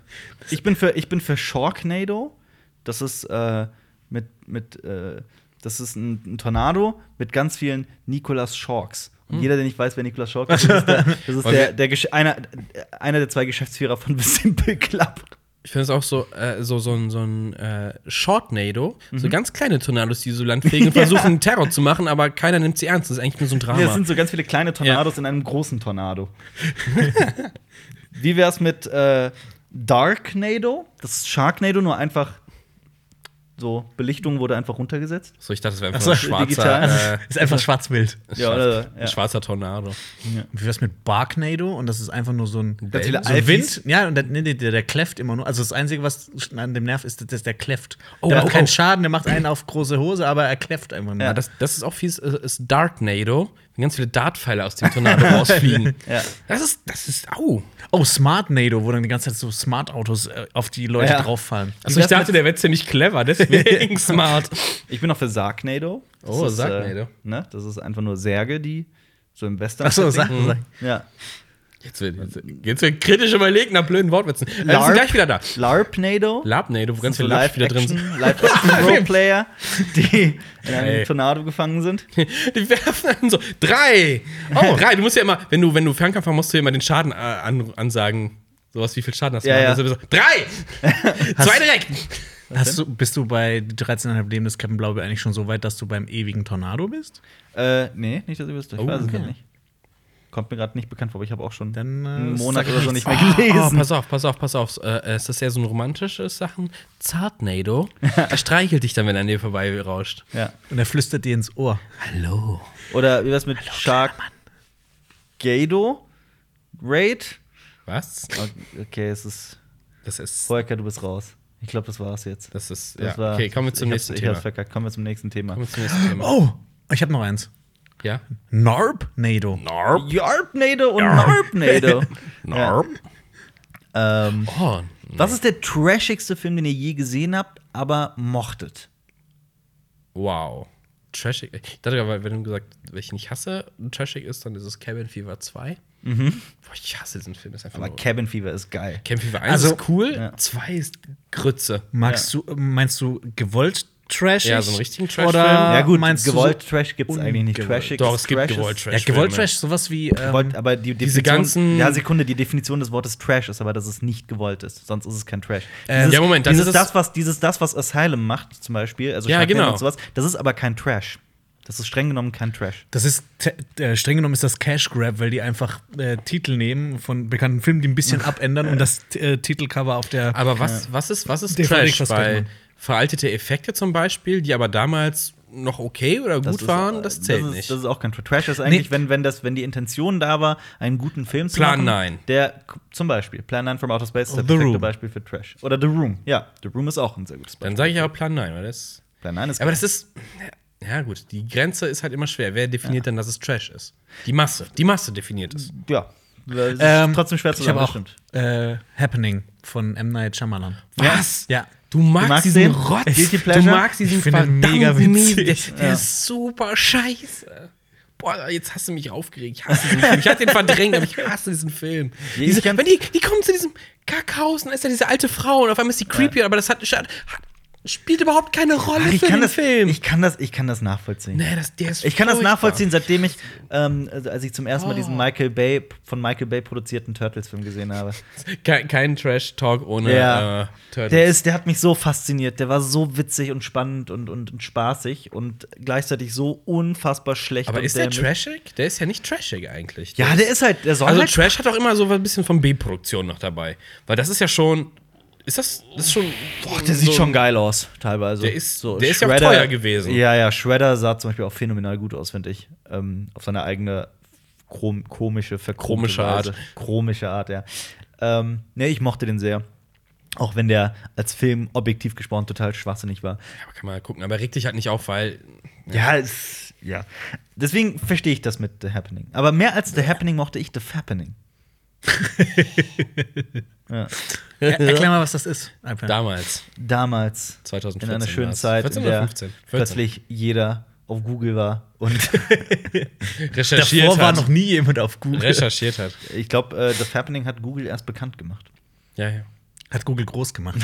[SPEAKER 2] ich bin für ich bin für Sharknado. Das ist äh, mit mit äh, das ist ein, ein Tornado mit ganz vielen Nicolas Sharks. Und
[SPEAKER 3] Hm.
[SPEAKER 2] jeder, der nicht weiß, wer Nicolas Shark ist, das ist der, das ist
[SPEAKER 1] Und
[SPEAKER 2] der, der Gesch- einer, einer der zwei Geschäftsführer von The Simple Club.
[SPEAKER 1] Ich finde es auch so, äh, so, so ein, so ein äh, Shortnado,
[SPEAKER 2] Mhm.
[SPEAKER 1] so ganz kleine Tornados, die so landfegen und versuchen, Terror zu machen, aber keiner nimmt sie ernst. Das ist eigentlich nur so ein Drama.
[SPEAKER 2] Ja, es sind so ganz viele kleine Tornados in einem großen Tornado. Wie wär's mit äh, Darknado? Das ist Sharknado, nur einfach so Belichtung wurde einfach runtergesetzt.
[SPEAKER 1] so, ich dachte, es wäre
[SPEAKER 3] Ach
[SPEAKER 1] einfach
[SPEAKER 3] so,
[SPEAKER 1] ein schwarzer,
[SPEAKER 2] digital.
[SPEAKER 1] äh,
[SPEAKER 3] Ist einfach Schwarzbild.
[SPEAKER 2] Ja, oder- Äh, ja.
[SPEAKER 1] ein schwarzer Tornado.
[SPEAKER 3] Wie wär's mit Barknado? Und das ist einfach nur so ein,
[SPEAKER 2] Ganz viele
[SPEAKER 3] so ein
[SPEAKER 2] Alphys.
[SPEAKER 3] Wind. Ja, und der, nee, der, der kläfft immer nur. Also das Einzige, was an dem Nerv ist, dass der kläfft.
[SPEAKER 1] Oh,
[SPEAKER 3] der macht
[SPEAKER 1] oh,
[SPEAKER 3] keinen
[SPEAKER 1] oh.
[SPEAKER 3] Schaden, der macht einen auf große Hose, aber er kläfft einfach nur.
[SPEAKER 1] Ja, das, das ist auch fies, äh, ist Darknado, wenn ganz viele Dartpfeile aus dem Tornado rausfliegen.
[SPEAKER 2] Ja.
[SPEAKER 1] Das ist, das ist, au.
[SPEAKER 3] oh, Smartnado, wo dann die ganze Zeit so Smart-Autos äh, auf die Leute
[SPEAKER 2] Ja.
[SPEAKER 3] drauffallen.
[SPEAKER 1] Also ich dachte, der wäre ziemlich clever, deswegen smart.
[SPEAKER 2] Ich bin auch für Sargnado. Das
[SPEAKER 1] Oh,
[SPEAKER 2] ist,
[SPEAKER 1] Sargnado.
[SPEAKER 2] Äh, ne? Das ist einfach nur Särge, die so im Western.
[SPEAKER 3] Achso, sag,
[SPEAKER 1] mhm.
[SPEAKER 2] versinken.
[SPEAKER 3] sag.
[SPEAKER 2] Ja.
[SPEAKER 1] Jetzt wird, jetzt, wird- jetzt wird kritisch überlegen nach blöden Wortwitzen. Äh, wir sind
[SPEAKER 2] Larp.
[SPEAKER 1] gleich wieder da.
[SPEAKER 2] Larpnado.
[SPEAKER 1] Labnado, wo ganz viele Larps wieder drin sind.
[SPEAKER 2] Live-Action Live-Action-Roleplayer, die in einem
[SPEAKER 1] Ey.
[SPEAKER 2] Tornado gefangen sind.
[SPEAKER 1] Die werfen dann so, drei! Oh, drei, du musst ja immer, wenn du, wenn du Fernkampf machst, musst du ja immer den Schaden äh, an, ansagen. Sowas, wie viel Schaden hast du?
[SPEAKER 2] Ja,
[SPEAKER 1] gemacht.
[SPEAKER 2] ja.
[SPEAKER 1] Also, so, drei! Zwei direkt!
[SPEAKER 3] Hast du, bist du bei 13,5 Leben des Captain Blaubeer eigentlich schon so weit, dass du beim ewigen Tornado bist?
[SPEAKER 2] Äh, nee, nicht, dass ihr wisst. Ich
[SPEAKER 1] Oh,
[SPEAKER 2] weiß es
[SPEAKER 1] okay.
[SPEAKER 2] gar nicht. Kommt mir gerade nicht bekannt vor, aber ich habe auch schon
[SPEAKER 3] Dann, äh,
[SPEAKER 2] einen Monat
[SPEAKER 3] sag ich
[SPEAKER 2] oder so nicht
[SPEAKER 3] nichts.
[SPEAKER 2] mehr
[SPEAKER 1] Oh,
[SPEAKER 2] gelesen.
[SPEAKER 1] pass auf, pass auf, pass auf. Äh, es ist ja so ein romantisches Sachen. Zartnado. Er streichelt dich dann, wenn er an dir vorbei rauscht.
[SPEAKER 2] ja.
[SPEAKER 3] Und er flüstert dir ins Ohr.
[SPEAKER 1] Hallo.
[SPEAKER 2] Oder wie wär's mit Shark Gado? Raid?
[SPEAKER 1] Was?
[SPEAKER 2] Okay, es ist.
[SPEAKER 1] Das ist.
[SPEAKER 2] Volker, du bist raus. Ich glaube, das war's jetzt.
[SPEAKER 1] Das ist.
[SPEAKER 2] Das
[SPEAKER 1] ja. okay, kommen wir zum
[SPEAKER 2] ich
[SPEAKER 1] nächsten
[SPEAKER 2] hab's, Ich
[SPEAKER 1] Thema.
[SPEAKER 2] hab's verkackt. Kommen wir zum nächsten Thema.
[SPEAKER 1] Kommen wir zum nächsten Thema.
[SPEAKER 3] Oh, ich habe noch eins.
[SPEAKER 1] Ja.
[SPEAKER 3] Narb-Nado.
[SPEAKER 1] Narb.
[SPEAKER 2] Yarpnado und Narpnado.
[SPEAKER 1] Narb.
[SPEAKER 2] Ja. Ähm,
[SPEAKER 1] Oh.
[SPEAKER 2] was ist der trashigste Film, den ihr je gesehen habt, aber mochtet?
[SPEAKER 1] Wow. Trashig. Ich dachte aber, wenn du gesagt, welchen ich hasse, trashig ist, dann ist es Cabin Fever 2. Boah, ich hasse diesen Film. Das ist einfach
[SPEAKER 2] Mhm. Aber
[SPEAKER 1] nur.
[SPEAKER 2] Cabin Fever ist geil.
[SPEAKER 1] Cabin Fever 1
[SPEAKER 3] Also-
[SPEAKER 1] ist cool,
[SPEAKER 2] Ja.
[SPEAKER 1] 2 ist Grütze.
[SPEAKER 3] Magst du, meinst du gewollt trashig?
[SPEAKER 1] Ja, so einen richtigen Trash-Film.
[SPEAKER 3] Oder
[SPEAKER 1] Ja,
[SPEAKER 2] Ja, gut,
[SPEAKER 3] meinst
[SPEAKER 2] gewollt
[SPEAKER 3] du
[SPEAKER 2] Trash gibt's eigentlich nicht.
[SPEAKER 3] ungewollt?
[SPEAKER 2] Trashig
[SPEAKER 1] Doch,
[SPEAKER 2] ist
[SPEAKER 1] es gibt
[SPEAKER 2] Trash ist-
[SPEAKER 1] gewollt
[SPEAKER 3] so,
[SPEAKER 1] Trash.
[SPEAKER 3] ja, gewollt trash, sowas wie ähm,
[SPEAKER 2] Gewollt, aber die
[SPEAKER 1] diese
[SPEAKER 2] Definition-
[SPEAKER 1] ganzen-
[SPEAKER 2] Ja, Sekunde, die Definition des Wortes Trash ist aber, dass es nicht gewollt ist. Sonst ist es kein Trash.
[SPEAKER 1] Ähm, ja, Moment, dann
[SPEAKER 2] dieses,
[SPEAKER 1] ist es-
[SPEAKER 2] das, was, dieses das, was Asylum macht, zum Beispiel, also
[SPEAKER 1] Ja,
[SPEAKER 2] Sharknado
[SPEAKER 1] genau.
[SPEAKER 2] und sowas, das ist aber kein Trash. Das ist streng genommen kein Trash.
[SPEAKER 3] Das ist te- äh, streng genommen ist das Cash Grab, weil die einfach äh, Titel nehmen von bekannten Filmen, die ein bisschen abändern und das äh, Titelcover auf der.
[SPEAKER 1] Aber was, was ist, was ist
[SPEAKER 3] Der
[SPEAKER 1] Trash?
[SPEAKER 3] Verdick, was
[SPEAKER 1] Weil
[SPEAKER 3] kennt man?
[SPEAKER 1] veraltete Effekte zum Beispiel, die aber damals noch okay oder gut
[SPEAKER 2] ist, äh,
[SPEAKER 1] waren, das zählt
[SPEAKER 2] das ist,
[SPEAKER 1] nicht.
[SPEAKER 2] Das ist auch kein Trash. Trash ist eigentlich, wenn, wenn, das, wenn die Intention da war, einen guten Film zu
[SPEAKER 1] Plan
[SPEAKER 2] machen.
[SPEAKER 1] 9.
[SPEAKER 2] Der, zum Beispiel, Plan 9 from Outer Space ist
[SPEAKER 3] Oh,
[SPEAKER 2] das
[SPEAKER 3] The
[SPEAKER 2] perfekte
[SPEAKER 3] Room.
[SPEAKER 2] Beispiel für Trash. Oder The Room. Ja, The Room ist auch ein sehr gutes Beispiel.
[SPEAKER 1] dann sage ich aber Plan 9, weil das.
[SPEAKER 2] Plan 9 ist
[SPEAKER 1] Aber das ist. Ja, gut, die Grenze ist halt immer schwer. Wer definiert dann, dass es Trash ist? Die Masse. Die Masse definiert es.
[SPEAKER 2] ja. Das ist
[SPEAKER 3] Ähm,
[SPEAKER 2] trotzdem schwer zu
[SPEAKER 3] ich hab
[SPEAKER 2] sagen, das
[SPEAKER 3] auch
[SPEAKER 2] stimmt.
[SPEAKER 3] äh, Happening von M. Night Shyamalan.
[SPEAKER 1] Was?
[SPEAKER 3] Ja.
[SPEAKER 1] Du magst,
[SPEAKER 2] magst
[SPEAKER 1] diesen
[SPEAKER 2] den?
[SPEAKER 1] Rotz.
[SPEAKER 2] Guilty
[SPEAKER 1] Du
[SPEAKER 2] Pleasure?
[SPEAKER 1] magst diesen
[SPEAKER 3] Ich finde ihn
[SPEAKER 1] verdammt
[SPEAKER 3] mega
[SPEAKER 1] miesen-
[SPEAKER 3] witzig.
[SPEAKER 1] Der, der ist super scheiße. Boah, jetzt hast du mich aufgeregt. Ich hasse diesen Film. Ich hatte ihn verdrängt, aber ich hasse diesen Film.
[SPEAKER 2] Ich
[SPEAKER 1] Diese,
[SPEAKER 2] kann-
[SPEAKER 1] wenn die, die kommen zu diesem Kackhaus und dann ist da diese alte Frau und auf einmal ist sie creepy, aber das hat, hat, spielt überhaupt keine Rolle
[SPEAKER 2] Ach, ich
[SPEAKER 1] für
[SPEAKER 2] kann
[SPEAKER 1] den
[SPEAKER 2] das,
[SPEAKER 1] Film.
[SPEAKER 2] Ich kann das, ich kann das nachvollziehen.
[SPEAKER 1] nee, das, der ist
[SPEAKER 2] Ich kann das
[SPEAKER 1] furchtbar. Oh.
[SPEAKER 2] nachvollziehen, seitdem ich, ähm, also als ich zum ersten Mal diesen Michael Bay von Michael Bay produzierten Turtles-Film gesehen habe.
[SPEAKER 1] Kein, kein Trash-Talk ohne
[SPEAKER 2] Ja.
[SPEAKER 1] äh, Turtles.
[SPEAKER 2] Der ist, der hat mich so fasziniert. Der war so witzig und spannend und, und, und spaßig und gleichzeitig so unfassbar schlecht.
[SPEAKER 1] aber
[SPEAKER 2] und
[SPEAKER 1] ist der
[SPEAKER 2] dämlich.
[SPEAKER 1] trashig? Der ist ja nicht trashig eigentlich.
[SPEAKER 2] Ja, der ist halt, der soll
[SPEAKER 1] Also
[SPEAKER 2] halt.
[SPEAKER 1] Trash hat auch immer so ein bisschen von B-Produktion noch dabei. Weil das ist ja schon. Ist das. Das ist schon. Boah,
[SPEAKER 2] Der sieht schon geil aus, teilweise.
[SPEAKER 1] Der ist- der ist ja auch teuer gewesen.
[SPEAKER 2] Ja, ja, Shredder sah zum Beispiel auch phänomenal gut aus, finde ich. Ähm, auf seine eigene chrom komische, verchromte
[SPEAKER 1] Chromische Art.
[SPEAKER 2] Weise. Chromische Art, ja. Ähm, nee, ich mochte den sehr. Auch wenn der als Film objektiv gesprochen total schwachsinnig war.
[SPEAKER 1] Ja, kann man gucken. Aber regt dich halt nicht auf, weil.
[SPEAKER 2] Ja, es, ja. Deswegen verstehe ich das mit The Happening. Aber mehr als The Happening mochte ich The Fappening. ja.
[SPEAKER 3] Er, erklär mal, was das ist. Alper.
[SPEAKER 1] Damals.
[SPEAKER 2] Damals.
[SPEAKER 1] 2014
[SPEAKER 2] In einer schönen
[SPEAKER 1] war's.
[SPEAKER 2] Zeit,
[SPEAKER 1] 14
[SPEAKER 2] in
[SPEAKER 1] oder
[SPEAKER 2] der
[SPEAKER 1] 15? 14.
[SPEAKER 2] plötzlich jeder auf Google war und
[SPEAKER 1] Recherchiert
[SPEAKER 3] Davor war
[SPEAKER 1] hat.
[SPEAKER 3] noch nie jemand auf Google.
[SPEAKER 1] recherchiert hat.
[SPEAKER 2] ich glaube, äh, das Happening hat Google erst bekannt gemacht.
[SPEAKER 1] Ja, ja.
[SPEAKER 3] Hat Google groß gemacht.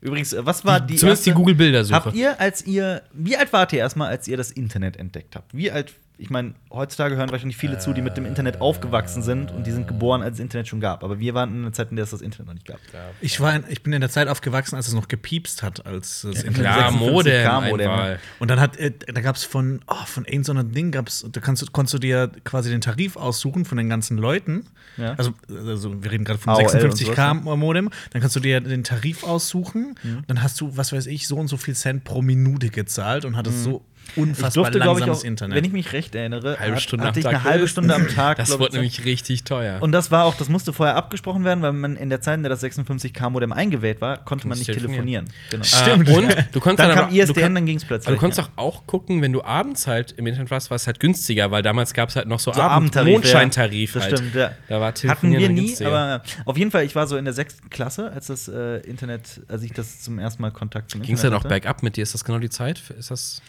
[SPEAKER 2] Übrigens, äh, was war die
[SPEAKER 1] Zumindest
[SPEAKER 2] erste-
[SPEAKER 1] die
[SPEAKER 2] Habt
[SPEAKER 1] Google-Bildersuche.
[SPEAKER 2] ihr, als ihr, wie alt wart ihr erstmal, als ihr das Internet entdeckt habt? Wie alt, ich meine, heutzutage hören wahrscheinlich viele zu, die mit dem
[SPEAKER 1] Äh.
[SPEAKER 2] Internet aufgewachsen sind und die sind geboren, als es Internet schon gab. Aber wir waren in einer Zeit, in der es das Internet noch nicht gab.
[SPEAKER 3] Ich, war in, ich bin in der Zeit aufgewachsen, als es noch gepiepst hat, als das Internet
[SPEAKER 1] Klar,
[SPEAKER 2] 56
[SPEAKER 1] Modem.
[SPEAKER 2] K
[SPEAKER 1] Modem
[SPEAKER 2] Modem,
[SPEAKER 1] einmal.
[SPEAKER 3] Und dann hat, äh, da gab es von, oh, von irgendeinem so einem Ding gab's, da kannst, du- konntest du dir quasi den Tarif aussuchen von den ganzen Leuten.
[SPEAKER 2] Ja.
[SPEAKER 3] Also, also, wir reden gerade von
[SPEAKER 2] AOL und
[SPEAKER 3] 56k
[SPEAKER 2] sowas, ne?
[SPEAKER 3] Modem. Dann kannst du dir den Tarif aussuchen.
[SPEAKER 2] Mhm.
[SPEAKER 3] Dann hast du, was weiß ich, so und so viel Cent pro Minute gezahlt und hattest so
[SPEAKER 2] Mhm. Ich
[SPEAKER 3] unfassbar
[SPEAKER 2] durfte, glaube ich,
[SPEAKER 3] langsames
[SPEAKER 2] auch,
[SPEAKER 3] Internet.
[SPEAKER 2] wenn ich mich recht erinnere,
[SPEAKER 1] Halbe
[SPEAKER 2] hat-
[SPEAKER 1] Stunde
[SPEAKER 2] hatte
[SPEAKER 1] am
[SPEAKER 2] ich
[SPEAKER 1] Tag
[SPEAKER 2] eine halbe
[SPEAKER 1] ist.
[SPEAKER 2] Stunde am Tag.
[SPEAKER 1] Das
[SPEAKER 2] glaub
[SPEAKER 1] wurde
[SPEAKER 2] ich,
[SPEAKER 1] nämlich richtig teuer.
[SPEAKER 2] Und das war auch, das musste vorher abgesprochen werden, weil man in der Zeit, in der das 56K-Modem eingewählt war, konnte man nicht
[SPEAKER 1] Musst
[SPEAKER 2] telefonieren.
[SPEAKER 1] telefonieren.
[SPEAKER 2] Genau.
[SPEAKER 1] Äh, und du konntest
[SPEAKER 2] Dann
[SPEAKER 1] aber-
[SPEAKER 2] kam E ISDN,
[SPEAKER 1] du kann-
[SPEAKER 2] dann ging's plötzlich,
[SPEAKER 1] Aber du konntest
[SPEAKER 2] ja.
[SPEAKER 1] doch auch gucken, wenn du abends halt im Internet warst, war es halt günstiger, weil damals gab es halt noch so,
[SPEAKER 2] So
[SPEAKER 1] Abend
[SPEAKER 2] Abendtarif.
[SPEAKER 1] Mondscheintarif
[SPEAKER 2] ja.
[SPEAKER 1] halt.
[SPEAKER 2] Das stimmt, ja.
[SPEAKER 1] Da war
[SPEAKER 2] Hatten
[SPEAKER 1] Telefonieren
[SPEAKER 2] wir
[SPEAKER 1] dann
[SPEAKER 2] nie,
[SPEAKER 1] günstiger.
[SPEAKER 2] aber auf jeden Fall, ich war so in der sechsten Klasse, als das äh, Internet, als ich das zum ersten Mal Kontakt zum
[SPEAKER 1] Ging es dann
[SPEAKER 2] Internet
[SPEAKER 1] auch
[SPEAKER 2] hatte.
[SPEAKER 1] bergab mit dir? Ist das genau die Zeit? Ist das.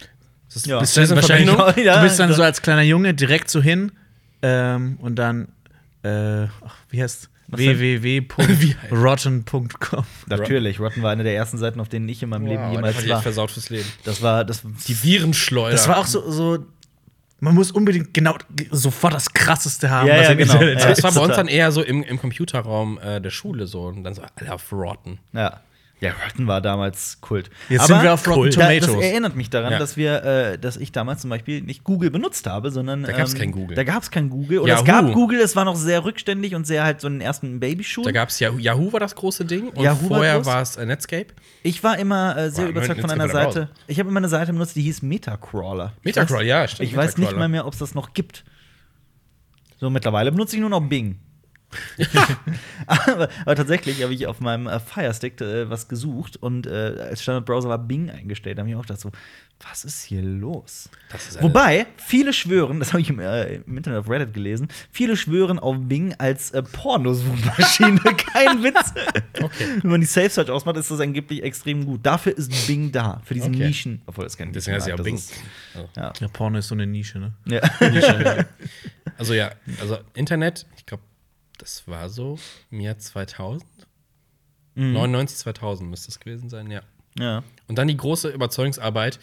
[SPEAKER 1] Ist das
[SPEAKER 2] Ja.
[SPEAKER 1] bist du jetzt in
[SPEAKER 3] Wahrscheinlich
[SPEAKER 1] Verbindung?
[SPEAKER 2] auch. Ja,
[SPEAKER 3] du bist dann
[SPEAKER 2] klar.
[SPEAKER 3] so als kleiner Junge direkt so hin ähm, und dann, äh, ach, wie heißt
[SPEAKER 2] denn?
[SPEAKER 3] www.rotten.com.
[SPEAKER 2] Natürlich, Rotten war eine der ersten Seiten, auf denen ich in meinem Leben
[SPEAKER 1] Wow,
[SPEAKER 2] jemals
[SPEAKER 1] das hat dich echt
[SPEAKER 2] war.
[SPEAKER 1] versaut fürs Leben.
[SPEAKER 2] Das war das
[SPEAKER 1] Die Virenschleuder.
[SPEAKER 3] Das war auch so, so, man muss unbedingt genau g- sofort das Krasseste haben,
[SPEAKER 2] Ja, ja,
[SPEAKER 3] im
[SPEAKER 2] genau. Ja.
[SPEAKER 3] Internet ist.
[SPEAKER 1] Also das war bei uns
[SPEAKER 2] total.
[SPEAKER 1] dann eher so im, im Computerraum äh, der Schule so. Und dann so alle auf Rotten.
[SPEAKER 2] Ja. Ja, Rotten war damals Kult.
[SPEAKER 3] Jetzt sind wir auf Rotten
[SPEAKER 2] Kult. Da- Das
[SPEAKER 3] Tomatoes.
[SPEAKER 2] erinnert mich daran,
[SPEAKER 1] Ja.
[SPEAKER 2] dass wir, äh, dass ich damals zum Beispiel nicht Google benutzt habe, sondern ähm,
[SPEAKER 1] Da gab's kein Google.
[SPEAKER 2] Da gab es kein Google. Oder es
[SPEAKER 1] Yahoo.
[SPEAKER 2] gab Google, es war noch sehr rückständig und sehr halt so in den ersten Babyschuhen.
[SPEAKER 1] Da gab es Yahoo, Yahoo war das große Ding. Und
[SPEAKER 2] Yahoo war
[SPEAKER 1] vorher
[SPEAKER 2] groß.
[SPEAKER 1] war es äh, Netscape.
[SPEAKER 2] Ich war immer äh, sehr
[SPEAKER 1] Wow,
[SPEAKER 2] überzeugt
[SPEAKER 1] jetzt
[SPEAKER 2] von
[SPEAKER 1] geht's
[SPEAKER 2] einer
[SPEAKER 1] wieder raus.
[SPEAKER 2] Seite. Ich habe immer eine Seite benutzt, die hieß Metacrawler. Ich
[SPEAKER 1] Metacrawl,
[SPEAKER 2] weiß-
[SPEAKER 1] ja, stimmt,
[SPEAKER 2] Ich weiß nicht
[SPEAKER 1] Metacrawler.
[SPEAKER 2] mal mehr, ob es das noch gibt. So, mittlerweile benutze ich nur noch Bing. aber, aber tatsächlich habe ich auf meinem äh, Firestick äh, was gesucht und äh, als Standardbrowser war Bing eingestellt. Da habe ich auch gedacht so, was ist hier los?
[SPEAKER 1] Das ist eine-
[SPEAKER 2] Wobei, viele schwören, das habe ich im, äh, im Internet auf Reddit gelesen, viele schwören auf Bing als äh, Pornosuchmaschine. Kein Witz. Wenn man die Safe Search ausmacht, ist das angeblich extrem gut. Dafür ist Bing da, für diesen
[SPEAKER 1] Okay.
[SPEAKER 2] Nischen. Obwohl, das kann
[SPEAKER 1] Deswegen heißt ja auch Bing. Also.
[SPEAKER 3] Ja, Porno ist so eine Nische, ne?
[SPEAKER 2] Ja.
[SPEAKER 1] Also ja, also Internet, ich glaube, das war so im Jahr 2000.
[SPEAKER 2] Mhm.
[SPEAKER 1] 99, 2000 müsste es gewesen sein, ja.
[SPEAKER 2] ja.
[SPEAKER 1] Und dann die große Überzeugungsarbeit,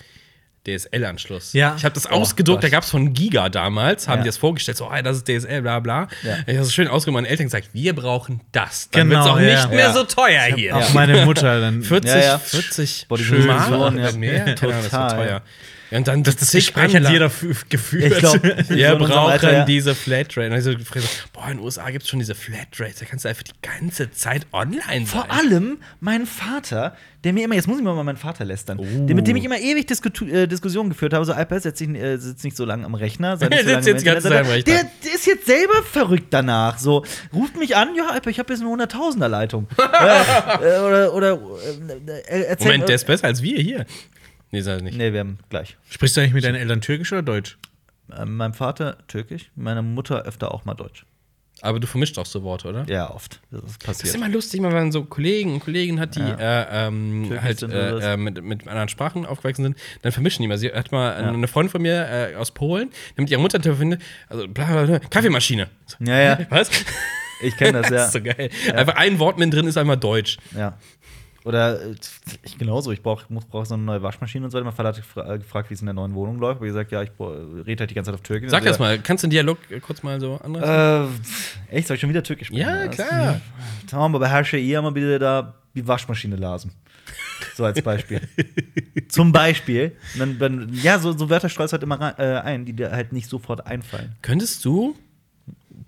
[SPEAKER 1] DSL-Anschluss.
[SPEAKER 3] Ja.
[SPEAKER 1] Ich habe das ausgedruckt,
[SPEAKER 2] Oh Gott.
[SPEAKER 1] da gab es von Giga damals, haben
[SPEAKER 2] Ja.
[SPEAKER 1] die das vorgestellt, so, ah, das ist DSL, bla bla.
[SPEAKER 2] Ja.
[SPEAKER 1] Ich habe das schön ausgedruckt, meinen Eltern gesagt, wir brauchen das. Dann
[SPEAKER 3] Genau,
[SPEAKER 1] wird es auch
[SPEAKER 3] ja.
[SPEAKER 1] nicht mehr
[SPEAKER 2] Ja.
[SPEAKER 1] so teuer hier.
[SPEAKER 3] Auch meine Mutter dann.
[SPEAKER 1] 40,
[SPEAKER 2] Ja, ja.
[SPEAKER 1] 40
[SPEAKER 2] Boah, die
[SPEAKER 1] schön
[SPEAKER 2] Sensoren, ja.
[SPEAKER 1] mehr. Keine Ahnung, das war
[SPEAKER 2] Total.
[SPEAKER 1] teuer. Ja, und dann das, das
[SPEAKER 3] Gespräch hat jeder f- geführt.
[SPEAKER 2] Ich glaub,
[SPEAKER 1] Wir
[SPEAKER 2] so in unserem
[SPEAKER 1] brauchen
[SPEAKER 2] Alter, ja.
[SPEAKER 1] diese Flatrate. Und ich so gefragt, so, boah, in den USA gibt es schon diese Flatrates. Da kannst du einfach die ganze Zeit online sein.
[SPEAKER 2] Vor allem mein Vater, der mir immer, jetzt muss ich mal über meinen Vater lästern, der, mit dem
[SPEAKER 1] Oh.
[SPEAKER 2] ich immer ewig Diskutu äh, Diskussionen geführt habe. So, Alper sitzt, sich, äh, sitzt nicht so lange am Rechner. sei nicht so
[SPEAKER 1] Der
[SPEAKER 2] lange
[SPEAKER 1] sitzt
[SPEAKER 2] im
[SPEAKER 1] jetzt
[SPEAKER 2] Internet.
[SPEAKER 1] ganz
[SPEAKER 2] der,
[SPEAKER 1] lange am
[SPEAKER 2] der ist jetzt selber verrückt danach. So, ruft mich an, ja, Alper, ich habe jetzt eine 100.000er Leitung. ja, äh, oder, oder, äh, äh, erzähl äh,
[SPEAKER 1] Moment, der ist besser als wir hier. Nee, sei es nicht.
[SPEAKER 2] Nee, wir haben gleich.
[SPEAKER 3] Sprichst du eigentlich mit deinen Eltern Türkisch oder Deutsch?
[SPEAKER 2] Äh, Mein Vater türkisch, meine Mutter öfter auch mal deutsch.
[SPEAKER 1] Aber du vermischt auch so Worte, oder?
[SPEAKER 2] Ja, oft. Das ist
[SPEAKER 1] Das ist
[SPEAKER 2] passiert.
[SPEAKER 1] immer lustig, wenn man so Kollegen und Kollegen hat, die äh, ähm,
[SPEAKER 2] Türkisch
[SPEAKER 1] halt
[SPEAKER 2] sind oder was?
[SPEAKER 1] äh, äh, mit, mit anderen Sprachen aufgewachsen sind, dann vermischen die mal. Sie hat mal
[SPEAKER 2] Ja.
[SPEAKER 1] eine Freundin von mir äh, aus Polen, die mit ihrer Mutter telefoniert, also bla bla bla, Kaffeemaschine. So,
[SPEAKER 2] Ja, ja,
[SPEAKER 1] Was?
[SPEAKER 2] ich kenne das, ja.
[SPEAKER 1] ist so geil. Einfach ein Wort mit drin ist einmal Deutsch.
[SPEAKER 2] Ja. Oder äh, ich genauso, ich brauche brauch so eine neue Waschmaschine und so weiter. Mein Vater hat gefra- äh, gefragt, wie es in der neuen Wohnung läuft. Aber ich gesagt, ja, ich brauch- rede halt die ganze Zeit auf Türkisch.
[SPEAKER 1] Sag
[SPEAKER 2] Dann
[SPEAKER 1] das
[SPEAKER 2] hat
[SPEAKER 1] mal, kannst du den Dialog äh, kurz mal so anders?
[SPEAKER 2] er gesagt, Äh, pff, echt, soll ich schon wieder Türkisch sprechen?
[SPEAKER 1] Ja,
[SPEAKER 2] Das-
[SPEAKER 1] klar.
[SPEAKER 2] Tamam, aber herrsche ihr mal bitte da die Waschmaschine lasen. So als Beispiel. Zum Beispiel. Und Dann, dann, ja, so, so Wörter streust halt immer rein, äh, ein, die dir halt nicht sofort einfallen.
[SPEAKER 1] Könntest du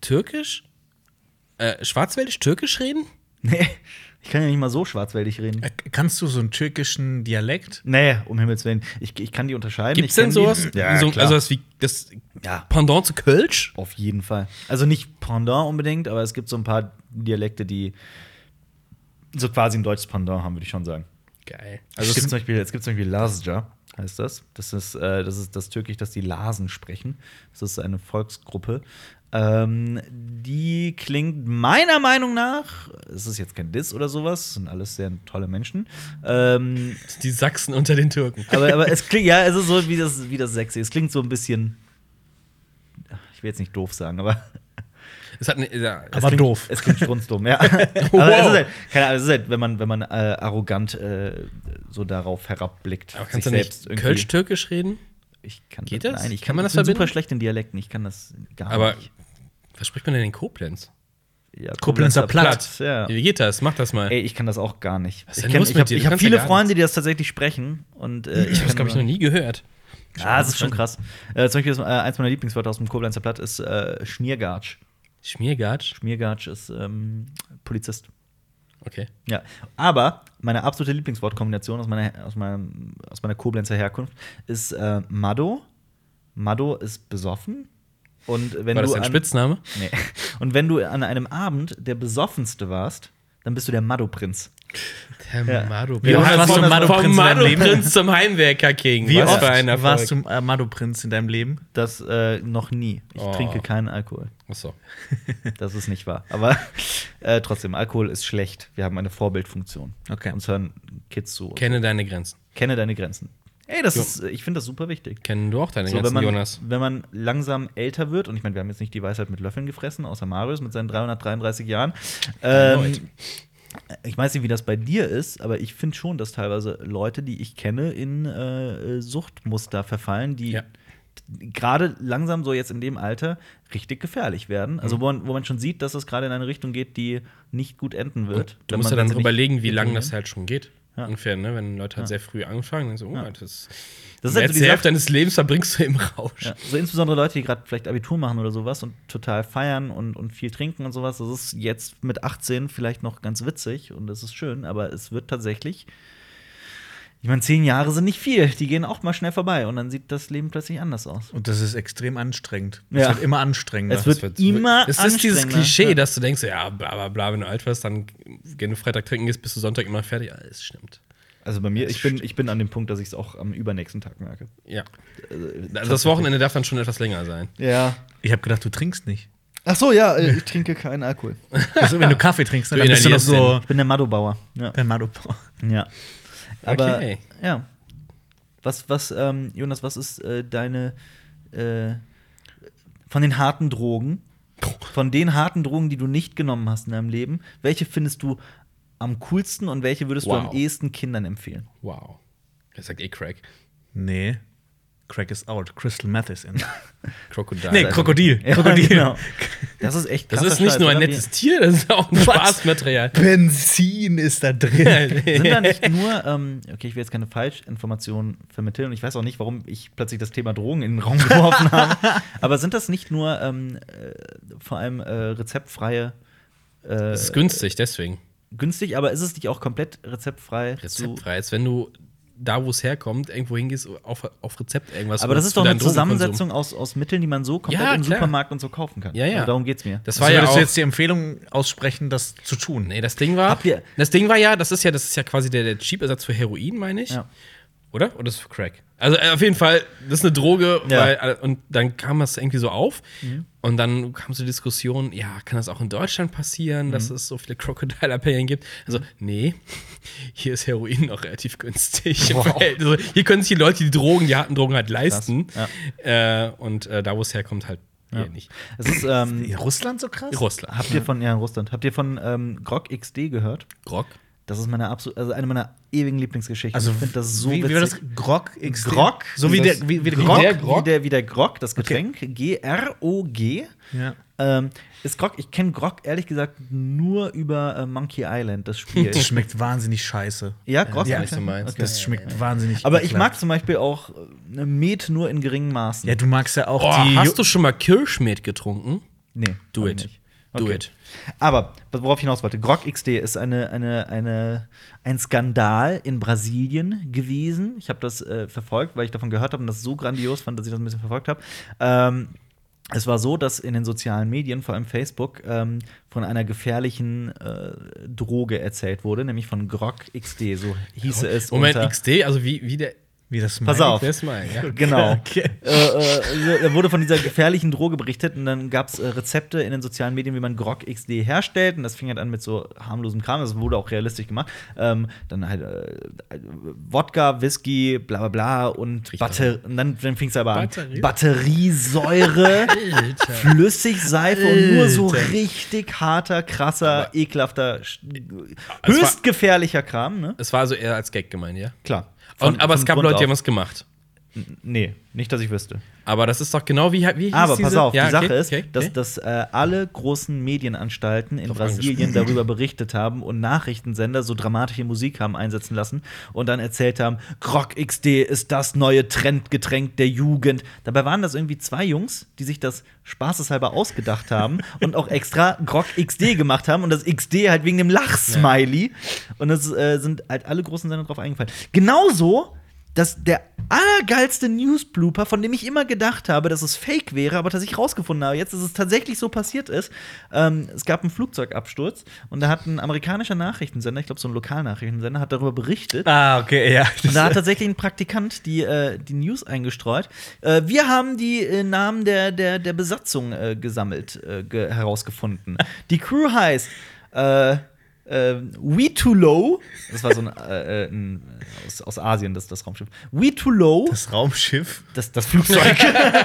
[SPEAKER 1] türkisch, äh, schwarzwäldisch türkisch reden?
[SPEAKER 2] Nee, ich kann ja nicht mal so schwarzwäldig reden.
[SPEAKER 3] Äh, Kannst du so einen türkischen Dialekt?
[SPEAKER 2] Nee, um Himmels Willen. Ich, ich kann die unterscheiden.
[SPEAKER 1] Gibt's
[SPEAKER 2] ich
[SPEAKER 1] denn
[SPEAKER 2] kenn die.
[SPEAKER 1] sowas?
[SPEAKER 2] Ja,
[SPEAKER 1] so,
[SPEAKER 2] klar.
[SPEAKER 1] also das, wie, das
[SPEAKER 2] Ja.
[SPEAKER 1] Pendant zu Kölsch?
[SPEAKER 2] Auf jeden Fall. Also nicht Pendant unbedingt, aber es gibt so ein paar Dialekte, die so quasi ein deutsches Pendant haben, würde ich schon sagen.
[SPEAKER 1] Geil.
[SPEAKER 2] Also
[SPEAKER 1] Also
[SPEAKER 2] es gibt zum Beispiel, es gibt zum Beispiel Lasja. heißt das. Das ist, äh, das ist das Türkisch, das die Lasen sprechen. Das ist eine Volksgruppe. Ähm, die klingt meiner Meinung nach, es ist jetzt kein Diss oder sowas, es sind alles sehr tolle Menschen. Ähm,
[SPEAKER 1] Die Sachsen unter den Türken.
[SPEAKER 2] aber, aber es klingt, ja, es ist so wie das, wie das Sexy. Es klingt so ein bisschen, ich will jetzt nicht doof sagen, aber
[SPEAKER 1] Es hat eine, ja,
[SPEAKER 2] es
[SPEAKER 1] es
[SPEAKER 3] Aber
[SPEAKER 2] klingt,
[SPEAKER 3] doof.
[SPEAKER 2] Es klingt strunzdumm, ja. Aber es ist halt, keine Ahnung, es ist halt, wenn man, wenn man äh, arrogant äh, so darauf herabblickt,
[SPEAKER 1] aber kannst du nicht Kölsch-Türkisch reden?
[SPEAKER 2] Ich kann
[SPEAKER 1] Geht das?
[SPEAKER 2] Nein, ich kann,
[SPEAKER 1] Kann man das
[SPEAKER 2] ich bin super
[SPEAKER 1] verbinden?
[SPEAKER 2] schlecht in Dialekten. Ich kann das gar
[SPEAKER 1] Aber
[SPEAKER 2] nicht.
[SPEAKER 1] was spricht man denn in Koblenz?
[SPEAKER 2] Ja,
[SPEAKER 3] Koblenzer Platt.
[SPEAKER 2] Ja.
[SPEAKER 1] Wie geht das? Mach das mal.
[SPEAKER 2] Ey, ich kann das auch gar nicht.
[SPEAKER 1] Was
[SPEAKER 2] ich
[SPEAKER 1] ist denn
[SPEAKER 2] kenn-
[SPEAKER 1] los
[SPEAKER 2] ich
[SPEAKER 1] mit
[SPEAKER 2] hab-
[SPEAKER 1] dir? Du
[SPEAKER 2] Ich habe
[SPEAKER 1] kannst ja
[SPEAKER 2] viele
[SPEAKER 1] gar
[SPEAKER 2] Freunde, die das tatsächlich sprechen. Und, äh,
[SPEAKER 1] ich habe das,
[SPEAKER 2] kann
[SPEAKER 1] glaube ich, noch
[SPEAKER 2] nur-
[SPEAKER 1] nie gehört.
[SPEAKER 2] Ah, das ist schon krass. Äh, zum Beispiel ist, äh, eins meiner Lieblingswörter aus dem Koblenzer Platt ist äh, Schmiergatsch.
[SPEAKER 1] Schmiergatsch?
[SPEAKER 2] Schmiergatsch ist ähm, Polizist.
[SPEAKER 1] Okay.
[SPEAKER 2] Ja, aber meine absolute Lieblingswortkombination aus meiner, aus meinem, aus meiner Koblenzer Herkunft ist äh, Mado. Mado ist besoffen. Und wenn
[SPEAKER 1] War das
[SPEAKER 2] du
[SPEAKER 1] dein
[SPEAKER 2] an-
[SPEAKER 1] Spitzname?
[SPEAKER 2] Nee. Und wenn du an einem Abend der besoffenste warst, dann bist du der Mado-Prinz.
[SPEAKER 1] Der
[SPEAKER 2] Ja.
[SPEAKER 1] Mado.
[SPEAKER 3] Wie oft warst du
[SPEAKER 1] vom
[SPEAKER 3] Mado Prinz
[SPEAKER 1] vom
[SPEAKER 3] in deinem
[SPEAKER 1] Mado
[SPEAKER 3] Leben?
[SPEAKER 1] Prinz zum Heimwerker-King.
[SPEAKER 3] Wie
[SPEAKER 1] Was
[SPEAKER 3] oft
[SPEAKER 1] für ein Erfolg.
[SPEAKER 3] warst du äh, Mado-Prinz in deinem Leben?
[SPEAKER 2] Das äh, noch nie. Ich
[SPEAKER 1] Oh.
[SPEAKER 2] trinke keinen Alkohol.
[SPEAKER 1] Achso.
[SPEAKER 2] Das ist nicht wahr. Aber äh, trotzdem, Alkohol ist schlecht. Wir haben eine Vorbildfunktion.
[SPEAKER 3] Okay.
[SPEAKER 2] Uns hören Kids zu.
[SPEAKER 1] Kenne deine Grenzen.
[SPEAKER 2] Kenne deine Grenzen. Ey, das
[SPEAKER 1] Jo.
[SPEAKER 2] ist, ich finde das super wichtig.
[SPEAKER 1] Kennen du auch deine
[SPEAKER 2] So, wenn,
[SPEAKER 1] Grenzen,
[SPEAKER 2] man,
[SPEAKER 1] Jonas?
[SPEAKER 2] wenn man langsam älter wird, und ich meine, wir haben jetzt nicht die Weisheit mit Löffeln gefressen, außer Marius mit seinen 333 Jahren.
[SPEAKER 1] Leute.
[SPEAKER 2] Ähm, ich weiß nicht, wie das bei dir ist, aber ich finde schon, dass teilweise Leute, die ich kenne, in äh, Suchtmuster verfallen, die
[SPEAKER 1] Ja.
[SPEAKER 2] gerade langsam so jetzt in dem Alter richtig gefährlich werden.
[SPEAKER 1] Mhm.
[SPEAKER 2] Also, wo man, wo man schon sieht, dass es gerade in eine Richtung geht, die nicht gut enden wird.
[SPEAKER 1] Du
[SPEAKER 2] wenn
[SPEAKER 1] musst ja
[SPEAKER 2] man
[SPEAKER 1] dann
[SPEAKER 2] sie
[SPEAKER 1] auch
[SPEAKER 2] nicht
[SPEAKER 1] überlegen, wie lange
[SPEAKER 2] kontrollieren.
[SPEAKER 1] das halt schon geht.
[SPEAKER 2] Ja.
[SPEAKER 1] Ungefähr, ne? Wenn Leute halt sehr früh anfangen, dann so, oh,
[SPEAKER 2] Ja.
[SPEAKER 1] das,
[SPEAKER 2] Das
[SPEAKER 1] das
[SPEAKER 2] ist halt so
[SPEAKER 1] die
[SPEAKER 2] dieser-
[SPEAKER 1] Hälfte deines Lebens verbringst du im Rausch.
[SPEAKER 2] Ja, so insbesondere Leute, die gerade vielleicht Abitur machen oder sowas und total feiern und, und viel trinken und sowas, das ist jetzt mit 18 vielleicht noch ganz witzig und das ist schön, aber es wird tatsächlich. Ich meine, zehn Jahre sind nicht viel, die gehen auch mal schnell vorbei und dann sieht das Leben plötzlich anders aus.
[SPEAKER 3] Und das ist extrem anstrengend.
[SPEAKER 2] Ja.
[SPEAKER 3] Es wird immer anstrengender.
[SPEAKER 2] Es wird-
[SPEAKER 1] Das wird-
[SPEAKER 2] immer
[SPEAKER 1] Es ist dieses
[SPEAKER 2] anstrengender.
[SPEAKER 1] Klischee,
[SPEAKER 2] Ja.
[SPEAKER 1] dass du denkst, ja, bla bla bla, wenn du alt wirst, dann wenn du Freitag trinken gehst, bist du Sonntag immer fertig. Ja, es stimmt.
[SPEAKER 2] Also bei mir, ich bin, ich bin an dem Punkt, dass ich es auch am übernächsten Tag merke.
[SPEAKER 1] Ja. Also das Wochenende darf dann schon etwas länger sein.
[SPEAKER 2] Ja.
[SPEAKER 3] ich habe gedacht, du trinkst nicht.
[SPEAKER 2] Ach so, ja, äh, ich trinke keinen Alkohol.
[SPEAKER 3] Also, wenn du Kaffee trinkst,
[SPEAKER 1] Du
[SPEAKER 3] dann bist du noch
[SPEAKER 1] inhalierst
[SPEAKER 3] so
[SPEAKER 2] Ich bin der Madobauer. Ja.
[SPEAKER 3] der Mado.
[SPEAKER 2] ja. Aber,
[SPEAKER 1] Okay.
[SPEAKER 2] ja. Was, was, ähm, Jonas, was ist äh, deine, äh, von den harten Drogen, von den harten Drogen, die du nicht genommen hast in deinem Leben, welche findest du am coolsten und welche würdest du
[SPEAKER 1] Wow.
[SPEAKER 2] am ehesten Kindern empfehlen?
[SPEAKER 1] Wow. Er sagt eh Crack.
[SPEAKER 3] Nee. Crack is out. Crystal Meth is in.
[SPEAKER 1] Crocodile.
[SPEAKER 3] nee, Krokodil. Krokodil.
[SPEAKER 2] genau. Das ist echt
[SPEAKER 1] das
[SPEAKER 2] krasser
[SPEAKER 1] ist nicht
[SPEAKER 2] Scheiß,
[SPEAKER 1] nur ein
[SPEAKER 2] oder?
[SPEAKER 1] nettes Tier, das ist auch ein Spaßmaterial.
[SPEAKER 3] Benzin ist da drin.
[SPEAKER 2] Sind da nicht nur, ähm, okay, ich will jetzt keine Falschinformationen vermitteln und ich weiß auch nicht, warum ich plötzlich das Thema Drogen in den Raum geworfen habe, aber sind das nicht nur ähm, äh, vor allem äh, rezeptfreie äh,
[SPEAKER 1] Das ist günstig, deswegen.
[SPEAKER 2] günstig, aber ist es nicht auch komplett rezeptfrei?
[SPEAKER 1] Rezeptfrei. Als wenn du da, wo es herkommt, irgendwo hingehst, auf, auf Rezept irgendwas
[SPEAKER 2] Zu, aber das
[SPEAKER 1] holst
[SPEAKER 2] ist
[SPEAKER 1] für
[SPEAKER 2] doch eine
[SPEAKER 1] deinen Drogenkonsum.
[SPEAKER 2] Zusammensetzung aus, aus Mitteln, die man so komplett
[SPEAKER 1] Ja,
[SPEAKER 2] im
[SPEAKER 1] klar.
[SPEAKER 2] Supermarkt und so kaufen kann.
[SPEAKER 1] Ja, ja.
[SPEAKER 2] Also darum geht's mir.
[SPEAKER 1] Das war
[SPEAKER 3] Also
[SPEAKER 1] ja
[SPEAKER 3] würdest
[SPEAKER 1] auch.
[SPEAKER 3] du jetzt die Empfehlung aussprechen, das zu tun?
[SPEAKER 1] Nee, das Ding war.
[SPEAKER 2] Habt ihr-
[SPEAKER 1] das Ding war ja, das ist ja, das ist ja quasi der, der Cheap-Ersatz für Heroin, meine ich.
[SPEAKER 2] Ja.
[SPEAKER 1] Oder? Oder ist es für Crack? Also äh, auf jeden Fall, das ist eine Droge,
[SPEAKER 2] Ja. Mhm.
[SPEAKER 1] weil, äh, und dann kam das irgendwie so auf. Und dann kam so die Diskussion, ja, kann das auch in Deutschland passieren,
[SPEAKER 2] Mhm.
[SPEAKER 1] dass es so viele Crocodile-Appellen gibt? Also, nee, hier ist Heroin noch relativ günstig. im Verhältnis. Also, hier können sich die Leute die Drogen, die harten Drogen halt leisten. Äh, und äh, da, wo es herkommt, halt hier nicht.
[SPEAKER 2] Es ist, ähm,
[SPEAKER 3] In Russland so krass?
[SPEAKER 1] Russland.
[SPEAKER 2] habt ihr von, ja, in Russland, habt ihr von ähm, Grog XD gehört?
[SPEAKER 1] Grog.
[SPEAKER 2] Das ist meine absolute, also eine meiner ewigen Lieblingsgeschichten.
[SPEAKER 3] Also,
[SPEAKER 2] ich finde das so
[SPEAKER 3] wie,
[SPEAKER 2] witzig.
[SPEAKER 3] wie war das? Grog? X-
[SPEAKER 2] Grog?
[SPEAKER 3] So wie
[SPEAKER 2] Dieses
[SPEAKER 3] der, wie, wie der
[SPEAKER 2] Grog,
[SPEAKER 3] Grog?
[SPEAKER 1] der Grog?
[SPEAKER 2] Wie, der, wie der Grog, das Getränk. G-R-O-G.
[SPEAKER 3] Ja.
[SPEAKER 2] Ähm, ist Grog, ich kenne Grog ehrlich gesagt nur über äh, Monkey Island, das Spiel.
[SPEAKER 3] Das schmeckt wahnsinnig scheiße.
[SPEAKER 2] ja, Grog.
[SPEAKER 1] Ja,
[SPEAKER 2] okay.
[SPEAKER 1] nicht so meins.
[SPEAKER 2] Okay.
[SPEAKER 3] Das schmeckt wahnsinnig
[SPEAKER 2] Aber ich
[SPEAKER 3] ekelhaft.
[SPEAKER 2] mag zum Beispiel auch äh, Met nur in geringen Maßen.
[SPEAKER 3] Ja, du magst ja auch
[SPEAKER 1] Boah,
[SPEAKER 3] die.
[SPEAKER 1] hast du schon mal Kirschmet getrunken?
[SPEAKER 2] Nee,
[SPEAKER 1] Do
[SPEAKER 2] hab
[SPEAKER 1] it.
[SPEAKER 2] ich nicht.
[SPEAKER 1] Do
[SPEAKER 2] Okay.
[SPEAKER 1] it.
[SPEAKER 2] Aber worauf ich hinaus wollte, Grog XD ist eine, eine, eine, ein Skandal in Brasilien gewesen. Ich habe das äh, verfolgt, weil ich davon gehört habe und das so grandios fand, dass ich das ein bisschen verfolgt habe. Ähm, es war so, dass in den sozialen Medien, vor allem Facebook, ähm, von einer gefährlichen äh, Droge erzählt wurde, nämlich von Grog XD, so hieße es.
[SPEAKER 1] Moment,
[SPEAKER 2] unter-
[SPEAKER 1] XD, also wie, wie der
[SPEAKER 3] Wie das
[SPEAKER 2] Pass
[SPEAKER 3] meint?
[SPEAKER 2] auf.
[SPEAKER 1] Das mal, ja.
[SPEAKER 2] Genau.
[SPEAKER 3] Okay.
[SPEAKER 2] Äh, äh, da wurde von dieser gefährlichen Droge berichtet und dann gab es äh, Rezepte in den sozialen Medien, wie man Grog XD herstellt. Und das fing halt an mit so harmlosem Kram, das wurde auch realistisch gemacht. Ähm, dann halt äh, Wodka, Whisky, bla bla bla und Batter und dann, dann fing es aber an.
[SPEAKER 3] Batterie?
[SPEAKER 2] Batteriesäure, Flüssigseife und nur so
[SPEAKER 3] Alter.
[SPEAKER 2] richtig harter, krasser, ekelhafter, sch-
[SPEAKER 1] es Also war-
[SPEAKER 2] höchst gefährlicher Kram, ne?
[SPEAKER 1] Es war so eher als Gag gemeint, ja.
[SPEAKER 2] Klar.
[SPEAKER 1] Und, aber es gab Leute, die haben
[SPEAKER 2] was.
[SPEAKER 1] was gemacht.
[SPEAKER 2] Nee, nicht, dass ich wüsste.
[SPEAKER 1] Aber das ist doch genau wie, wie hieß
[SPEAKER 2] Aber
[SPEAKER 1] diese?
[SPEAKER 2] pass auf,
[SPEAKER 1] Ja,
[SPEAKER 2] die Sache
[SPEAKER 1] okay,
[SPEAKER 2] ist,
[SPEAKER 1] okay,
[SPEAKER 2] dass,
[SPEAKER 1] okay.
[SPEAKER 2] dass äh, alle großen Medienanstalten in
[SPEAKER 1] Drauf
[SPEAKER 2] Brasilien darüber berichtet haben und Nachrichtensender so dramatische Musik haben einsetzen lassen und dann erzählt haben, Grog XD ist das neue Trendgetränk der Jugend. Dabei waren das irgendwie zwei Jungs, die sich das spaßeshalber ausgedacht haben und auch extra Grog XD gemacht haben und das XD halt wegen dem Lachsmiley. Und das äh, sind halt alle großen Sender drauf eingefallen. Genauso dass der allergeilste News-Blooper, von dem ich immer gedacht habe, dass es fake wäre, aber dass ich rausgefunden habe jetzt, dass es tatsächlich so passiert ist. Ähm, es gab einen Flugzeugabsturz und da hat ein amerikanischer Nachrichtensender, ich glaube so ein Lokalnachrichtensender, hat darüber berichtet.
[SPEAKER 3] Ah, okay, ja.
[SPEAKER 2] Und da hat tatsächlich ein Praktikant die, äh, die News eingestreut. Äh, wir haben die äh, Namen der, der, der Besatzung äh, gesammelt, äh, ge herausgefunden. Die Crew heißt äh, äh, We Too Low. Das war so ein, äh, äh, ein aus, aus Asien, das, das Raumschiff. We Too Low.
[SPEAKER 3] das Raumschiff.
[SPEAKER 2] Das, das Flugzeug.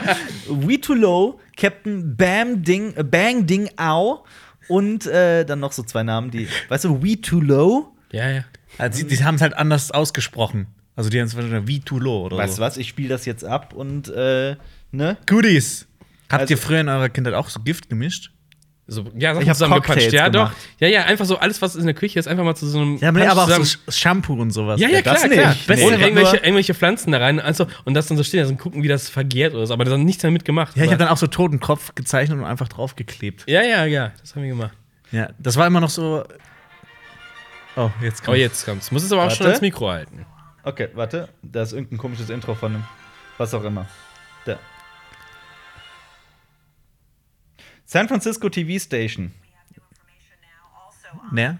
[SPEAKER 2] We Too Low, Captain Bam Ding, äh, Bang Ding Au und äh, dann noch so zwei Namen, die, weißt du, We Too Low.
[SPEAKER 1] ja, ja.
[SPEAKER 3] Also, die die haben es halt anders ausgesprochen. Also die haben es wahrscheinlich wie too low oder
[SPEAKER 2] Weißt du
[SPEAKER 3] so.
[SPEAKER 2] was, ich spiele das jetzt ab und, äh, ne?
[SPEAKER 3] Goodies. Habt
[SPEAKER 2] Also-
[SPEAKER 3] ihr früher in eurer Kindheit auch so Gift gemischt?
[SPEAKER 1] So, ja, Sachen
[SPEAKER 2] Ich hab
[SPEAKER 1] zusammengepatscht.
[SPEAKER 2] Cocktails
[SPEAKER 1] Ja, doch.
[SPEAKER 2] gemacht.
[SPEAKER 1] Ja, ja, einfach so alles, was in der Küche ist, einfach mal zu so einem.
[SPEAKER 3] Ja,
[SPEAKER 1] Punch
[SPEAKER 3] aber auch
[SPEAKER 1] zusammen-
[SPEAKER 3] so Sch- Shampoo und sowas.
[SPEAKER 1] ja, ja, klar,
[SPEAKER 2] das
[SPEAKER 1] klar.
[SPEAKER 2] nicht.
[SPEAKER 3] Nee.
[SPEAKER 1] Und
[SPEAKER 2] Besser
[SPEAKER 1] irgendwelche,
[SPEAKER 2] nur-
[SPEAKER 1] irgendwelche Pflanzen da rein. Also, und das dann so stehen lassen, gucken, wie das vergärt oder so. Aber da dann nichts damit gemacht.
[SPEAKER 3] Ja, ich habe
[SPEAKER 1] aber,
[SPEAKER 3] dann auch so Totenkopf gezeichnet und einfach draufgeklebt.
[SPEAKER 1] ja, ja, ja, das haben wir gemacht.
[SPEAKER 3] Ja, das war immer noch so. Oh, jetzt
[SPEAKER 1] Oh,
[SPEAKER 3] kommt.
[SPEAKER 1] jetzt kommt's. Muss es aber auch schon
[SPEAKER 2] Warte.
[SPEAKER 1] ans Mikro halten.
[SPEAKER 2] Okay, warte. Da ist irgendein komisches Intro von einem. Was auch immer. Da. San Francisco TV Station.
[SPEAKER 3] Ne?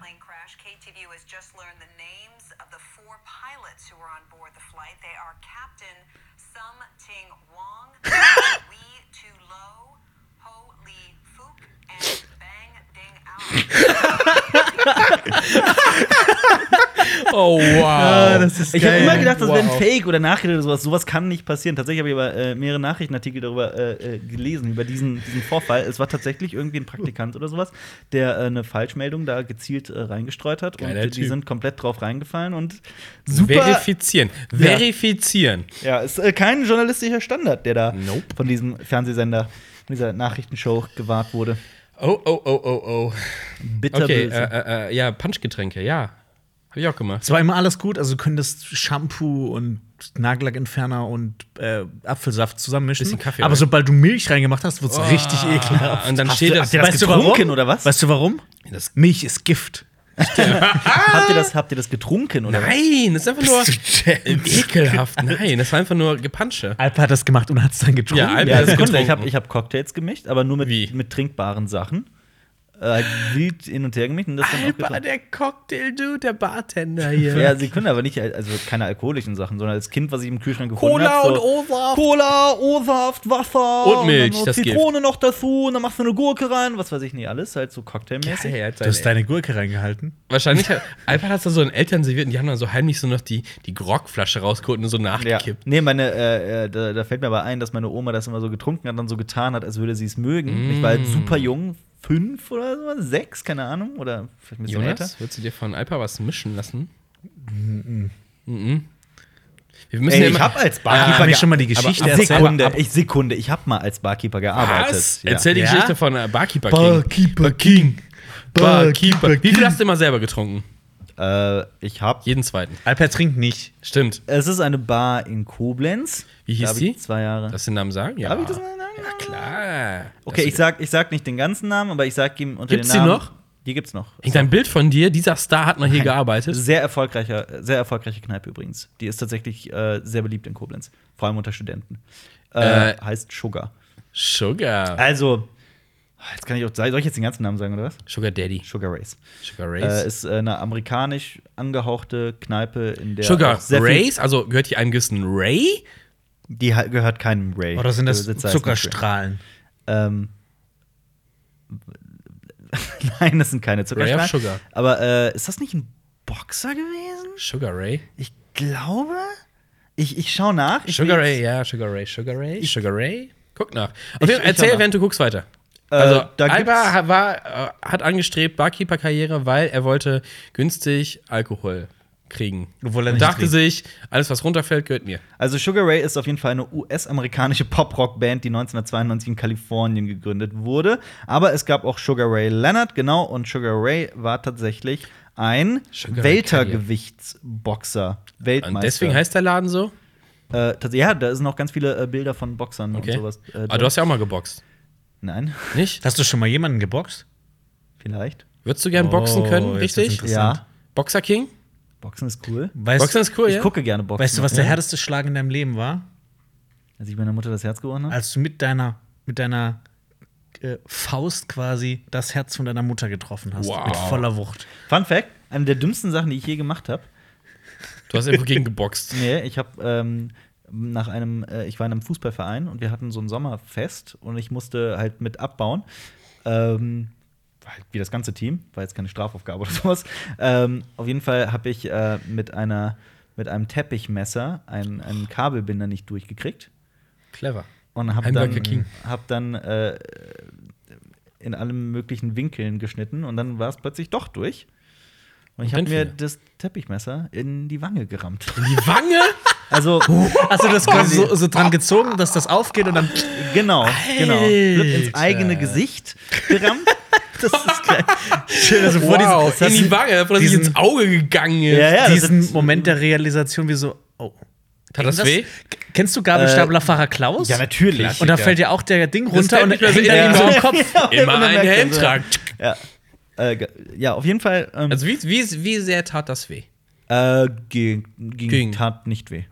[SPEAKER 1] Oh, wow.
[SPEAKER 3] Ah, das ist
[SPEAKER 2] Ich habe
[SPEAKER 3] geil.
[SPEAKER 2] immer gedacht, das wäre ein
[SPEAKER 1] Wow.
[SPEAKER 2] Fake oder Nachricht oder sowas. Sowas kann nicht passieren. Tatsächlich habe ich aber äh, mehrere Nachrichtenartikel darüber äh, äh, gelesen, über diesen, diesen Vorfall. Es war tatsächlich irgendwie ein Praktikant oder sowas, der äh, eine Falschmeldung da gezielt äh, reingestreut hat.
[SPEAKER 1] Geiler
[SPEAKER 2] und die
[SPEAKER 1] Typ.
[SPEAKER 2] sind komplett drauf reingefallen und super.
[SPEAKER 1] Verifizieren. Verifizieren.
[SPEAKER 2] Ja, ist äh, kein journalistischer Standard, der da
[SPEAKER 1] Nope.
[SPEAKER 2] von diesem Fernsehsender, von dieser Nachrichtenshow gewahrt wurde.
[SPEAKER 1] Oh, oh, oh, oh, oh.
[SPEAKER 2] Bitterböse.
[SPEAKER 1] Okay, äh, äh, äh, ja, Punchgetränke, ja. Habe ich auch gemacht.
[SPEAKER 3] Es war immer alles gut. Also, du könntest Shampoo und Nagellackentferner und äh, Apfelsaft zusammenmischen.
[SPEAKER 1] Bisschen Kaffee
[SPEAKER 3] Aber
[SPEAKER 1] rein.
[SPEAKER 3] sobald du Milch reingemacht hast,
[SPEAKER 2] Oh.
[SPEAKER 3] wird's richtig ekelhaft.
[SPEAKER 1] Ah, Und dann steht
[SPEAKER 2] du- habt
[SPEAKER 1] das.
[SPEAKER 2] ihr das getrunken oder was?
[SPEAKER 3] Weißt du warum?
[SPEAKER 1] Das-
[SPEAKER 3] Milch ist Gift.
[SPEAKER 2] habt, ihr das, habt ihr das getrunken oder was?
[SPEAKER 1] äh, ah! Nein, das ist einfach nur ekelhaft. Nein, das war einfach nur Gepansche.
[SPEAKER 3] Alper hat das gemacht und hat es dann getrunken.
[SPEAKER 1] Ja, Alper-
[SPEAKER 2] Ja,
[SPEAKER 1] das
[SPEAKER 2] das konnte.
[SPEAKER 1] getrunken.
[SPEAKER 2] Ich habe ich hab Cocktails gemischt, aber nur
[SPEAKER 1] Wie?
[SPEAKER 2] mit, mit trinkbaren Sachen. Äh, wild hin und her gemischt und das dann auch getrunken.
[SPEAKER 1] der Cocktail-Dude, der Bartender hier.
[SPEAKER 2] Ja, sie können aber nicht, also keine alkoholischen Sachen, sondern als Kind, was ich im Kühlschrank gefunden
[SPEAKER 1] Cola
[SPEAKER 2] habe.
[SPEAKER 1] und O-Saft.
[SPEAKER 2] Cola, O-Saft, Wasser.
[SPEAKER 1] Und Milch,
[SPEAKER 2] dann noch
[SPEAKER 1] das Gift.
[SPEAKER 2] Zitrone noch dazu und dann machst du eine Gurke rein, was weiß ich nicht, alles halt so cocktailmäßig.
[SPEAKER 1] Hey, Alter,
[SPEAKER 3] Du hast
[SPEAKER 1] ey.
[SPEAKER 3] deine Gurke reingehalten.
[SPEAKER 1] Wahrscheinlich hat Alpha hat da so einen Eltern serviert und die haben dann so heimlich so noch die, die Grogflasche rausgeholt und so
[SPEAKER 2] Ja.
[SPEAKER 1] nachgekippt.
[SPEAKER 2] Nee, meine, äh, äh, da, da fällt mir aber ein, dass meine Oma das immer so getrunken hat und so getan hat, als würde sie es mögen. Ich war
[SPEAKER 1] Mm.
[SPEAKER 2] halt super jung, fünf oder so, sechs, keine Ahnung, oder vielleicht ein bisschen älter.
[SPEAKER 1] Jonas, würdest du dir von Alpha was mischen lassen? Mhm. Wir müssen ja
[SPEAKER 2] Ey, ich
[SPEAKER 1] immer-
[SPEAKER 2] habe als
[SPEAKER 3] Ah, hab
[SPEAKER 2] Barkeeper
[SPEAKER 3] ich schon mal die
[SPEAKER 2] ge-
[SPEAKER 3] Geschichte
[SPEAKER 2] aber-
[SPEAKER 3] erzählt.
[SPEAKER 2] Sekunde, ich Sekunde, ich habe mal als Barkeeper gearbeitet.
[SPEAKER 1] Was? Erzähl die
[SPEAKER 3] Ja?
[SPEAKER 1] Geschichte von äh, Barkeeper King.
[SPEAKER 3] Barkeeper King.
[SPEAKER 1] Barkeeper Wie viel hast du immer selber getrunken?
[SPEAKER 2] Äh, ich habe.
[SPEAKER 1] Jeden zweiten.
[SPEAKER 3] Alper trinkt nicht.
[SPEAKER 1] Stimmt.
[SPEAKER 2] Es ist eine Bar in Koblenz.
[SPEAKER 1] Wie hieß
[SPEAKER 2] da hab
[SPEAKER 1] die?
[SPEAKER 2] Ich zwei Jahre.
[SPEAKER 1] Darfst du den Namen sagen? Ja.
[SPEAKER 2] Darf ich das mal sagen?
[SPEAKER 1] Ja, klar.
[SPEAKER 2] okay,
[SPEAKER 1] Das-
[SPEAKER 2] ich sag, ich sag nicht den ganzen Namen, aber ich sag ihm unter
[SPEAKER 1] Gibt's die
[SPEAKER 2] den Namen.
[SPEAKER 1] noch?
[SPEAKER 2] Die gibt's noch.
[SPEAKER 1] Hängt ein Bild von dir, dieser Star hat noch hier gearbeitet.
[SPEAKER 2] Sehr erfolgreicher, sehr erfolgreiche Kneipe übrigens. Die ist tatsächlich äh, sehr beliebt in Koblenz, vor allem unter Studenten. Äh,
[SPEAKER 1] Äh,
[SPEAKER 2] heißt Sugar.
[SPEAKER 1] Sugar.
[SPEAKER 2] Also Jetzt kann ich auch, soll ich jetzt den ganzen Namen sagen, oder was?
[SPEAKER 1] Sugar Daddy.
[SPEAKER 2] Sugar Race.
[SPEAKER 1] Sugar
[SPEAKER 2] Äh,
[SPEAKER 1] Race.
[SPEAKER 2] ist äh, eine amerikanisch angehauchte Kneipe, in der.
[SPEAKER 1] Sugar
[SPEAKER 2] auch sehr viel-
[SPEAKER 1] Race, also gehört hier einem gewissen Ray?
[SPEAKER 2] Die ha- gehört keinem Ray.
[SPEAKER 3] Oder sind das
[SPEAKER 2] Der Besitzer heißt nicht Ray.
[SPEAKER 3] Zuckerstrahlen?
[SPEAKER 2] Ähm, Nein, das sind keine Zuckerstrahlen.
[SPEAKER 1] Ray of Sugar.
[SPEAKER 2] Aber äh, ist das nicht ein Boxer gewesen?
[SPEAKER 1] Sugar Ray?
[SPEAKER 2] Ich glaube. Ich, ich schaue nach. Ich
[SPEAKER 1] Sugar
[SPEAKER 2] will-
[SPEAKER 1] Ray, ja, Sugar Ray, Sugar Ray, Sugar Ray. Guck nach.
[SPEAKER 2] Ich-
[SPEAKER 1] Auf jeden Fall,
[SPEAKER 2] ich schau
[SPEAKER 1] erzähl,
[SPEAKER 2] nach.
[SPEAKER 1] während du guckst weiter. Also,
[SPEAKER 2] da gibt's-
[SPEAKER 1] Alba ha- war, äh, hat angestrebt Barkeeper-Karriere, weil er wollte günstig Alkohol kriegen.
[SPEAKER 3] Obwohl er
[SPEAKER 1] Und
[SPEAKER 3] nicht
[SPEAKER 1] dachte
[SPEAKER 3] trinkt.
[SPEAKER 1] sich, alles, was runterfällt, gehört mir.
[SPEAKER 2] Also Sugar Ray ist auf jeden Fall eine US-amerikanische Pop-Rock-Band, die 1992 in Kalifornien gegründet wurde. Aber es gab auch Sugar Ray Leonard, genau. Und Sugar Ray war tatsächlich ein
[SPEAKER 1] Sugar Ray
[SPEAKER 2] Weltergewichtsboxer, Weltmeister.
[SPEAKER 1] Und deswegen heißt der Laden so.
[SPEAKER 2] äh, tats- ja, da sind auch ganz viele äh, Bilder von Boxern
[SPEAKER 1] Okay.
[SPEAKER 2] und sowas. äh,
[SPEAKER 1] Aber
[SPEAKER 2] drin.
[SPEAKER 1] du hast ja auch mal geboxt,
[SPEAKER 2] Nein,
[SPEAKER 1] nicht?
[SPEAKER 3] Hast du schon mal jemanden geboxt?
[SPEAKER 2] vielleicht.
[SPEAKER 1] Würdest du gern boxen
[SPEAKER 3] Oh,
[SPEAKER 1] können,
[SPEAKER 3] jetzt wird's
[SPEAKER 1] richtig?
[SPEAKER 3] interessant.
[SPEAKER 2] Ja,
[SPEAKER 1] Boxer King?
[SPEAKER 2] Boxen ist cool.
[SPEAKER 3] Weißt,
[SPEAKER 1] Boxen ist cool,
[SPEAKER 2] Ich
[SPEAKER 1] Oh, ja?
[SPEAKER 2] gucke gerne Boxen.
[SPEAKER 3] weißt du, was der härteste Schlag in deinem Leben war?
[SPEAKER 2] Als ich meiner Mutter das Herz gebrochen habe?
[SPEAKER 3] Als du mit deiner, mit deiner äh, Faust quasi das Herz von deiner Mutter getroffen hast.
[SPEAKER 1] Wow.
[SPEAKER 3] Mit voller Wucht.
[SPEAKER 2] Fun Fact: Eine der dümmsten Sachen, die ich je gemacht habe.
[SPEAKER 1] Du hast irgendwo gegen geboxt.
[SPEAKER 2] Nee, ich habe ähm, nach einem, äh, ich war in einem Fußballverein und wir hatten so ein Sommerfest und ich musste halt mit abbauen. Ähm, halt wie das ganze Team, war jetzt keine Strafaufgabe oder sowas. Ähm, auf jeden Fall habe ich äh, mit einer mit einem Teppichmesser einen, einen Kabelbinder nicht durchgekriegt
[SPEAKER 1] Clever.
[SPEAKER 2] und habe
[SPEAKER 1] Heimwerker
[SPEAKER 2] dann,
[SPEAKER 1] King.
[SPEAKER 2] hab dann äh, in allen möglichen Winkeln geschnitten und dann war es plötzlich doch durch. Und ich habe mir
[SPEAKER 1] Rindfilet.
[SPEAKER 2] das Teppichmesser in die Wange gerammt.
[SPEAKER 1] Die Wange?
[SPEAKER 2] Also
[SPEAKER 3] Hast du das quasi so, so dran gezogen, dass das aufgeht und dann.
[SPEAKER 2] Genau, genau. Wird ins
[SPEAKER 1] Alter.
[SPEAKER 2] eigene Gesicht gerammt. Das ist geil.
[SPEAKER 3] Schön, also
[SPEAKER 1] wow, in die Wange, davon, dass ich
[SPEAKER 3] diesen-
[SPEAKER 1] ins Auge gegangen ist.
[SPEAKER 2] Ja, ja. das
[SPEAKER 3] diesen
[SPEAKER 2] ist-
[SPEAKER 3] Moment der Realisation, wie so. Oh.
[SPEAKER 1] Tat das
[SPEAKER 3] Ging
[SPEAKER 1] weh?
[SPEAKER 3] Kennst du Gabelstaplerfahrer Klaus?
[SPEAKER 2] Ja, natürlich.
[SPEAKER 3] Und da fällt ja auch der Ding runter
[SPEAKER 1] fällt
[SPEAKER 3] und
[SPEAKER 1] nicht mehr so
[SPEAKER 3] hängt
[SPEAKER 1] in
[SPEAKER 3] dann ihm
[SPEAKER 1] den
[SPEAKER 3] so im
[SPEAKER 1] Kopf.
[SPEAKER 3] Kopf.
[SPEAKER 1] Immer
[SPEAKER 2] Und dann
[SPEAKER 1] einen
[SPEAKER 2] merkt
[SPEAKER 1] Helm
[SPEAKER 2] man so,
[SPEAKER 1] tragen.
[SPEAKER 2] Ja. Äh, ge- ja, auf jeden Fall. Ähm,
[SPEAKER 1] Also wie, wie, wie sehr tat das weh?
[SPEAKER 2] äh, ging, ging,
[SPEAKER 1] Ging. Mhm.
[SPEAKER 2] Tat nicht weh.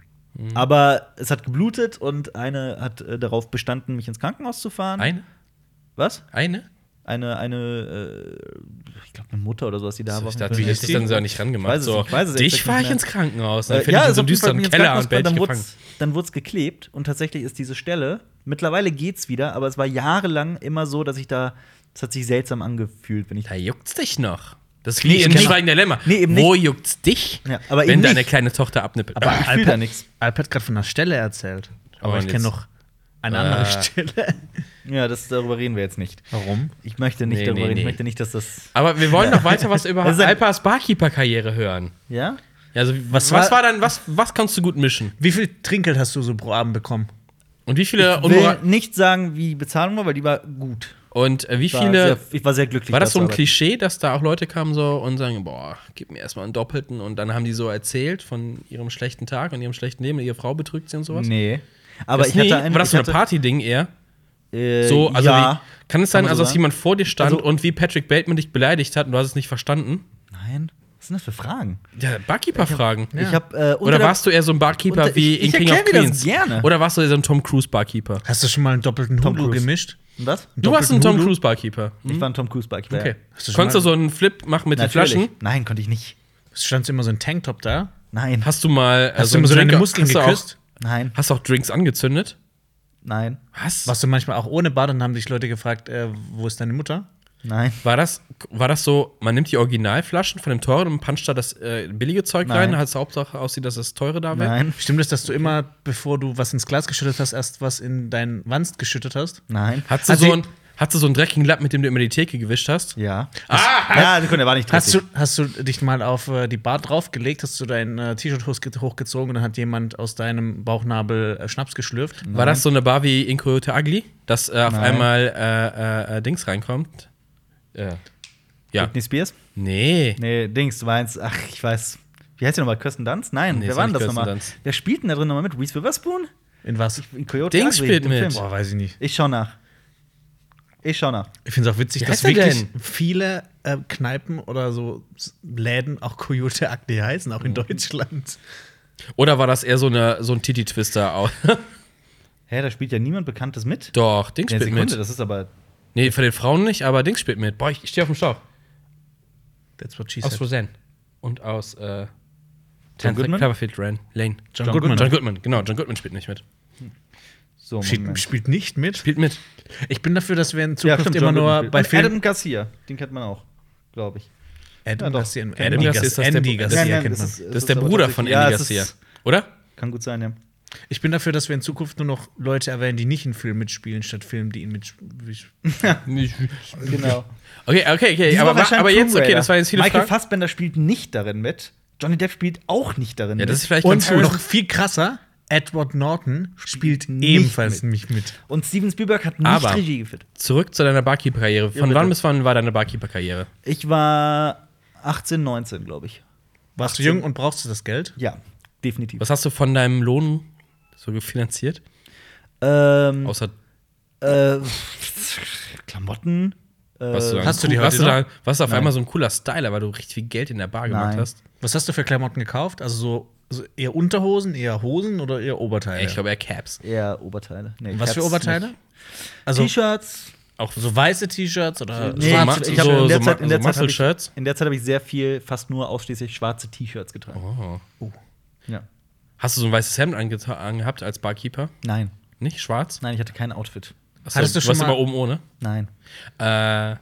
[SPEAKER 2] Aber es hat geblutet und eine hat äh, darauf bestanden, mich ins Krankenhaus zu fahren.
[SPEAKER 1] Eine?
[SPEAKER 2] Was?
[SPEAKER 1] Eine? Also
[SPEAKER 2] Eine, eine, äh, ich glaube, eine Mutter oder sowas, die da war.
[SPEAKER 1] Also ich dachte, die hätte ich dann so nicht rangemacht.
[SPEAKER 2] Ich weiß es
[SPEAKER 1] so,
[SPEAKER 2] nicht, ich weiß es
[SPEAKER 1] dich
[SPEAKER 2] exakt
[SPEAKER 1] fahre
[SPEAKER 2] nicht
[SPEAKER 1] ich
[SPEAKER 2] mehr.
[SPEAKER 1] ins Krankenhaus. Dann
[SPEAKER 2] Äh,
[SPEAKER 1] fällt ja, in so
[SPEAKER 2] also
[SPEAKER 1] einen düsteren
[SPEAKER 2] auf jeden Fall
[SPEAKER 1] Keller
[SPEAKER 2] bin ich
[SPEAKER 1] und werde
[SPEAKER 2] ins
[SPEAKER 1] ich gefangen.
[SPEAKER 2] Krankenhaus, dann wurde es geklebt und tatsächlich ist diese Stelle, mittlerweile geht's wieder, aber es war jahrelang immer so, dass ich da, es hat sich seltsam angefühlt, wenn ich.
[SPEAKER 1] Da juckt's dich noch. Das ist
[SPEAKER 2] Nee,
[SPEAKER 1] wie
[SPEAKER 2] ich
[SPEAKER 1] in
[SPEAKER 2] kenn-
[SPEAKER 1] Schweigen der Lämmer.
[SPEAKER 2] Nee, eben
[SPEAKER 1] Wo juckt's dich,
[SPEAKER 2] Ja, aber
[SPEAKER 1] wenn
[SPEAKER 2] eben
[SPEAKER 1] deine
[SPEAKER 2] nicht.
[SPEAKER 1] kleine Tochter abnippelt?
[SPEAKER 3] Aber
[SPEAKER 2] Ich fühl
[SPEAKER 3] Alp
[SPEAKER 2] da
[SPEAKER 3] hat-
[SPEAKER 2] nix.
[SPEAKER 3] Alp hat gerade von einer Stelle erzählt. Aber
[SPEAKER 1] Aber
[SPEAKER 3] ich kenne
[SPEAKER 1] Oh, jetzt-
[SPEAKER 3] noch eine andere
[SPEAKER 1] Ah.
[SPEAKER 3] Stelle.
[SPEAKER 2] Ja, das, darüber reden wir jetzt nicht.
[SPEAKER 3] Warum?
[SPEAKER 2] Ich möchte nicht
[SPEAKER 1] Nee,
[SPEAKER 2] darüber
[SPEAKER 1] nee,
[SPEAKER 2] reden, ich
[SPEAKER 1] nee.
[SPEAKER 2] möchte nicht, dass das.
[SPEAKER 1] Aber wir wollen noch weiter was über
[SPEAKER 2] Das ist ein-
[SPEAKER 1] Alpas Barkeeper-Karriere hören.
[SPEAKER 2] Ja?
[SPEAKER 1] Ja, Also, was,
[SPEAKER 3] war-
[SPEAKER 1] was war dann, was, was kannst du gut mischen?
[SPEAKER 3] Wie viel Trinkgeld hast du so pro Abend bekommen?
[SPEAKER 1] Und wie viele
[SPEAKER 2] Ich will
[SPEAKER 1] unmora-
[SPEAKER 2] nicht sagen, wie die Bezahlung war, weil die war gut.
[SPEAKER 1] und äh, wie
[SPEAKER 2] War
[SPEAKER 1] viele
[SPEAKER 2] sehr, ich war sehr glücklich.
[SPEAKER 1] War das
[SPEAKER 2] da
[SPEAKER 1] so
[SPEAKER 2] zu
[SPEAKER 1] ein
[SPEAKER 2] arbeiten.
[SPEAKER 1] Klischee, dass da auch Leute kamen so und sagen, boah, gib mir erstmal einen Doppelten und dann haben die so erzählt von ihrem schlechten Tag und ihrem schlechten Leben, ihre Frau betrügt sie und sowas?
[SPEAKER 2] Nee. Aber
[SPEAKER 1] Das
[SPEAKER 2] ich hatte
[SPEAKER 1] nie-
[SPEAKER 2] einen.
[SPEAKER 1] war das so
[SPEAKER 2] ich
[SPEAKER 1] ein
[SPEAKER 2] hatte,
[SPEAKER 1] Party-Ding eher?
[SPEAKER 2] äh,
[SPEAKER 1] So, also
[SPEAKER 2] ja.
[SPEAKER 1] wie, kann es sein,
[SPEAKER 2] man so
[SPEAKER 1] also dass
[SPEAKER 2] sagen.
[SPEAKER 1] jemand vor dir stand
[SPEAKER 2] Also-
[SPEAKER 1] und wie Patrick Bateman dich beleidigt hat und du hast es nicht verstanden?
[SPEAKER 2] Nein. Was sind das für Fragen?
[SPEAKER 1] Ja, Barkeeper-Fragen.
[SPEAKER 2] Ich hab, äh, unter
[SPEAKER 1] Oder
[SPEAKER 2] der-
[SPEAKER 1] warst du eher so ein Barkeeper
[SPEAKER 2] unter-
[SPEAKER 1] wie
[SPEAKER 2] ich-
[SPEAKER 1] in
[SPEAKER 2] ich
[SPEAKER 1] King of
[SPEAKER 2] erklär mir das
[SPEAKER 1] Queens?
[SPEAKER 2] gerne.
[SPEAKER 1] Oder warst du eher so ein Tom Cruise Barkeeper?
[SPEAKER 3] Hast du schon mal einen doppelten
[SPEAKER 2] Tom
[SPEAKER 3] Hugo
[SPEAKER 2] Cruise.
[SPEAKER 3] gemischt?
[SPEAKER 2] Und was?
[SPEAKER 1] Du warst ein Tom
[SPEAKER 3] Doppelten Hulu?
[SPEAKER 1] Cruise Barkeeper.
[SPEAKER 2] Ich war ein Tom Cruise Bike.
[SPEAKER 1] Hm? Okay.
[SPEAKER 3] Hast du schon
[SPEAKER 1] Konntest du
[SPEAKER 3] mal-
[SPEAKER 1] so einen Flip machen mit
[SPEAKER 2] Natürlich.
[SPEAKER 1] den Flaschen?
[SPEAKER 2] Nein, konnte ich nicht.
[SPEAKER 3] Es stand immer so ein Tanktop da.
[SPEAKER 2] Nein.
[SPEAKER 1] Hast du mal also
[SPEAKER 3] Hast du immer so deine Muskeln geküsst?
[SPEAKER 2] Nein.
[SPEAKER 1] Hast du auch Drinks angezündet?
[SPEAKER 2] Nein.
[SPEAKER 1] Was?
[SPEAKER 3] Warst du manchmal auch ohne Bart und haben dich Leute gefragt, äh, wo ist deine Mutter?
[SPEAKER 2] Nein.
[SPEAKER 1] War das, war das so, man nimmt die Originalflaschen von dem teuren und puncht da das äh, billige Zeug
[SPEAKER 2] Nein.
[SPEAKER 1] rein, hat es Hauptsache aussieht, dass das teure da wäre?
[SPEAKER 2] Nein.
[SPEAKER 3] Stimmt es, dass du immer, bevor du was ins Glas geschüttet hast, erst was in deinen Wanst geschüttet hast?
[SPEAKER 2] Nein.
[SPEAKER 1] Hattest du,
[SPEAKER 3] Also
[SPEAKER 1] so
[SPEAKER 3] ich-
[SPEAKER 1] ein, hattest du so einen dreckigen Lapp, mit dem du immer die Theke gewischt hast?
[SPEAKER 2] Ja. Ah, ja, Sekunde, der war nicht
[SPEAKER 3] Hast du,
[SPEAKER 2] dreckig.
[SPEAKER 3] hast du dich mal auf äh, die Bar draufgelegt, hast du dein äh, T-Shirt hochge- hochgezogen und dann hat jemand aus deinem Bauchnabel äh, Schnaps geschlürft?
[SPEAKER 1] War das so eine Bar wie in Coyote Ugly, dass äh, auf
[SPEAKER 2] Nein.
[SPEAKER 1] einmal äh, äh, äh, Dings reinkommt? Äh, ja.
[SPEAKER 2] Britney Spears?
[SPEAKER 1] Nee.
[SPEAKER 2] Nee, Dings, du meinst, ach, ich weiß. Wie heißt der nochmal? Kirsten Dunst? Nein,
[SPEAKER 1] Nee,
[SPEAKER 2] wer
[SPEAKER 1] ist
[SPEAKER 2] war
[SPEAKER 1] auch
[SPEAKER 2] denn
[SPEAKER 1] nicht
[SPEAKER 2] das
[SPEAKER 1] Kirsten
[SPEAKER 2] nochmal?
[SPEAKER 1] Dunst.
[SPEAKER 2] Wer spielt denn da drin nochmal mit? Reese Witherspoon?
[SPEAKER 3] In was?
[SPEAKER 2] In Coyote
[SPEAKER 1] Dings
[SPEAKER 2] Ugly,
[SPEAKER 1] spielt
[SPEAKER 2] dem
[SPEAKER 1] mit.
[SPEAKER 2] Film.
[SPEAKER 3] Boah, weiß ich nicht.
[SPEAKER 2] Ich schau nach. Ich schau nach.
[SPEAKER 3] Ich finde es auch witzig,
[SPEAKER 1] Wie
[SPEAKER 3] dass
[SPEAKER 1] heißt er
[SPEAKER 3] wirklich viele äh, Kneipen oder so S- Läden auch Coyote Agni heißen,
[SPEAKER 1] Mhm.
[SPEAKER 3] auch in Deutschland.
[SPEAKER 1] Oder war das eher so, eine, so ein Titi-Twister? au-
[SPEAKER 2] Hä, da spielt ja niemand Bekanntes mit.
[SPEAKER 1] Doch, Dings
[SPEAKER 2] Nee,
[SPEAKER 1] spielt
[SPEAKER 2] Sekunde,
[SPEAKER 1] mit.
[SPEAKER 2] das ist aber
[SPEAKER 1] Nee, von den Frauen nicht, aber Dings spielt mit. Boah, ich stehe auf dem Schlauch.
[SPEAKER 3] That's what she
[SPEAKER 1] Aus
[SPEAKER 3] said.
[SPEAKER 1] Roseanne. Und aus äh,
[SPEAKER 2] John Goodman?
[SPEAKER 1] Cloverfield Ran- Lane.
[SPEAKER 3] John Goodman.
[SPEAKER 1] John Goodman, genau. John Goodman spielt nicht mit.
[SPEAKER 2] So,
[SPEAKER 3] Spielt,
[SPEAKER 2] Moment.
[SPEAKER 3] spielt nicht mit?
[SPEAKER 1] oh Spielt mit.
[SPEAKER 3] Ich bin dafür, dass wir in
[SPEAKER 2] Ja,
[SPEAKER 3] Zukunft
[SPEAKER 2] stimmt,
[SPEAKER 3] immer
[SPEAKER 2] John Goodman
[SPEAKER 3] nur
[SPEAKER 2] spielt.
[SPEAKER 3] bei
[SPEAKER 2] Und
[SPEAKER 3] Filmen.
[SPEAKER 2] Adam Garcia, den kennt man auch, glaube ich.
[SPEAKER 3] Adam,
[SPEAKER 2] doch.
[SPEAKER 3] Garcia. Andy
[SPEAKER 1] Adam Garcia ist das der-
[SPEAKER 3] Andy
[SPEAKER 1] Nein,
[SPEAKER 3] Garcia
[SPEAKER 2] nein,
[SPEAKER 3] kennt
[SPEAKER 2] das
[SPEAKER 3] man.
[SPEAKER 2] ist-
[SPEAKER 1] Das ist der
[SPEAKER 2] aber
[SPEAKER 1] Bruder von Andy
[SPEAKER 2] tatsächlich- ja, es
[SPEAKER 1] Garcia.
[SPEAKER 2] ist-
[SPEAKER 1] Oder?
[SPEAKER 2] Kann gut sein, ja.
[SPEAKER 3] Ich bin dafür, dass wir in Zukunft nur noch Leute erwähnen, die nicht in Filmen mitspielen, statt Filmen, die ihn mitspielen.
[SPEAKER 2] Genau.
[SPEAKER 1] Okay, okay, okay.
[SPEAKER 2] Diese
[SPEAKER 1] Aber,
[SPEAKER 2] Woche erscheint
[SPEAKER 1] aber jetzt,
[SPEAKER 2] Tomb Raider.
[SPEAKER 1] okay, das war jetzt viele
[SPEAKER 2] Michael
[SPEAKER 1] Fragen.
[SPEAKER 2] Fassbender spielt nicht darin mit. Johnny Depp spielt auch nicht darin
[SPEAKER 1] Ja, das ist
[SPEAKER 2] mit.
[SPEAKER 1] vielleicht ganz
[SPEAKER 3] Und
[SPEAKER 1] cool.
[SPEAKER 3] noch viel krasser, Edward Norton spielt
[SPEAKER 2] nicht
[SPEAKER 3] ebenfalls nicht mit.
[SPEAKER 2] Und Steven Spielberg hat nicht
[SPEAKER 1] Aber-
[SPEAKER 2] Regie geführt.
[SPEAKER 1] Zurück zu deiner Barkeeper-Karriere. Von
[SPEAKER 2] bitte.
[SPEAKER 1] wann bis wann war deine Barkeeper-Karriere?
[SPEAKER 2] Ich war 18, 19, glaube ich.
[SPEAKER 3] Warst du jung und brauchst du das Geld?
[SPEAKER 2] Ja, definitiv.
[SPEAKER 1] Was hast du von deinem Lohn so finanziert?
[SPEAKER 2] Ähm,
[SPEAKER 1] Außer
[SPEAKER 2] äh, Klamotten. Äh,
[SPEAKER 1] was du
[SPEAKER 3] hast du die
[SPEAKER 1] was du
[SPEAKER 3] heute
[SPEAKER 1] da, was auf einmal so ein cooler Styler, weil du richtig viel Geld in der Bar gemacht
[SPEAKER 2] Nein.
[SPEAKER 1] hast?
[SPEAKER 3] Was hast du für Klamotten gekauft? Also so also eher Unterhosen, eher Hosen oder eher Oberteile?
[SPEAKER 1] Ich glaube, er Caps.
[SPEAKER 2] eher Oberteile. Nee,
[SPEAKER 3] Was für
[SPEAKER 2] Caps
[SPEAKER 3] Oberteile?
[SPEAKER 2] nicht.
[SPEAKER 3] Also
[SPEAKER 2] T-Shirts.
[SPEAKER 1] Auch so,
[SPEAKER 3] so weiße T-Shirts oder
[SPEAKER 1] Nee,
[SPEAKER 3] schwarze
[SPEAKER 1] ich
[SPEAKER 3] T-Shirts?
[SPEAKER 1] hab- so- so Ma- so
[SPEAKER 2] hab
[SPEAKER 1] Muscle-Shirts?
[SPEAKER 2] ich, in der Zeit habe ich sehr viel, fast nur ausschließlich schwarze T-Shirts getragen.
[SPEAKER 1] oh.
[SPEAKER 2] Ja.
[SPEAKER 1] Hast du so ein weißes Hemd angeta- angehabt als Barkeeper?
[SPEAKER 2] Nein,
[SPEAKER 1] Nicht schwarz?
[SPEAKER 2] nein, ich hatte kein Outfit.
[SPEAKER 1] Achso,
[SPEAKER 3] Hattest du schon
[SPEAKER 1] warst
[SPEAKER 3] mal-
[SPEAKER 1] immer oben ohne?
[SPEAKER 2] Nein.
[SPEAKER 1] Äh,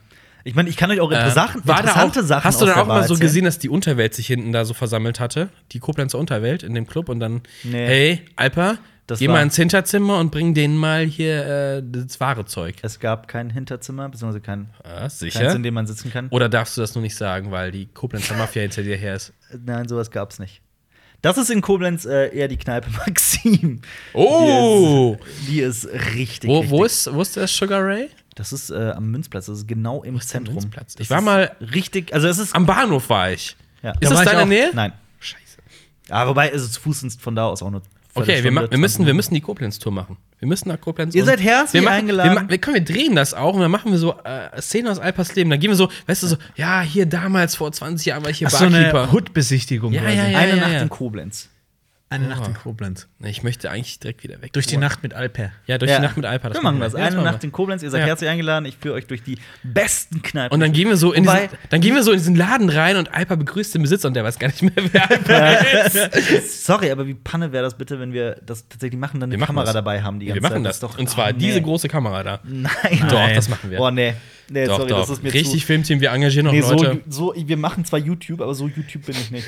[SPEAKER 2] Ich meine, ich kann euch auch
[SPEAKER 1] äh,
[SPEAKER 2] Sachen,
[SPEAKER 1] war da auch,
[SPEAKER 2] interessante Sachen
[SPEAKER 1] Hast du
[SPEAKER 2] aus
[SPEAKER 1] dann
[SPEAKER 2] der
[SPEAKER 1] auch mal
[SPEAKER 2] Wahl
[SPEAKER 1] so
[SPEAKER 2] erzählen.
[SPEAKER 1] gesehen, dass die Unterwelt sich hinten da so versammelt hatte? Die Koblenzer Unterwelt in dem Club und dann,
[SPEAKER 2] Nee.
[SPEAKER 1] hey, Alper,
[SPEAKER 2] Das
[SPEAKER 1] geh mal
[SPEAKER 2] war-
[SPEAKER 1] ins Hinterzimmer und bring denen mal hier äh, das wahre Zeug.
[SPEAKER 2] Es gab kein Hinterzimmer, beziehungsweise kein,
[SPEAKER 1] Ah,
[SPEAKER 2] keins,
[SPEAKER 1] sicher.
[SPEAKER 2] in dem man sitzen kann.
[SPEAKER 1] Oder darfst du das nur nicht sagen, weil die Koblenzer Mafia hinter dir her ist?
[SPEAKER 2] Nein, sowas gab's nicht. Das ist in Koblenz äh, eher die Kneipe Maxim.
[SPEAKER 1] Oh!
[SPEAKER 2] Die ist, die ist richtig.
[SPEAKER 1] Wo,
[SPEAKER 2] richtig.
[SPEAKER 1] wo, ist, wo ist der Sugar Ray?
[SPEAKER 2] Das ist äh, am Münzplatz. Das ist genau im
[SPEAKER 1] der
[SPEAKER 2] Zentrum.
[SPEAKER 1] Münzplatz?
[SPEAKER 2] Das
[SPEAKER 1] Ich war
[SPEAKER 2] ist
[SPEAKER 1] mal-
[SPEAKER 2] richtig. Also es ist.
[SPEAKER 1] Am Bahnhof war ich.
[SPEAKER 2] ja.
[SPEAKER 1] Ist
[SPEAKER 2] Da war
[SPEAKER 1] das
[SPEAKER 2] ich
[SPEAKER 1] deine
[SPEAKER 2] auch.
[SPEAKER 1] Nähe?
[SPEAKER 2] Nein.
[SPEAKER 1] Scheiße.
[SPEAKER 2] Aber wobei, also zu Fuß sind von da aus auch nur.
[SPEAKER 1] Okay, wir, ma- wir,
[SPEAKER 2] Viertelstunde,
[SPEAKER 1] müssen, wir
[SPEAKER 2] 20
[SPEAKER 1] müssen die Koblenz-Tour machen. Wir müssen nach Koblenz.
[SPEAKER 2] Ihr
[SPEAKER 1] und-
[SPEAKER 2] seid herzlich
[SPEAKER 1] wir machen,
[SPEAKER 2] eingeladen.
[SPEAKER 1] Wir, ma- wir, können, wir drehen das auch und dann machen wir so äh, Szenen aus Alpers Leben. Dann gehen wir so, weißt du, so, ja, hier damals vor 20 Jahren war ich hier
[SPEAKER 3] Ach, so eine
[SPEAKER 1] Barkeeper.
[SPEAKER 3] Hood-Besichtigung.
[SPEAKER 1] Ja,
[SPEAKER 3] quasi.
[SPEAKER 1] ja, ja.
[SPEAKER 2] Eine Nacht
[SPEAKER 1] ja.
[SPEAKER 2] in Koblenz.
[SPEAKER 3] Eine Nacht in Koblenz.
[SPEAKER 1] ich möchte eigentlich direkt wieder weg.
[SPEAKER 3] Durch die Nacht mit Alper.
[SPEAKER 1] Ja, durch
[SPEAKER 2] Ja.
[SPEAKER 1] die Nacht mit Alper.
[SPEAKER 2] wir machen das.
[SPEAKER 1] Ja,
[SPEAKER 2] Eine Nacht in Koblenz. Ihr seid
[SPEAKER 1] Ja.
[SPEAKER 2] herzlich eingeladen. Ich führe euch durch die besten Kneipen.
[SPEAKER 1] und dann gehen wir so in
[SPEAKER 2] Wobei-
[SPEAKER 1] diesen, dann gehen wir so in diesen Laden rein und Alper begrüßt den Besitzer und der weiß gar nicht mehr, wer Alper ist.
[SPEAKER 2] Sorry, aber wie Panne wäre das bitte, wenn wir das tatsächlich machen, dann
[SPEAKER 1] Wir
[SPEAKER 2] eine
[SPEAKER 1] machen
[SPEAKER 2] Kamera
[SPEAKER 1] das.
[SPEAKER 2] dabei haben die ganze
[SPEAKER 1] Wir machen
[SPEAKER 2] Zeit.
[SPEAKER 1] das.
[SPEAKER 2] ist
[SPEAKER 1] und zwar
[SPEAKER 2] oh,
[SPEAKER 1] diese
[SPEAKER 2] nee.
[SPEAKER 1] große Kamera da.
[SPEAKER 2] Nein.
[SPEAKER 1] Doch, das machen wir.
[SPEAKER 2] Oh, nee. Nee,
[SPEAKER 1] doch,
[SPEAKER 2] sorry,
[SPEAKER 1] doch.
[SPEAKER 2] das ist mir
[SPEAKER 1] Richtig
[SPEAKER 2] zu.
[SPEAKER 1] Filmteam, wir engagieren noch
[SPEAKER 2] Nee,
[SPEAKER 1] Leute.
[SPEAKER 2] so, so, wir machen zwar YouTube, aber so YouTube bin ich nicht.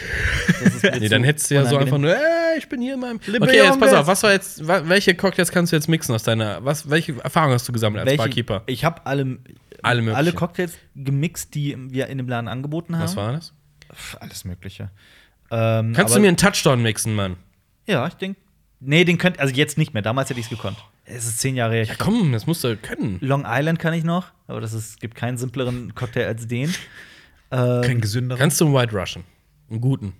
[SPEAKER 2] Das ist mir
[SPEAKER 1] Nee,
[SPEAKER 2] zu
[SPEAKER 1] dann hättest du ja so einfach
[SPEAKER 2] unangenehm.
[SPEAKER 1] nur, äh, ich bin hier in meinem.
[SPEAKER 2] Liebe
[SPEAKER 1] Okay, jetzt pass
[SPEAKER 2] Jungs.
[SPEAKER 1] auf, was war jetzt, wa- welche Cocktails kannst du jetzt mixen aus deiner, was, welche Erfahrung hast du gesammelt als
[SPEAKER 2] Welche,
[SPEAKER 1] Barkeeper?
[SPEAKER 2] Ich habe alle,
[SPEAKER 1] Alle möglichen.
[SPEAKER 2] alle Cocktails gemixt, die wir in dem Laden angeboten haben.
[SPEAKER 1] Was war das?
[SPEAKER 2] Pff, alles Mögliche. Ähm,
[SPEAKER 1] Kannst
[SPEAKER 2] aber-
[SPEAKER 1] du mir einen Touchdown mixen, Mann?
[SPEAKER 2] Ja, ich denke. Nee, den könnt. Also jetzt nicht mehr. Damals hätte ich es gekonnt. Es ist zehn Jahre her.
[SPEAKER 1] Ja, komm, das musst du können.
[SPEAKER 2] Long Island kann ich noch, aber das ist, gibt keinen simpleren Cocktail als den. Ähm,
[SPEAKER 3] Kein gesünderer.
[SPEAKER 1] Kannst du einen White Russian? Einen guten.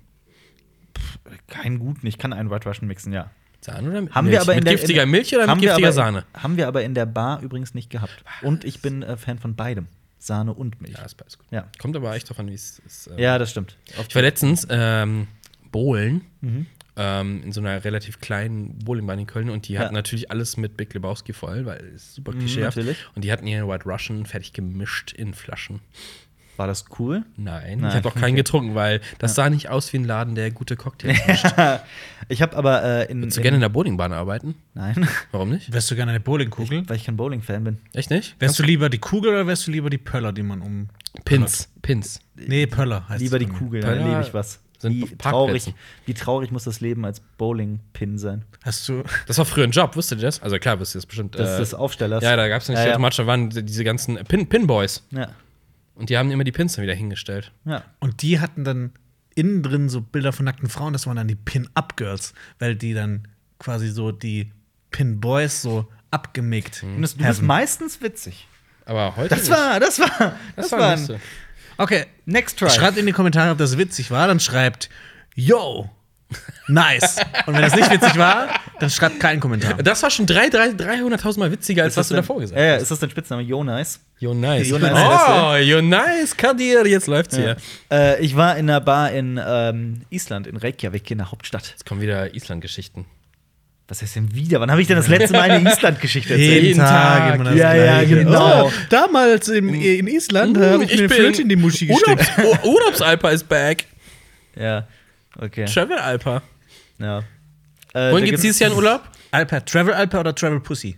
[SPEAKER 2] keinen guten. Ich kann einen White Russian mixen, ja.
[SPEAKER 1] Sahne oder mit
[SPEAKER 2] Haben
[SPEAKER 1] Milch?
[SPEAKER 2] wir aber in
[SPEAKER 1] mit
[SPEAKER 2] der,
[SPEAKER 1] giftiger
[SPEAKER 2] in,
[SPEAKER 1] Milch oder
[SPEAKER 2] haben
[SPEAKER 1] mit
[SPEAKER 2] wir
[SPEAKER 1] giftiger
[SPEAKER 2] aber, in-
[SPEAKER 1] Sahne?
[SPEAKER 2] Haben wir aber in der Bar übrigens nicht gehabt. Und ich bin äh, Fan von beidem. Sahne und Milch.
[SPEAKER 1] Ja, ist beides gut.
[SPEAKER 2] Ja.
[SPEAKER 1] Kommt aber echt drauf an, wie es ist. äh,
[SPEAKER 2] Ja, das stimmt. Auf
[SPEAKER 1] Ich war letztens ähm, bowlen.
[SPEAKER 2] Mhm.
[SPEAKER 1] Ähm, in so einer relativ kleinen Bowlingbahn in Köln und die hatten
[SPEAKER 2] Ja. Mhm,
[SPEAKER 1] natürlich alles mit Big Lebowski voll, weil es ist super klischeehaft.
[SPEAKER 2] natürlich.
[SPEAKER 1] und die hatten ihren White Russian fertig gemischt in Flaschen.
[SPEAKER 2] War das cool?
[SPEAKER 1] Nein,
[SPEAKER 2] Nein,
[SPEAKER 1] ich habe auch keinen getrunken, weil das sah nicht aus wie ein Laden, der gute Cocktails macht.
[SPEAKER 2] Ich habe aber äh, in.
[SPEAKER 1] Würdest du
[SPEAKER 2] in-
[SPEAKER 1] gerne in der Bowlingbahn arbeiten?
[SPEAKER 2] Nein,
[SPEAKER 1] Warum nicht?
[SPEAKER 3] Wärst du gerne eine Bowlingkugel?
[SPEAKER 2] weil ich kein Bowling-Fan bin.
[SPEAKER 1] Echt nicht?
[SPEAKER 3] Wärst du lieber die Kugel oder wärst du lieber die Pöller, die man um.
[SPEAKER 1] Pins. Pins.
[SPEAKER 3] Nee, Pöller heißt
[SPEAKER 2] Lieber
[SPEAKER 3] es
[SPEAKER 2] die
[SPEAKER 3] bei mir.
[SPEAKER 2] Kugel,
[SPEAKER 1] Pöller
[SPEAKER 2] dann lebe ich was.
[SPEAKER 1] sind
[SPEAKER 2] Wie
[SPEAKER 1] auf
[SPEAKER 2] traurig,
[SPEAKER 1] Parkplätzen.
[SPEAKER 2] wie traurig muss das Leben als Bowling-Pin sein?
[SPEAKER 3] Hast du.
[SPEAKER 1] Das war früher ein Job, wusstet ihr das? Also klar, wisst ihr das bestimmt.
[SPEAKER 2] Das
[SPEAKER 1] äh,
[SPEAKER 2] ist des Aufstellers.
[SPEAKER 1] ja, da gab es nicht
[SPEAKER 2] Ja,
[SPEAKER 1] ja,
[SPEAKER 2] ja.
[SPEAKER 1] automatisch, da waren die- diese ganzen Pin Pinboys.
[SPEAKER 2] Ja.
[SPEAKER 1] Und die haben immer die Pins dann wieder hingestellt.
[SPEAKER 2] ja.
[SPEAKER 3] Und die hatten dann innen drin so Bilder von nackten Frauen, das waren dann die Pin-Up-Girls, weil die dann quasi so die Pin-Boys so abgemickt.
[SPEAKER 2] Du bist du bist meistens witzig.
[SPEAKER 1] Aber heute.
[SPEAKER 2] Das
[SPEAKER 1] nicht.
[SPEAKER 2] war, das war, das,
[SPEAKER 1] Das war
[SPEAKER 2] war
[SPEAKER 1] nicht so.
[SPEAKER 2] ein
[SPEAKER 3] Okay,
[SPEAKER 2] Next Try.
[SPEAKER 3] schreibt in die Kommentare, ob das witzig war, dann schreibt Yo! Nice. Und wenn das nicht witzig war, dann schreibt keinen Kommentar.
[SPEAKER 1] Das war schon drei- drei- 300.000 Mal witziger, als
[SPEAKER 2] Ist das
[SPEAKER 1] was du
[SPEAKER 2] dein-
[SPEAKER 1] davor gesagt
[SPEAKER 2] Ja,
[SPEAKER 1] hast.
[SPEAKER 2] ja, ist das dein Spitzname? Jonas.
[SPEAKER 1] Yo, nice.
[SPEAKER 2] Yo, nice.
[SPEAKER 1] Oh, yo, nice, Kadir, jetzt läuft's hier.
[SPEAKER 2] Äh, ich war in einer Bar in ähm, Island, in Reykjavik, in der Hauptstadt.
[SPEAKER 1] Jetzt kommen wieder Island-Geschichten.
[SPEAKER 2] Was heißt denn wieder? Wann habe ich denn das letzte Mal eine Island-Geschichte erzählt?
[SPEAKER 1] Jeden Tag.
[SPEAKER 3] immer das
[SPEAKER 2] Ja, ja,
[SPEAKER 3] Gleiche.
[SPEAKER 2] genau. Mm.
[SPEAKER 3] Oh, damals in, in Island habe ich, mir eine Flöte in die Muschi gesteckt.
[SPEAKER 1] Hm, Urlaubs, Ur- Urlaubsalpa ist back.
[SPEAKER 2] Ja, okay.
[SPEAKER 1] Travel Alpa.
[SPEAKER 2] Ja. Äh,
[SPEAKER 1] Wohin geht's dieses Jahr in Urlaub?
[SPEAKER 3] Alper, Travel Alper oder Travel Pussy?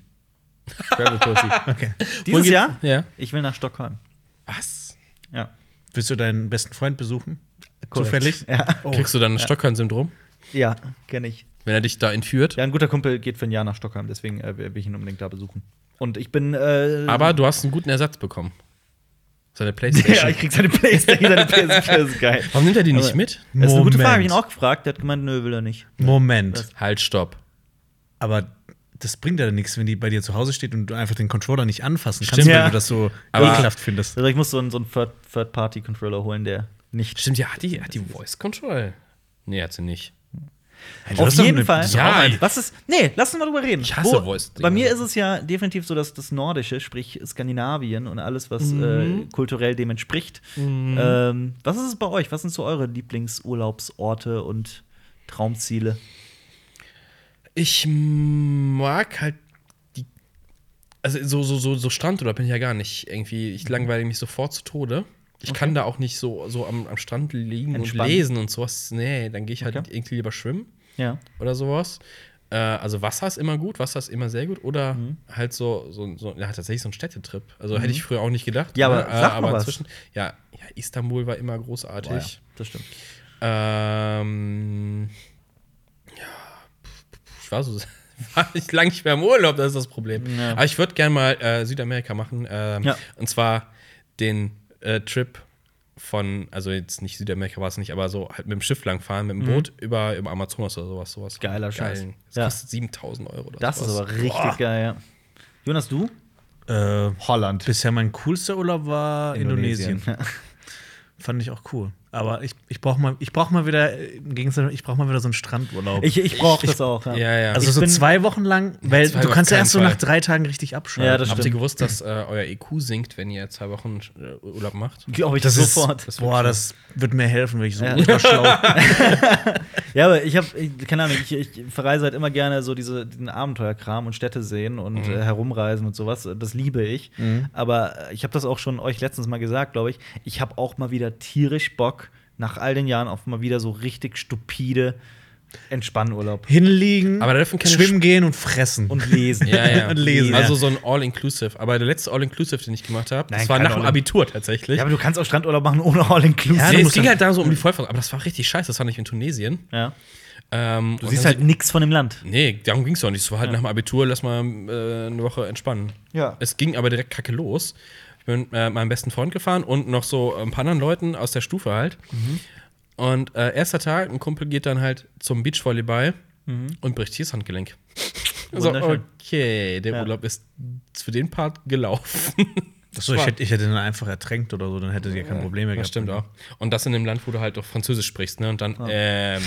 [SPEAKER 2] Travel Pussy.
[SPEAKER 1] Wohin
[SPEAKER 3] Okay.
[SPEAKER 2] Dieses
[SPEAKER 1] geht's-
[SPEAKER 2] Jahr?
[SPEAKER 1] Ja.
[SPEAKER 2] Ich will nach Stockholm.
[SPEAKER 1] Was?
[SPEAKER 2] Ja.
[SPEAKER 3] Willst du deinen besten Freund besuchen?
[SPEAKER 2] Korrekt.
[SPEAKER 3] Zufällig? Oh.
[SPEAKER 2] Oh. Ja,
[SPEAKER 1] Kriegst du dann ein Stockholm-Syndrom,
[SPEAKER 2] ja kenne ich.
[SPEAKER 1] wenn er dich da entführt?
[SPEAKER 2] Ja, ein guter Kumpel geht für ein Jahr nach Stockholm, deswegen äh, will ich ihn unbedingt da besuchen. Und ich bin. Äh,
[SPEAKER 1] Aber du hast einen guten Ersatz bekommen. Seine
[SPEAKER 2] ja,
[SPEAKER 1] Playstation.
[SPEAKER 2] ich krieg seine Playstation, seine Playstation ist geil.
[SPEAKER 1] Warum nimmt er die nicht mit?
[SPEAKER 2] Das ist eine gute
[SPEAKER 3] Moment.
[SPEAKER 2] Frage, hab ich ihn auch gefragt. Der hat gemeint, nö, will er nicht.
[SPEAKER 3] Moment.
[SPEAKER 1] Halt, stopp.
[SPEAKER 3] Aber das bringt ja nichts, wenn die bei dir zu Hause steht und du einfach den Controller nicht anfassen
[SPEAKER 1] Stimmt.
[SPEAKER 3] kannst, weil
[SPEAKER 2] Ja.
[SPEAKER 3] du das so
[SPEAKER 1] Aber-
[SPEAKER 3] ekelhaft findest.
[SPEAKER 2] Also ich muss so einen, so einen Third- Third-Party-Controller holen, der nicht.
[SPEAKER 1] Stimmt, ja, hat die, hat die Voice Control. Nee, hat sie nicht.
[SPEAKER 2] Auf jeden Fall.
[SPEAKER 1] Ja,
[SPEAKER 2] Moment, Was ist. Nee, lass uns mal drüber reden.
[SPEAKER 1] Ich hasse Voice-Dinger.
[SPEAKER 2] Bei mir ist es ja definitiv so, dass das Nordische, sprich Skandinavien und alles, was äh, kulturell dem entspricht. Ähm, was ist es bei euch? Was sind so eure Lieblingsurlaubsorte und Traumziele?
[SPEAKER 1] Ich mag halt die. Also so, so, so, so Strand oder bin ich ja gar nicht. Irgendwie,
[SPEAKER 2] Mhm.
[SPEAKER 1] ich langweile mich sofort zu Tode. Ich kann da auch nicht so, so am, am Strand liegen
[SPEAKER 2] Entspannen.
[SPEAKER 1] und lesen und sowas. Nee, dann gehe ich halt
[SPEAKER 2] Okay.
[SPEAKER 1] irgendwie lieber schwimmen
[SPEAKER 2] Ja.
[SPEAKER 1] oder sowas. Äh, also Wasser ist immer gut, Wasser ist immer sehr gut. Oder
[SPEAKER 2] Mhm.
[SPEAKER 1] halt so, so, so ja, tatsächlich so ein Städtetrip. Also hätte ich früher auch nicht gedacht.
[SPEAKER 2] Ja, aber
[SPEAKER 1] äh,
[SPEAKER 2] sag mal was.
[SPEAKER 1] inzwischen. Ja, ja, Istanbul war immer großartig.
[SPEAKER 2] Boah, ja. Das stimmt.
[SPEAKER 1] Ähm, ja, ich war so war ich lang nicht mehr im Urlaub, das ist das Problem.
[SPEAKER 2] Ja.
[SPEAKER 1] Aber ich würde gerne mal äh, Südamerika machen. Ähm,
[SPEAKER 2] Ja.
[SPEAKER 1] Und zwar den äh, Trip von, also jetzt nicht Südamerika war es nicht, aber so halt mit dem Schiff langfahren, mit dem Boot über im Amazonas oder sowas. sowas.
[SPEAKER 2] Mhm. Geiler Scheiß.
[SPEAKER 1] Geilen. Das
[SPEAKER 2] Ja.
[SPEAKER 1] kostet 7000 Euro. Oder
[SPEAKER 2] Das ist
[SPEAKER 1] sowas.
[SPEAKER 2] aber richtig
[SPEAKER 1] Boah.
[SPEAKER 2] geil, ja. Jonas, du?
[SPEAKER 3] Äh,
[SPEAKER 2] Holland.
[SPEAKER 3] bisher mein coolster Urlaub war Indonesien.
[SPEAKER 2] Indonesien.
[SPEAKER 3] Fand ich auch cool. Aber ich, ich brauche mal, ich brauch mal wieder, äh, im Gegensatz, ich brauche mal wieder so einen Strandurlaub.
[SPEAKER 2] Ich, ich brauche das auch. Ja,
[SPEAKER 1] Ja, ja.
[SPEAKER 3] also
[SPEAKER 1] Ich
[SPEAKER 3] so
[SPEAKER 2] bin-
[SPEAKER 3] zwei Wochen lang, weil
[SPEAKER 1] Zwei
[SPEAKER 3] du
[SPEAKER 1] auf
[SPEAKER 3] kannst ja
[SPEAKER 1] keinen
[SPEAKER 3] erst so
[SPEAKER 1] Fall.
[SPEAKER 3] nach drei Tagen richtig abschalten.
[SPEAKER 2] Ja, das
[SPEAKER 1] Habt ihr
[SPEAKER 2] stimmt.
[SPEAKER 1] gewusst, dass äh, euer EQ sinkt, wenn ihr zwei Wochen äh, Urlaub macht?
[SPEAKER 2] Glaube ich
[SPEAKER 3] Das ist,
[SPEAKER 2] sofort.
[SPEAKER 3] boah, das wird mir helfen, wenn ich so
[SPEAKER 2] Ja.
[SPEAKER 3] ultra schlau
[SPEAKER 2] Ja, aber ich habe, keine Ahnung, ich, ich verreise halt immer gerne so diese, diesen Abenteuerkram und Städte sehen und äh, herumreisen und sowas. Das liebe ich. Aber äh, ich habe das auch schon euch letztens mal gesagt, glaube ich. Ich habe auch mal wieder tierisch Bock, nach all den Jahren auf mal wieder so richtig stupide Entspannurlaub
[SPEAKER 3] hinliegen,
[SPEAKER 1] Aber da dürfen keine
[SPEAKER 3] schwimmen gehen und fressen.
[SPEAKER 2] und lesen.
[SPEAKER 1] Ja, ja.
[SPEAKER 3] Und lesen.
[SPEAKER 1] Also so ein All-Inclusive. Aber der letzte All-Inclusive, den ich gemacht habe,
[SPEAKER 2] Nein,
[SPEAKER 1] das war
[SPEAKER 2] kein
[SPEAKER 1] nach dem
[SPEAKER 2] All-In-
[SPEAKER 1] Abitur tatsächlich.
[SPEAKER 2] ja, aber du kannst auch Strandurlaub machen ohne All-Inclusive.
[SPEAKER 1] Ja,
[SPEAKER 3] du
[SPEAKER 1] nee, es
[SPEAKER 3] musst
[SPEAKER 1] ging
[SPEAKER 3] dann-
[SPEAKER 1] halt da so um die Vollversorgung. Aber das war richtig scheiße. Das war nicht in Tunesien.
[SPEAKER 2] Ja.
[SPEAKER 1] Ähm,
[SPEAKER 2] Du siehst halt nichts von dem Land.
[SPEAKER 1] Nee, darum ging es doch nicht. Es war halt nach dem Abitur, lass mal äh, eine Woche entspannen.
[SPEAKER 2] Ja.
[SPEAKER 1] Es ging aber direkt kacke los. Ich bin mit äh, meinem besten Freund gefahren und noch so ein paar anderen Leuten aus der Stufe halt.
[SPEAKER 2] Mhm.
[SPEAKER 1] Und äh, erster Tag, ein Kumpel geht dann halt zum Beachvolleyball und bricht hier das Handgelenk. So,
[SPEAKER 2] Mhm. Wunderschön.
[SPEAKER 1] okay, der
[SPEAKER 2] Ja.
[SPEAKER 1] Urlaub ist für den Part gelaufen.
[SPEAKER 3] Achso, ich hätte, ich hätte den einfach ertränkt oder so, dann hätte ihr kein Problem mehr
[SPEAKER 1] Das
[SPEAKER 3] gehabt.
[SPEAKER 1] stimmt
[SPEAKER 2] mhm.
[SPEAKER 1] auch. Und das in dem Land, wo du halt auch Französisch sprichst, ne? Und dann,
[SPEAKER 2] Ah.
[SPEAKER 1] ähm,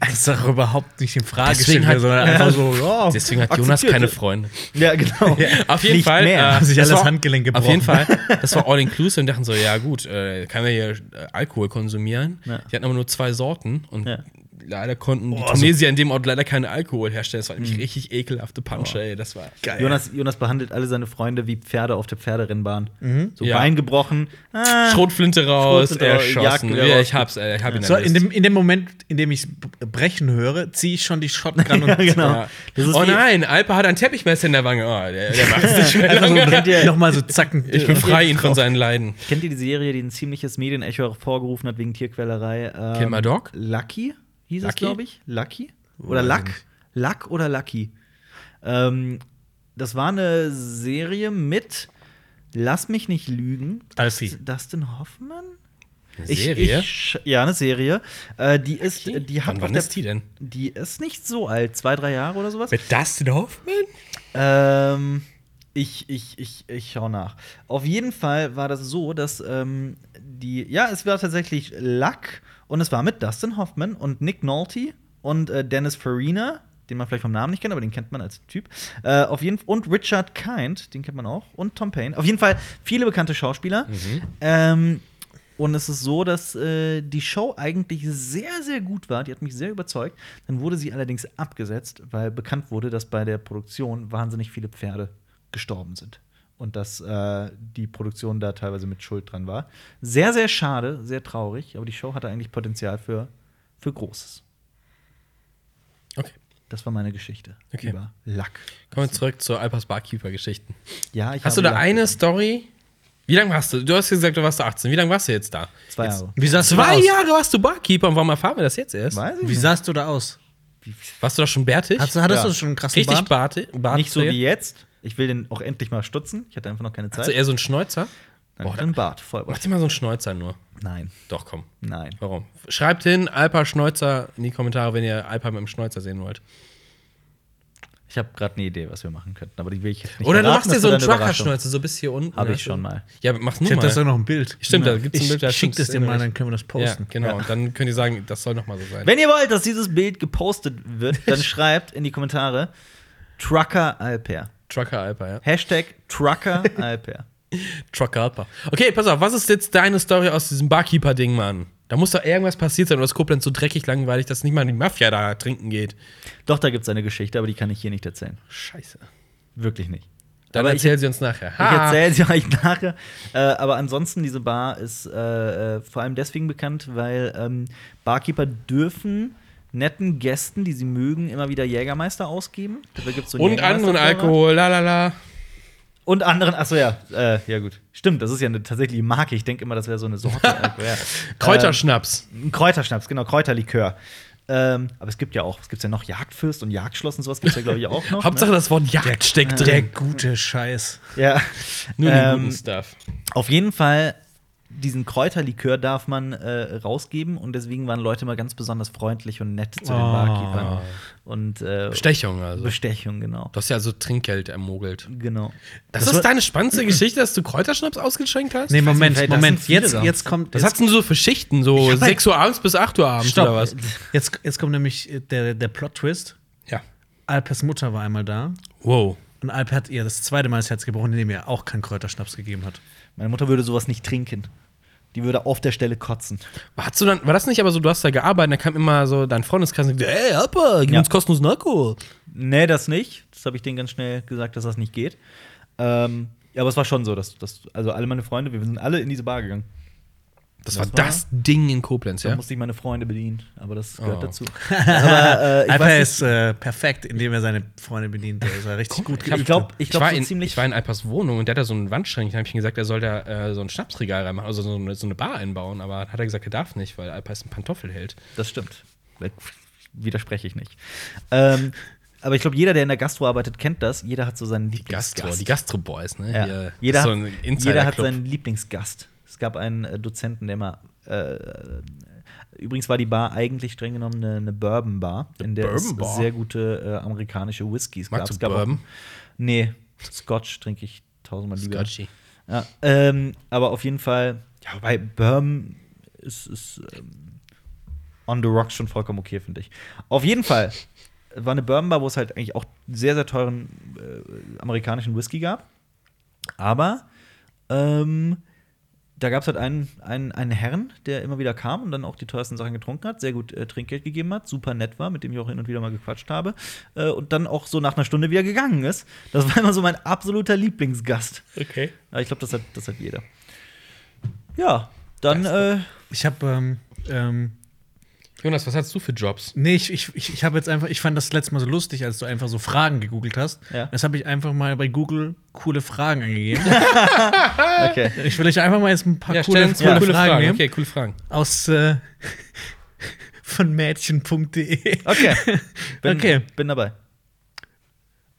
[SPEAKER 3] Das ist doch überhaupt nicht in Frage
[SPEAKER 1] Deswegen
[SPEAKER 3] gestellt,
[SPEAKER 1] hat-
[SPEAKER 3] sondern einfach so, oh, ja.
[SPEAKER 1] deswegen hat Jonas
[SPEAKER 2] akzeptiert.
[SPEAKER 1] keine Freunde.
[SPEAKER 2] Ja, genau.
[SPEAKER 1] Auf jeden
[SPEAKER 2] Nicht
[SPEAKER 1] Fall. äh,
[SPEAKER 2] mehr.
[SPEAKER 3] Haben sich
[SPEAKER 1] das
[SPEAKER 3] alle das
[SPEAKER 1] war-
[SPEAKER 3] Handgelenk gebrochen.
[SPEAKER 1] Auf jeden Fall. Das war all inclusive und dachten so, ja gut, äh, kann man hier äh, Alkohol konsumieren.
[SPEAKER 2] Ja.
[SPEAKER 1] Die hatten aber nur zwei Sorten und
[SPEAKER 2] Ja. Oh,
[SPEAKER 1] leider konnten die
[SPEAKER 3] Boah,
[SPEAKER 1] Tunesier in dem Ort leider keinen Alkohol herstellen. Das war
[SPEAKER 2] Mhm.
[SPEAKER 1] nämlich richtig ekelhafte
[SPEAKER 2] Oh.
[SPEAKER 1] Punch, ey. Das war geil.
[SPEAKER 2] Jonas, Jonas behandelt alle seine Freunde wie Pferde auf der Pferderennbahn. So
[SPEAKER 1] Ja.
[SPEAKER 2] Bein gebrochen. Ah,
[SPEAKER 1] Schrotflinte raus,
[SPEAKER 2] Schrotflinte raus,
[SPEAKER 1] erschossen.
[SPEAKER 2] Jagd wieder
[SPEAKER 1] ja,
[SPEAKER 2] raus.
[SPEAKER 1] ich hab's, ey, ich hab ihn
[SPEAKER 3] So, in
[SPEAKER 1] erwischt.
[SPEAKER 3] dem, in dem Moment, in dem ich brechen höre, ziehe ich schon die Shotgun
[SPEAKER 2] ja,
[SPEAKER 3] und
[SPEAKER 2] genau.
[SPEAKER 1] ja.
[SPEAKER 2] Das ist
[SPEAKER 1] Oh
[SPEAKER 2] wie-
[SPEAKER 1] nein, Alpe hat ein Teppichmesser in der Wange. Oh, der, der macht's nicht mehr
[SPEAKER 2] Einfach so
[SPEAKER 1] lange.
[SPEAKER 2] brennt ihr,
[SPEAKER 3] nochmal so zacken.
[SPEAKER 1] genau. Ich befreie ihn von seinen Leiden.
[SPEAKER 2] Kennt ihr die Serie, die ein ziemliches Medienecho hervorgerufen hat wegen Tierquälerei? Ähm,
[SPEAKER 1] Kill My Dog?
[SPEAKER 2] Lucky hieß es,
[SPEAKER 1] Lucky?
[SPEAKER 2] glaube ich. Lucky? Oder
[SPEAKER 3] Weiß ich
[SPEAKER 2] Luck? Luck oder Lucky? Ähm, das war eine Serie mit Lass mich nicht lügen.
[SPEAKER 3] Alfie.
[SPEAKER 2] Dustin Hoffmann?
[SPEAKER 1] Serie?
[SPEAKER 2] Ich, ich, ja, eine Serie. Äh, die ist, die hat
[SPEAKER 1] Wann-
[SPEAKER 2] auf
[SPEAKER 1] wann
[SPEAKER 2] der-
[SPEAKER 1] ist die denn?
[SPEAKER 2] Die ist nicht so alt, zwei, drei Jahre oder sowas.
[SPEAKER 1] Mit Dustin Hoffman?
[SPEAKER 2] Ähm, ich, ich, ich, ich schau nach. Auf jeden Fall war das so, dass ähm, die, ja, es war tatsächlich Luck und es war mit Dustin Hoffman und Nick Nolte und äh, Dennis Farina, den man vielleicht vom Namen nicht kennt, aber den kennt man als Typ. Äh, auf jeden und Richard Kind, den kennt man auch und Tom Payne. Auf jeden Fall viele bekannte Schauspieler. Ähm, Und es ist so, dass äh, die Show eigentlich sehr, sehr gut war. Die hat mich sehr überzeugt. Dann wurde sie allerdings abgesetzt, weil bekannt wurde, dass bei der Produktion wahnsinnig viele Pferde gestorben sind. Und dass äh, die Produktion da teilweise mit Schuld dran war. Sehr, sehr schade, sehr traurig. Aber die Show hatte eigentlich Potenzial für, für Großes.
[SPEAKER 1] Okay.
[SPEAKER 2] Das war meine Geschichte
[SPEAKER 1] Okay.
[SPEAKER 2] über Lack.
[SPEAKER 1] Kommen wir zurück zur Alpas Barkeeper-Geschichten.
[SPEAKER 2] Ja, ich
[SPEAKER 1] Hast du
[SPEAKER 2] habe
[SPEAKER 1] da
[SPEAKER 2] Lack
[SPEAKER 1] eine
[SPEAKER 2] getrunken.
[SPEAKER 1] Story? Wie lange warst du? Du hast gesagt, du warst da 18. Wie lange warst du jetzt da?
[SPEAKER 2] Zwei
[SPEAKER 1] jetzt,
[SPEAKER 2] Jahre.
[SPEAKER 3] Wie sahst du
[SPEAKER 1] Zwei
[SPEAKER 3] da aus?
[SPEAKER 1] Jahre warst du Barkeeper und warum erfahren wir das jetzt erst?
[SPEAKER 2] Weiß ich
[SPEAKER 3] Wie
[SPEAKER 2] nicht.
[SPEAKER 3] sahst du da aus?
[SPEAKER 1] Warst du da schon bärtig?
[SPEAKER 3] Hattest, du- hattest
[SPEAKER 2] Ja.
[SPEAKER 3] du schon einen krassen
[SPEAKER 1] Richtig
[SPEAKER 3] Bart?
[SPEAKER 1] Barte, Bart
[SPEAKER 2] Nicht so wie jetzt. Ich will den auch endlich mal stutzen. Ich hatte einfach noch keine
[SPEAKER 1] Hast du
[SPEAKER 2] Zeit.
[SPEAKER 1] eher so einen Schnäuzer?
[SPEAKER 2] Dann
[SPEAKER 1] Boah,
[SPEAKER 2] hat er einen Bart,
[SPEAKER 1] Mach
[SPEAKER 2] Vollbart.
[SPEAKER 1] dir mal so einen Schnäuzer nur.
[SPEAKER 2] Nein,
[SPEAKER 1] Doch, komm.
[SPEAKER 2] nein.
[SPEAKER 1] Warum? Schreibt hin, Alpa Schnäuzer in die Kommentare, wenn ihr Alpa mit dem Schnäuzer sehen wollt.
[SPEAKER 2] Ich habe gerade eine Idee, was wir machen könnten, aber die will ich jetzt nicht.
[SPEAKER 1] Oder du
[SPEAKER 2] verraten.
[SPEAKER 1] machst dir
[SPEAKER 2] Das
[SPEAKER 1] so
[SPEAKER 2] wird
[SPEAKER 1] einen
[SPEAKER 2] eine Überraschung.
[SPEAKER 1] Trucker-Schnäuzer, so bis hier unten.
[SPEAKER 2] Hab ich
[SPEAKER 1] weißt du?
[SPEAKER 2] schon mal.
[SPEAKER 1] Ja, mach's
[SPEAKER 3] Ich
[SPEAKER 1] nur
[SPEAKER 3] hab
[SPEAKER 1] mal.
[SPEAKER 3] das doch noch ein Bild.
[SPEAKER 1] Stimmt, da gibt's ein
[SPEAKER 3] Ich
[SPEAKER 1] Bild, da
[SPEAKER 3] Schick das
[SPEAKER 1] stimmt's
[SPEAKER 3] dir
[SPEAKER 1] in
[SPEAKER 3] mal,
[SPEAKER 1] recht.
[SPEAKER 3] dann können wir das
[SPEAKER 1] ja,
[SPEAKER 3] posten.
[SPEAKER 1] genau. Und dann könnt ihr sagen, das soll nochmal so sein.
[SPEAKER 2] Wenn ihr wollt, dass dieses Bild gepostet wird, dann schreibt in die Kommentare Trucker Alper.
[SPEAKER 1] Trucker Alpa, ja.
[SPEAKER 2] Hashtag Trucker Alper.
[SPEAKER 1] Trucker Alpa. Okay, pass auf, was ist jetzt deine Story aus diesem Barkeeper-Ding, Mann? Da muss doch irgendwas passiert sein, oder ist Koblenz so dreckig langweilig, dass nicht mal die Mafia da trinken geht.
[SPEAKER 2] Doch, da gibt's eine Geschichte, aber die kann ich hier nicht erzählen.
[SPEAKER 1] Scheiße.
[SPEAKER 2] Wirklich nicht.
[SPEAKER 1] Dann
[SPEAKER 2] Aber ich-
[SPEAKER 1] erzähl sie uns nachher.
[SPEAKER 2] Ich
[SPEAKER 1] Ha!
[SPEAKER 2] erzähle es euch nachher. Äh, aber ansonsten, diese Bar ist äh, äh, vor allem deswegen bekannt, weil ähm, Barkeeper dürfen netten Gästen, die sie mögen, immer wieder Jägermeister ausgeben. Da gibt's so einen
[SPEAKER 1] Und anderen
[SPEAKER 2] Jägermeister-Vorrat.
[SPEAKER 1] Alkohol, la la la.
[SPEAKER 2] Und anderen, achso, ja, äh, ja gut. Stimmt, das ist ja eine tatsächliche Marke. Ich denke immer, das wäre so eine Sorte Alkohol. ja.
[SPEAKER 1] Kräuterschnaps.
[SPEAKER 2] Ähm, ein Kräuterschnaps, genau, Kräuterlikör. Ähm, aber es gibt ja auch, es gibt ja noch Jagdfürst und Jagdschloss und sowas gibt es ja, glaube ich, auch noch.
[SPEAKER 1] Hauptsache,
[SPEAKER 2] ne?
[SPEAKER 1] das Wort Jagd steckt
[SPEAKER 3] Der
[SPEAKER 1] drin.
[SPEAKER 3] gute Scheiß.
[SPEAKER 2] Ja.
[SPEAKER 1] Nur den
[SPEAKER 2] ähm,
[SPEAKER 1] guten Stuff.
[SPEAKER 2] Auf jeden Fall, diesen Kräuterlikör darf man äh, rausgeben und deswegen waren Leute immer ganz besonders freundlich und nett zu den
[SPEAKER 3] Oh.
[SPEAKER 1] Ah.
[SPEAKER 2] Barkeepern. Und äh,
[SPEAKER 1] Bestechung also.
[SPEAKER 2] Bestechung, genau.
[SPEAKER 1] Du hast ja also Trinkgeld ermogelt.
[SPEAKER 2] Genau.
[SPEAKER 1] Das, ist deine spannendste Geschichte, dass du Kräuterschnaps ausgeschenkt hast?
[SPEAKER 3] Nee,
[SPEAKER 2] weiß nicht,
[SPEAKER 3] Moment,
[SPEAKER 2] vielleicht lassen
[SPEAKER 3] Moment.
[SPEAKER 2] viele
[SPEAKER 3] Jetzt,
[SPEAKER 2] da.
[SPEAKER 3] jetzt kommt.
[SPEAKER 1] Was
[SPEAKER 3] Jetzt,
[SPEAKER 1] hast denn du so für Schichten?
[SPEAKER 3] Ich
[SPEAKER 1] So
[SPEAKER 3] hab
[SPEAKER 1] 6 Uhr abends bis 8 Uhr abends oder was?
[SPEAKER 3] Jetzt, jetzt kommt nämlich äh, der, der Plot-Twist.
[SPEAKER 1] Ja.
[SPEAKER 3] Alpers Mutter war einmal da
[SPEAKER 1] Wow.
[SPEAKER 3] und Alper hat ihr das zweite Mal das Herz gebrochen, indem er auch keinen Kräuterschnaps gegeben hat.
[SPEAKER 2] Meine Mutter würde sowas nicht trinken. Die würde auf der Stelle kotzen.
[SPEAKER 1] Hast du dann, war das nicht aber so, du hast da gearbeitet, da kam immer so dein Freundeskreis und sagte, ey, Alpa, gib
[SPEAKER 2] Ja.
[SPEAKER 1] uns kostenlosen Alkohol.
[SPEAKER 2] Nee, das nicht. Das habe ich denen ganz schnell gesagt, dass das nicht geht. Ähm, ja, aber es war schon so, dass, dass also alle meine Freunde, wir sind alle in diese Bar gegangen.
[SPEAKER 1] Das,
[SPEAKER 2] Das
[SPEAKER 1] war
[SPEAKER 2] war-
[SPEAKER 1] das Ding in Koblenz,
[SPEAKER 2] Da
[SPEAKER 1] ja?
[SPEAKER 2] musste ich meine Freunde bedienen, aber das
[SPEAKER 1] Oh.
[SPEAKER 2] gehört dazu. aber äh, ich,
[SPEAKER 3] Alper
[SPEAKER 2] weiß nicht,
[SPEAKER 3] ist äh, perfekt, indem er seine Freunde bedient. Er ist ja richtig gut.
[SPEAKER 2] ich glaube, ich
[SPEAKER 1] ich, war
[SPEAKER 2] glaube so
[SPEAKER 1] in,
[SPEAKER 2] ziemlich.
[SPEAKER 1] ich war in Alpas Wohnung und der hat da so einen Wandschrank. Da habe ich ihm gesagt, er soll da äh, so ein Schnapsregal reinmachen, also so eine, so eine Bar einbauen. Aber hat er gesagt, er darf nicht, weil Alpa ist ein Pantoffelheld.
[SPEAKER 2] Das stimmt. Widerspreche ich nicht. Ähm, aber ich glaube, jeder, der in der Gastro arbeitet, kennt das. Jeder hat so seinen Lieblingsgast.
[SPEAKER 1] Gastro, die Gastro-Boys, ne?
[SPEAKER 2] ja.
[SPEAKER 1] Hier,
[SPEAKER 2] jeder,
[SPEAKER 1] so
[SPEAKER 2] hat-
[SPEAKER 1] ein
[SPEAKER 2] jeder hat
[SPEAKER 1] Insider-Club.
[SPEAKER 2] seinen Lieblingsgast. Es gab einen äh, Dozenten, der mal. Äh, übrigens war die Bar eigentlich streng genommen eine, eine Bourbon-Bar, in der es
[SPEAKER 1] Bourbon-Bar?
[SPEAKER 2] sehr gute äh, amerikanische Whiskys
[SPEAKER 1] Magst
[SPEAKER 2] Es
[SPEAKER 1] du Bourbon?
[SPEAKER 2] Auch, nee, Scotch trinke ich tausendmal lieber.
[SPEAKER 1] Scotchy.
[SPEAKER 2] Ja, ähm, aber auf jeden Fall, ja, bei Bourbon ist, ist ähm, on the rocks schon vollkommen okay, finde ich. Auf jeden Fall war eine Bourbon-Bar, wo es halt eigentlich auch sehr, sehr teuren äh, amerikanischen Whisky gab. Aber ähm, da gab es halt einen, einen, einen Herrn, der immer wieder kam und dann auch die teuersten Sachen getrunken hat, sehr gut äh, Trinkgeld gegeben hat, super nett war, mit dem ich auch hin und wieder mal gequatscht habe äh, und dann auch so nach einer Stunde wieder gegangen ist. Das war immer so mein absoluter Lieblingsgast.
[SPEAKER 1] Okay.
[SPEAKER 2] Ja, Ah, ich glaube, das hat, das hat jeder. Ja, dann, äh,
[SPEAKER 3] Ich habe. Ähm, ähm,
[SPEAKER 1] Jonas, was hast du für Jobs?
[SPEAKER 3] nee, ich, ich, ich- ich habe jetzt einfach. Ich fand das letzte Mal so lustig, als du einfach so Fragen gegoogelt hast.
[SPEAKER 2] Ja.
[SPEAKER 3] Das habe ich einfach mal bei Google coole Fragen angegeben.
[SPEAKER 2] äh, okay.
[SPEAKER 3] ich will euch einfach mal jetzt ein paar
[SPEAKER 1] Ja,
[SPEAKER 3] coole,
[SPEAKER 1] stell
[SPEAKER 3] coole,
[SPEAKER 1] uns mal coole
[SPEAKER 3] Fragen,
[SPEAKER 1] Fragen.
[SPEAKER 3] nehmen.
[SPEAKER 1] Okay, coole Fragen.
[SPEAKER 3] Aus. Äh, von Mädchen.de.
[SPEAKER 2] Okay. Bin,
[SPEAKER 3] Okay.
[SPEAKER 2] Bin dabei.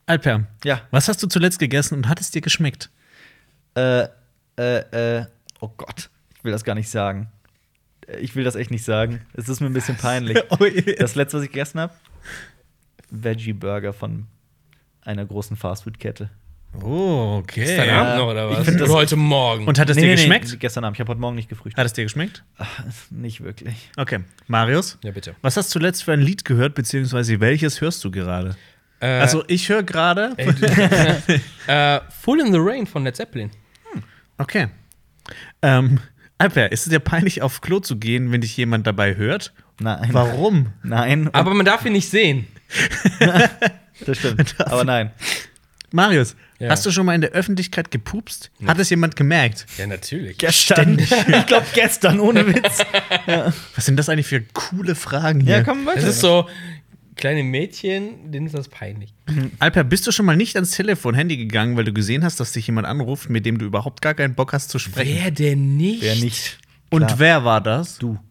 [SPEAKER 3] Alper,
[SPEAKER 2] Ja.
[SPEAKER 3] was hast du zuletzt gegessen und hat es dir geschmeckt?
[SPEAKER 2] Äh, äh, äh, oh Gott, ich will das gar nicht sagen. Äh, Ich will das echt nicht sagen. Es ist mir ein bisschen peinlich.
[SPEAKER 3] Oh, je.
[SPEAKER 2] Das letzte, was ich gegessen habe, Veggie Burger von einer großen Fastfood-Kette.
[SPEAKER 3] Oh, okay.
[SPEAKER 1] Ist dein Abend noch oder
[SPEAKER 2] Ich
[SPEAKER 1] was?
[SPEAKER 2] find das-
[SPEAKER 1] oder heute Morgen?
[SPEAKER 3] Und hat es dir geschmeckt?
[SPEAKER 2] gestern Abend. Ich habe heute Morgen nicht gefrühstückt.
[SPEAKER 3] Hat es dir geschmeckt?
[SPEAKER 2] Ach, nicht wirklich.
[SPEAKER 3] Okay. Marius,
[SPEAKER 1] ja, bitte.
[SPEAKER 3] was hast du zuletzt für ein Lied gehört, beziehungsweise welches hörst du gerade?
[SPEAKER 1] Äh,
[SPEAKER 3] also, ich höre gerade.
[SPEAKER 1] ey, du- äh, Full in the Rain von Led Zeppelin.
[SPEAKER 3] Okay. Ähm, Alper, ist es dir peinlich, auf Klo zu gehen, wenn dich jemand dabei hört?
[SPEAKER 2] Nein.
[SPEAKER 3] Warum?
[SPEAKER 2] Nein.
[SPEAKER 1] Aber man darf ihn nicht sehen.
[SPEAKER 2] das stimmt. Aber nein.
[SPEAKER 3] Marius,
[SPEAKER 1] Ja.
[SPEAKER 3] hast du schon mal in der Öffentlichkeit gepupst? Hat es jemand gemerkt?
[SPEAKER 1] Ja, natürlich.
[SPEAKER 2] Gestern. ich glaube gestern, ohne Witz.
[SPEAKER 3] Was sind das eigentlich für coole Fragen hier?
[SPEAKER 2] Ja, komm
[SPEAKER 1] Das
[SPEAKER 2] weiter.
[SPEAKER 1] ist so, kleine Mädchen, denen ist das peinlich.
[SPEAKER 3] Alper, bist du schon mal nicht ans Telefon, Handy gegangen, weil du gesehen hast, dass dich jemand anruft, mit dem du überhaupt gar keinen Bock hast zu sprechen?
[SPEAKER 1] Wer denn nicht?
[SPEAKER 2] Wer nicht?
[SPEAKER 3] Und
[SPEAKER 2] Klar.
[SPEAKER 3] wer war das?
[SPEAKER 2] Du.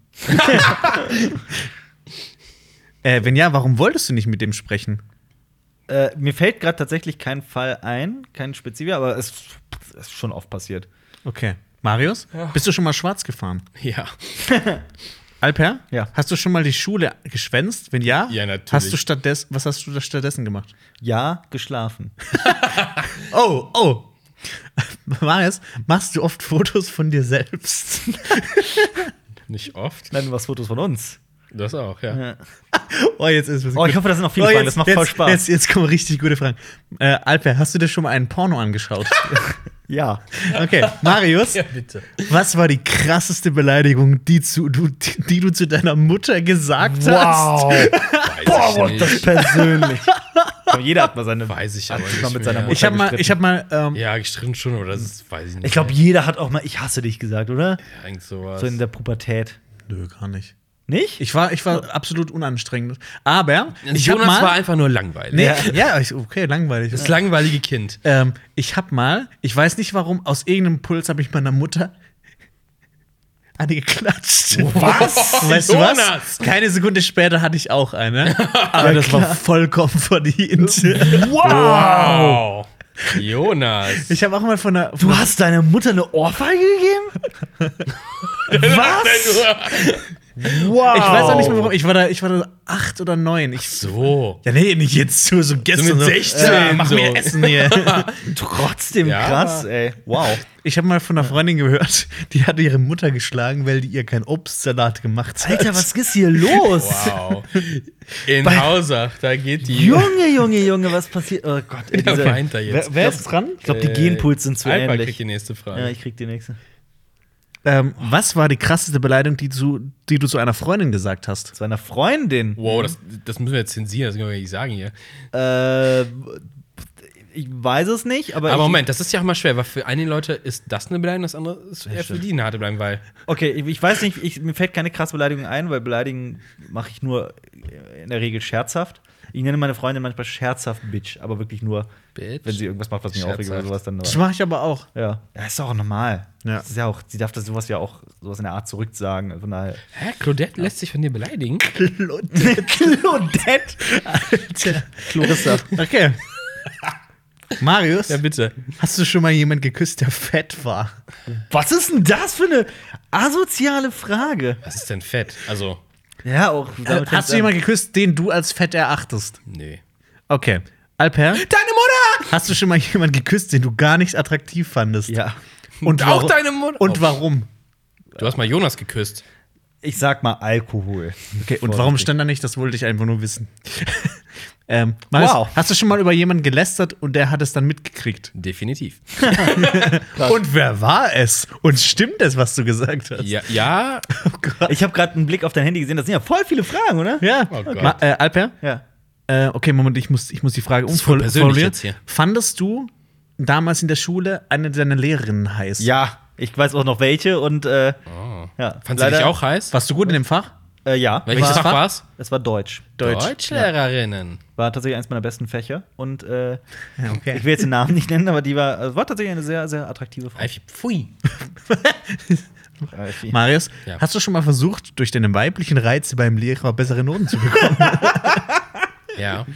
[SPEAKER 3] Äh, wenn ja, warum wolltest du nicht mit dem sprechen?
[SPEAKER 2] Äh, mir fällt gerade tatsächlich kein Fall ein, kein spezifischer, aber es es ist schon oft passiert.
[SPEAKER 3] Okay. Marius,
[SPEAKER 1] Ja.
[SPEAKER 3] bist du schon mal schwarz gefahren?
[SPEAKER 1] Ja.
[SPEAKER 3] Alper,
[SPEAKER 2] Ja.
[SPEAKER 3] hast du schon mal die Schule geschwänzt? Wenn ja,
[SPEAKER 1] Ja, natürlich.
[SPEAKER 3] Hast du stattdessen, was hast du da stattdessen gemacht?
[SPEAKER 2] Ja, geschlafen.
[SPEAKER 3] Oh, oh. Marius, machst du oft Fotos von dir selbst?
[SPEAKER 1] Nicht oft.
[SPEAKER 2] Nein, du machst Fotos von uns.
[SPEAKER 1] Das auch, ja.
[SPEAKER 2] Ja.
[SPEAKER 3] Oh, jetzt ist es.
[SPEAKER 2] Oh, ich hoffe, das sind noch viele Fragen. Das macht
[SPEAKER 3] jetzt,
[SPEAKER 2] voll Spaß.
[SPEAKER 3] Jetzt, jetzt kommen richtig gute Fragen. Äh, Alper, hast du dir schon mal einen Porno angeschaut?
[SPEAKER 2] Ja.
[SPEAKER 3] Okay, Marius,
[SPEAKER 1] bitte.
[SPEAKER 3] was war die krasseste Beleidigung, die, zu, du, die, die du zu deiner Mutter gesagt hast?
[SPEAKER 1] Boah,
[SPEAKER 2] Boah, das persönlich. Komm, jeder hat mal seine.
[SPEAKER 1] Weiß ich
[SPEAKER 2] hat
[SPEAKER 1] aber
[SPEAKER 2] sich
[SPEAKER 1] nicht
[SPEAKER 2] mal mit
[SPEAKER 1] mehr.
[SPEAKER 2] seiner Mutter.
[SPEAKER 3] Ich habe mal, ich hab mal ähm,
[SPEAKER 1] Ja, gestritten schon, oder das ist, weiß ich nicht.
[SPEAKER 2] Ich glaube, jeder hat auch mal Ich hasse dich gesagt, oder?
[SPEAKER 1] Ja, Irgend sowas.
[SPEAKER 2] So in der Pubertät.
[SPEAKER 3] Nö, gar nicht.
[SPEAKER 2] Nicht?
[SPEAKER 3] Ich war, ich war absolut unanstrengend. Aber ich hab
[SPEAKER 1] Jonas
[SPEAKER 3] mal,
[SPEAKER 1] war einfach nur langweilig.
[SPEAKER 3] nee,
[SPEAKER 2] Ja.
[SPEAKER 3] ja, ich, okay, langweilig.
[SPEAKER 1] Das langweilige Kind.
[SPEAKER 3] Ähm, ich hab mal, ich weiß nicht warum, aus irgendeinem Puls habe ich meiner Mutter eine geklatscht.
[SPEAKER 1] Was?
[SPEAKER 3] Weißt du was?
[SPEAKER 1] Jonas!
[SPEAKER 3] Keine Sekunde später hatte ich auch eine. Aber das war vollkommen verdient.
[SPEAKER 1] Wow! Jonas.
[SPEAKER 3] Ich habe auch mal von einer.
[SPEAKER 2] Du hast deiner Mutter eine Ohrfeige gegeben? Was? Wow.
[SPEAKER 3] ich weiß auch nicht mehr warum. Ich war da, ich war da acht oder neun. Ich,
[SPEAKER 1] So.
[SPEAKER 3] Oh. ja, nee, nicht jetzt so, so gestern.
[SPEAKER 1] mit 16
[SPEAKER 3] Ja, mach
[SPEAKER 1] so.
[SPEAKER 3] mir Essen hier.
[SPEAKER 2] Trotzdem
[SPEAKER 1] Ja.
[SPEAKER 2] krass, ey. Wow.
[SPEAKER 3] Ich habe mal von einer Freundin gehört, die hatte ihre Mutter geschlagen, weil die ihr kein Obstsalat gemacht hat.
[SPEAKER 2] Alter, was ist hier los?
[SPEAKER 1] Wow. In Hausach, da geht die.
[SPEAKER 2] Junge, Junge, Junge, was passiert? Oh Gott, ey,
[SPEAKER 1] Der
[SPEAKER 2] diese-
[SPEAKER 1] weint da jetzt.
[SPEAKER 2] Wer, wer
[SPEAKER 3] Ist
[SPEAKER 2] ist dran?
[SPEAKER 3] dran?
[SPEAKER 2] Ich glaube, die Genpools sind zu
[SPEAKER 1] Alper
[SPEAKER 2] ähnlich.
[SPEAKER 1] Äh, kriegt die nächste
[SPEAKER 2] ja,
[SPEAKER 1] Frage.
[SPEAKER 2] ich krieg die nächste.
[SPEAKER 3] Ähm, was war die krasseste Beleidigung, die, zu, die du zu einer Freundin gesagt hast?
[SPEAKER 2] Zu einer Freundin.
[SPEAKER 1] wow, das, das müssen wir jetzt zensieren, das können wir nicht sagen hier.
[SPEAKER 2] Äh, ich weiß es nicht, aber.
[SPEAKER 1] Aber
[SPEAKER 2] ich,
[SPEAKER 1] Moment, das ist ja auch mal schwer, weil für einige Leute ist das eine Beleidigung, das andere ist eher für
[SPEAKER 2] stimmt.
[SPEAKER 1] die eine harte Beleidigung, weil
[SPEAKER 2] Okay, ich, ich weiß nicht, ich, mir fällt keine krasse Beleidigung ein, weil Beleidigen mache ich nur in der Regel scherzhaft. Ich nenne meine Freundin manchmal scherzhaft Bitch, aber wirklich nur,
[SPEAKER 1] Bitch.
[SPEAKER 2] wenn sie irgendwas macht, was mich aufregt oder
[SPEAKER 1] Scherzhaft.
[SPEAKER 2] sowas dann.
[SPEAKER 3] Das mache ich aber auch.
[SPEAKER 2] Ja. ja, ist doch auch normal.
[SPEAKER 3] Ja.
[SPEAKER 2] Das ist ja auch, sie darf das sowas ja auch sowas in der Art zurücksagen. Von daher.
[SPEAKER 1] Hä, Claudette lässt sich von dir beleidigen?
[SPEAKER 2] Claudette!
[SPEAKER 3] Alter.
[SPEAKER 2] Clarissa.
[SPEAKER 3] Okay. Marius,
[SPEAKER 1] Ja, bitte.
[SPEAKER 3] hast du schon mal jemanden geküsst, der fett war?
[SPEAKER 2] Was ist denn das für eine asoziale Frage? Äh,
[SPEAKER 1] Was ist denn fett? Also,
[SPEAKER 2] Ja, auch. damit fängt's
[SPEAKER 3] hast du
[SPEAKER 2] an.
[SPEAKER 3] jemanden geküsst, den du als fett erachtest?
[SPEAKER 1] nee.
[SPEAKER 3] Okay. Alper,
[SPEAKER 1] Deine Mutter!
[SPEAKER 3] hast du schon mal jemanden geküsst, den du gar nicht attraktiv fandest?
[SPEAKER 2] Ja.
[SPEAKER 3] Und
[SPEAKER 1] Auch
[SPEAKER 3] warum-
[SPEAKER 1] deine Mutter?
[SPEAKER 3] Und warum?
[SPEAKER 1] Du hast mal Jonas geküsst.
[SPEAKER 2] Ich sag mal Alkohol.
[SPEAKER 3] Okay, und warum stand da nicht? Das wollte ich einfach nur wissen. ähm, Marius,
[SPEAKER 2] Wow.
[SPEAKER 3] hast du schon mal über jemanden gelästert und der hat es dann mitgekriegt?
[SPEAKER 1] Definitiv.
[SPEAKER 2] Das-
[SPEAKER 3] Und wer war es? Und stimmt es, was du gesagt hast?
[SPEAKER 1] Ja, ja.
[SPEAKER 3] Oh Gott.
[SPEAKER 2] Ich habe gerade einen Blick auf dein Handy gesehen. Das sind ja voll viele Fragen, oder?
[SPEAKER 3] Ja,
[SPEAKER 1] Oh Gott.
[SPEAKER 3] Ma- äh, Alper,
[SPEAKER 2] Ja.
[SPEAKER 3] äh, okay, Moment, ich muss, ich muss die Frage
[SPEAKER 1] ist voll persönlich
[SPEAKER 3] umformulieren.
[SPEAKER 1] jetzt hier.
[SPEAKER 3] Fandest du damals in der Schule eine deiner Lehrerinnen heiß?
[SPEAKER 2] Ja. Ich weiß auch noch welche und äh,
[SPEAKER 1] Oh.
[SPEAKER 2] ja.
[SPEAKER 1] Fandst du dich auch heiß?
[SPEAKER 3] Warst du gut in dem Fach?
[SPEAKER 2] Äh, ja.
[SPEAKER 1] Welches
[SPEAKER 2] war,
[SPEAKER 1] Fach war's?
[SPEAKER 2] Es war Deutsch.
[SPEAKER 1] Deutschlehrerinnen.
[SPEAKER 2] War tatsächlich eines meiner besten Fächer. Und äh,
[SPEAKER 3] Ja, okay.
[SPEAKER 2] ich will jetzt den Namen nicht nennen, aber die war, äh, war tatsächlich eine sehr, sehr attraktive Frau.
[SPEAKER 1] Alfie, Pfui.
[SPEAKER 2] Äh, ich-
[SPEAKER 3] Marius,
[SPEAKER 1] Ja.
[SPEAKER 3] hast du schon mal versucht, durch deine weiblichen Reize beim Lehrer bessere Noten zu bekommen?
[SPEAKER 1] Ja.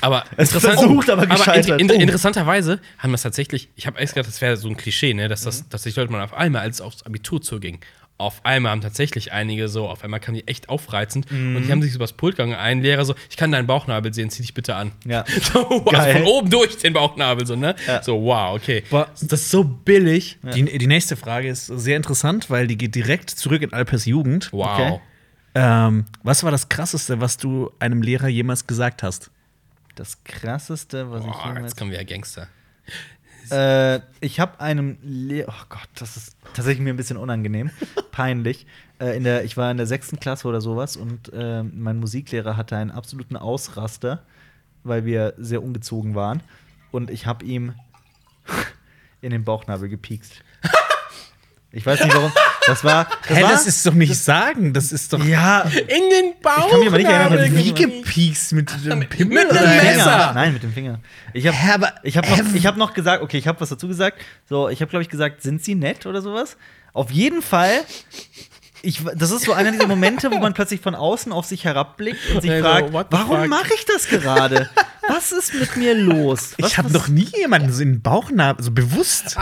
[SPEAKER 1] Aber,
[SPEAKER 2] Es versucht, aber gescheitert.
[SPEAKER 1] in, in,
[SPEAKER 2] Oh.
[SPEAKER 1] interessanterweise haben wir es tatsächlich, ich habe erst gedacht, das wäre so ein Klischee, ne, dass,
[SPEAKER 2] Mhm.
[SPEAKER 1] das, dass sich Leute mal auf einmal, als es aufs Abitur zuging, auf einmal haben tatsächlich einige so, auf einmal kamen die echt aufreizend
[SPEAKER 2] Mhm.
[SPEAKER 1] und die haben sich so übers Pult gegangen. Ein Lehrer so, ich kann deinen Bauchnabel sehen, zieh dich bitte an.
[SPEAKER 2] Ja.
[SPEAKER 1] So, also
[SPEAKER 2] Geil.
[SPEAKER 1] von oben durch den Bauchnabel, so, ne?
[SPEAKER 2] Ja.
[SPEAKER 1] So, wow, okay.
[SPEAKER 3] Boah, das ist so billig. Die, die nächste Frage ist sehr interessant, weil die geht direkt zurück in Alpers Jugend.
[SPEAKER 1] Wow.
[SPEAKER 2] Okay.
[SPEAKER 3] Ähm, was war das Krasseste, was du einem Lehrer jemals gesagt hast?
[SPEAKER 2] Das krasseste, was ich
[SPEAKER 1] Boah,
[SPEAKER 2] jemals
[SPEAKER 1] jetzt kommen wir ja Gangster.
[SPEAKER 2] Äh, ich habe einem, Le oh Gott, das ist tatsächlich mir ein bisschen unangenehm, peinlich. Äh, in der, ich war in der sechsten Klasse oder sowas und äh, mein Musiklehrer hatte einen absoluten Ausraster, weil wir sehr ungezogen waren. Und ich habe ihm in den Bauchnabel gepiekst. Ich weiß nicht warum. Das war. Das
[SPEAKER 3] Hä,
[SPEAKER 2] war
[SPEAKER 3] das ist doch nicht sagen, das ist doch
[SPEAKER 2] ja,
[SPEAKER 1] In den Bauch.
[SPEAKER 2] kann mich aber nicht erinnern,
[SPEAKER 1] Nabel.
[SPEAKER 2] wie
[SPEAKER 3] wie gepiekst genau. mit dem Pimmel.
[SPEAKER 1] Mit
[SPEAKER 2] Mit
[SPEAKER 1] einem
[SPEAKER 2] dem Finger.
[SPEAKER 1] Messer.
[SPEAKER 2] Nein, mit dem Finger. Ich habe
[SPEAKER 3] Hä, aber-
[SPEAKER 2] ich hab noch,
[SPEAKER 3] Hä?
[SPEAKER 2] ich hab noch gesagt, okay, ich habe was dazu gesagt. So, ich habe, glaube ich, gesagt, sind sie nett oder sowas? Auf jeden Fall. Ich, das ist so einer dieser Momente, wo man plötzlich von außen auf sich herabblickt und sich
[SPEAKER 1] Also,
[SPEAKER 2] fragt,
[SPEAKER 1] what the
[SPEAKER 2] warum
[SPEAKER 1] fuck?
[SPEAKER 2] mache ich das gerade? Was ist mit mir los? Was,
[SPEAKER 3] Ich habe
[SPEAKER 2] was-
[SPEAKER 3] noch nie jemanden so in den Bauchnabel, so bewusst. War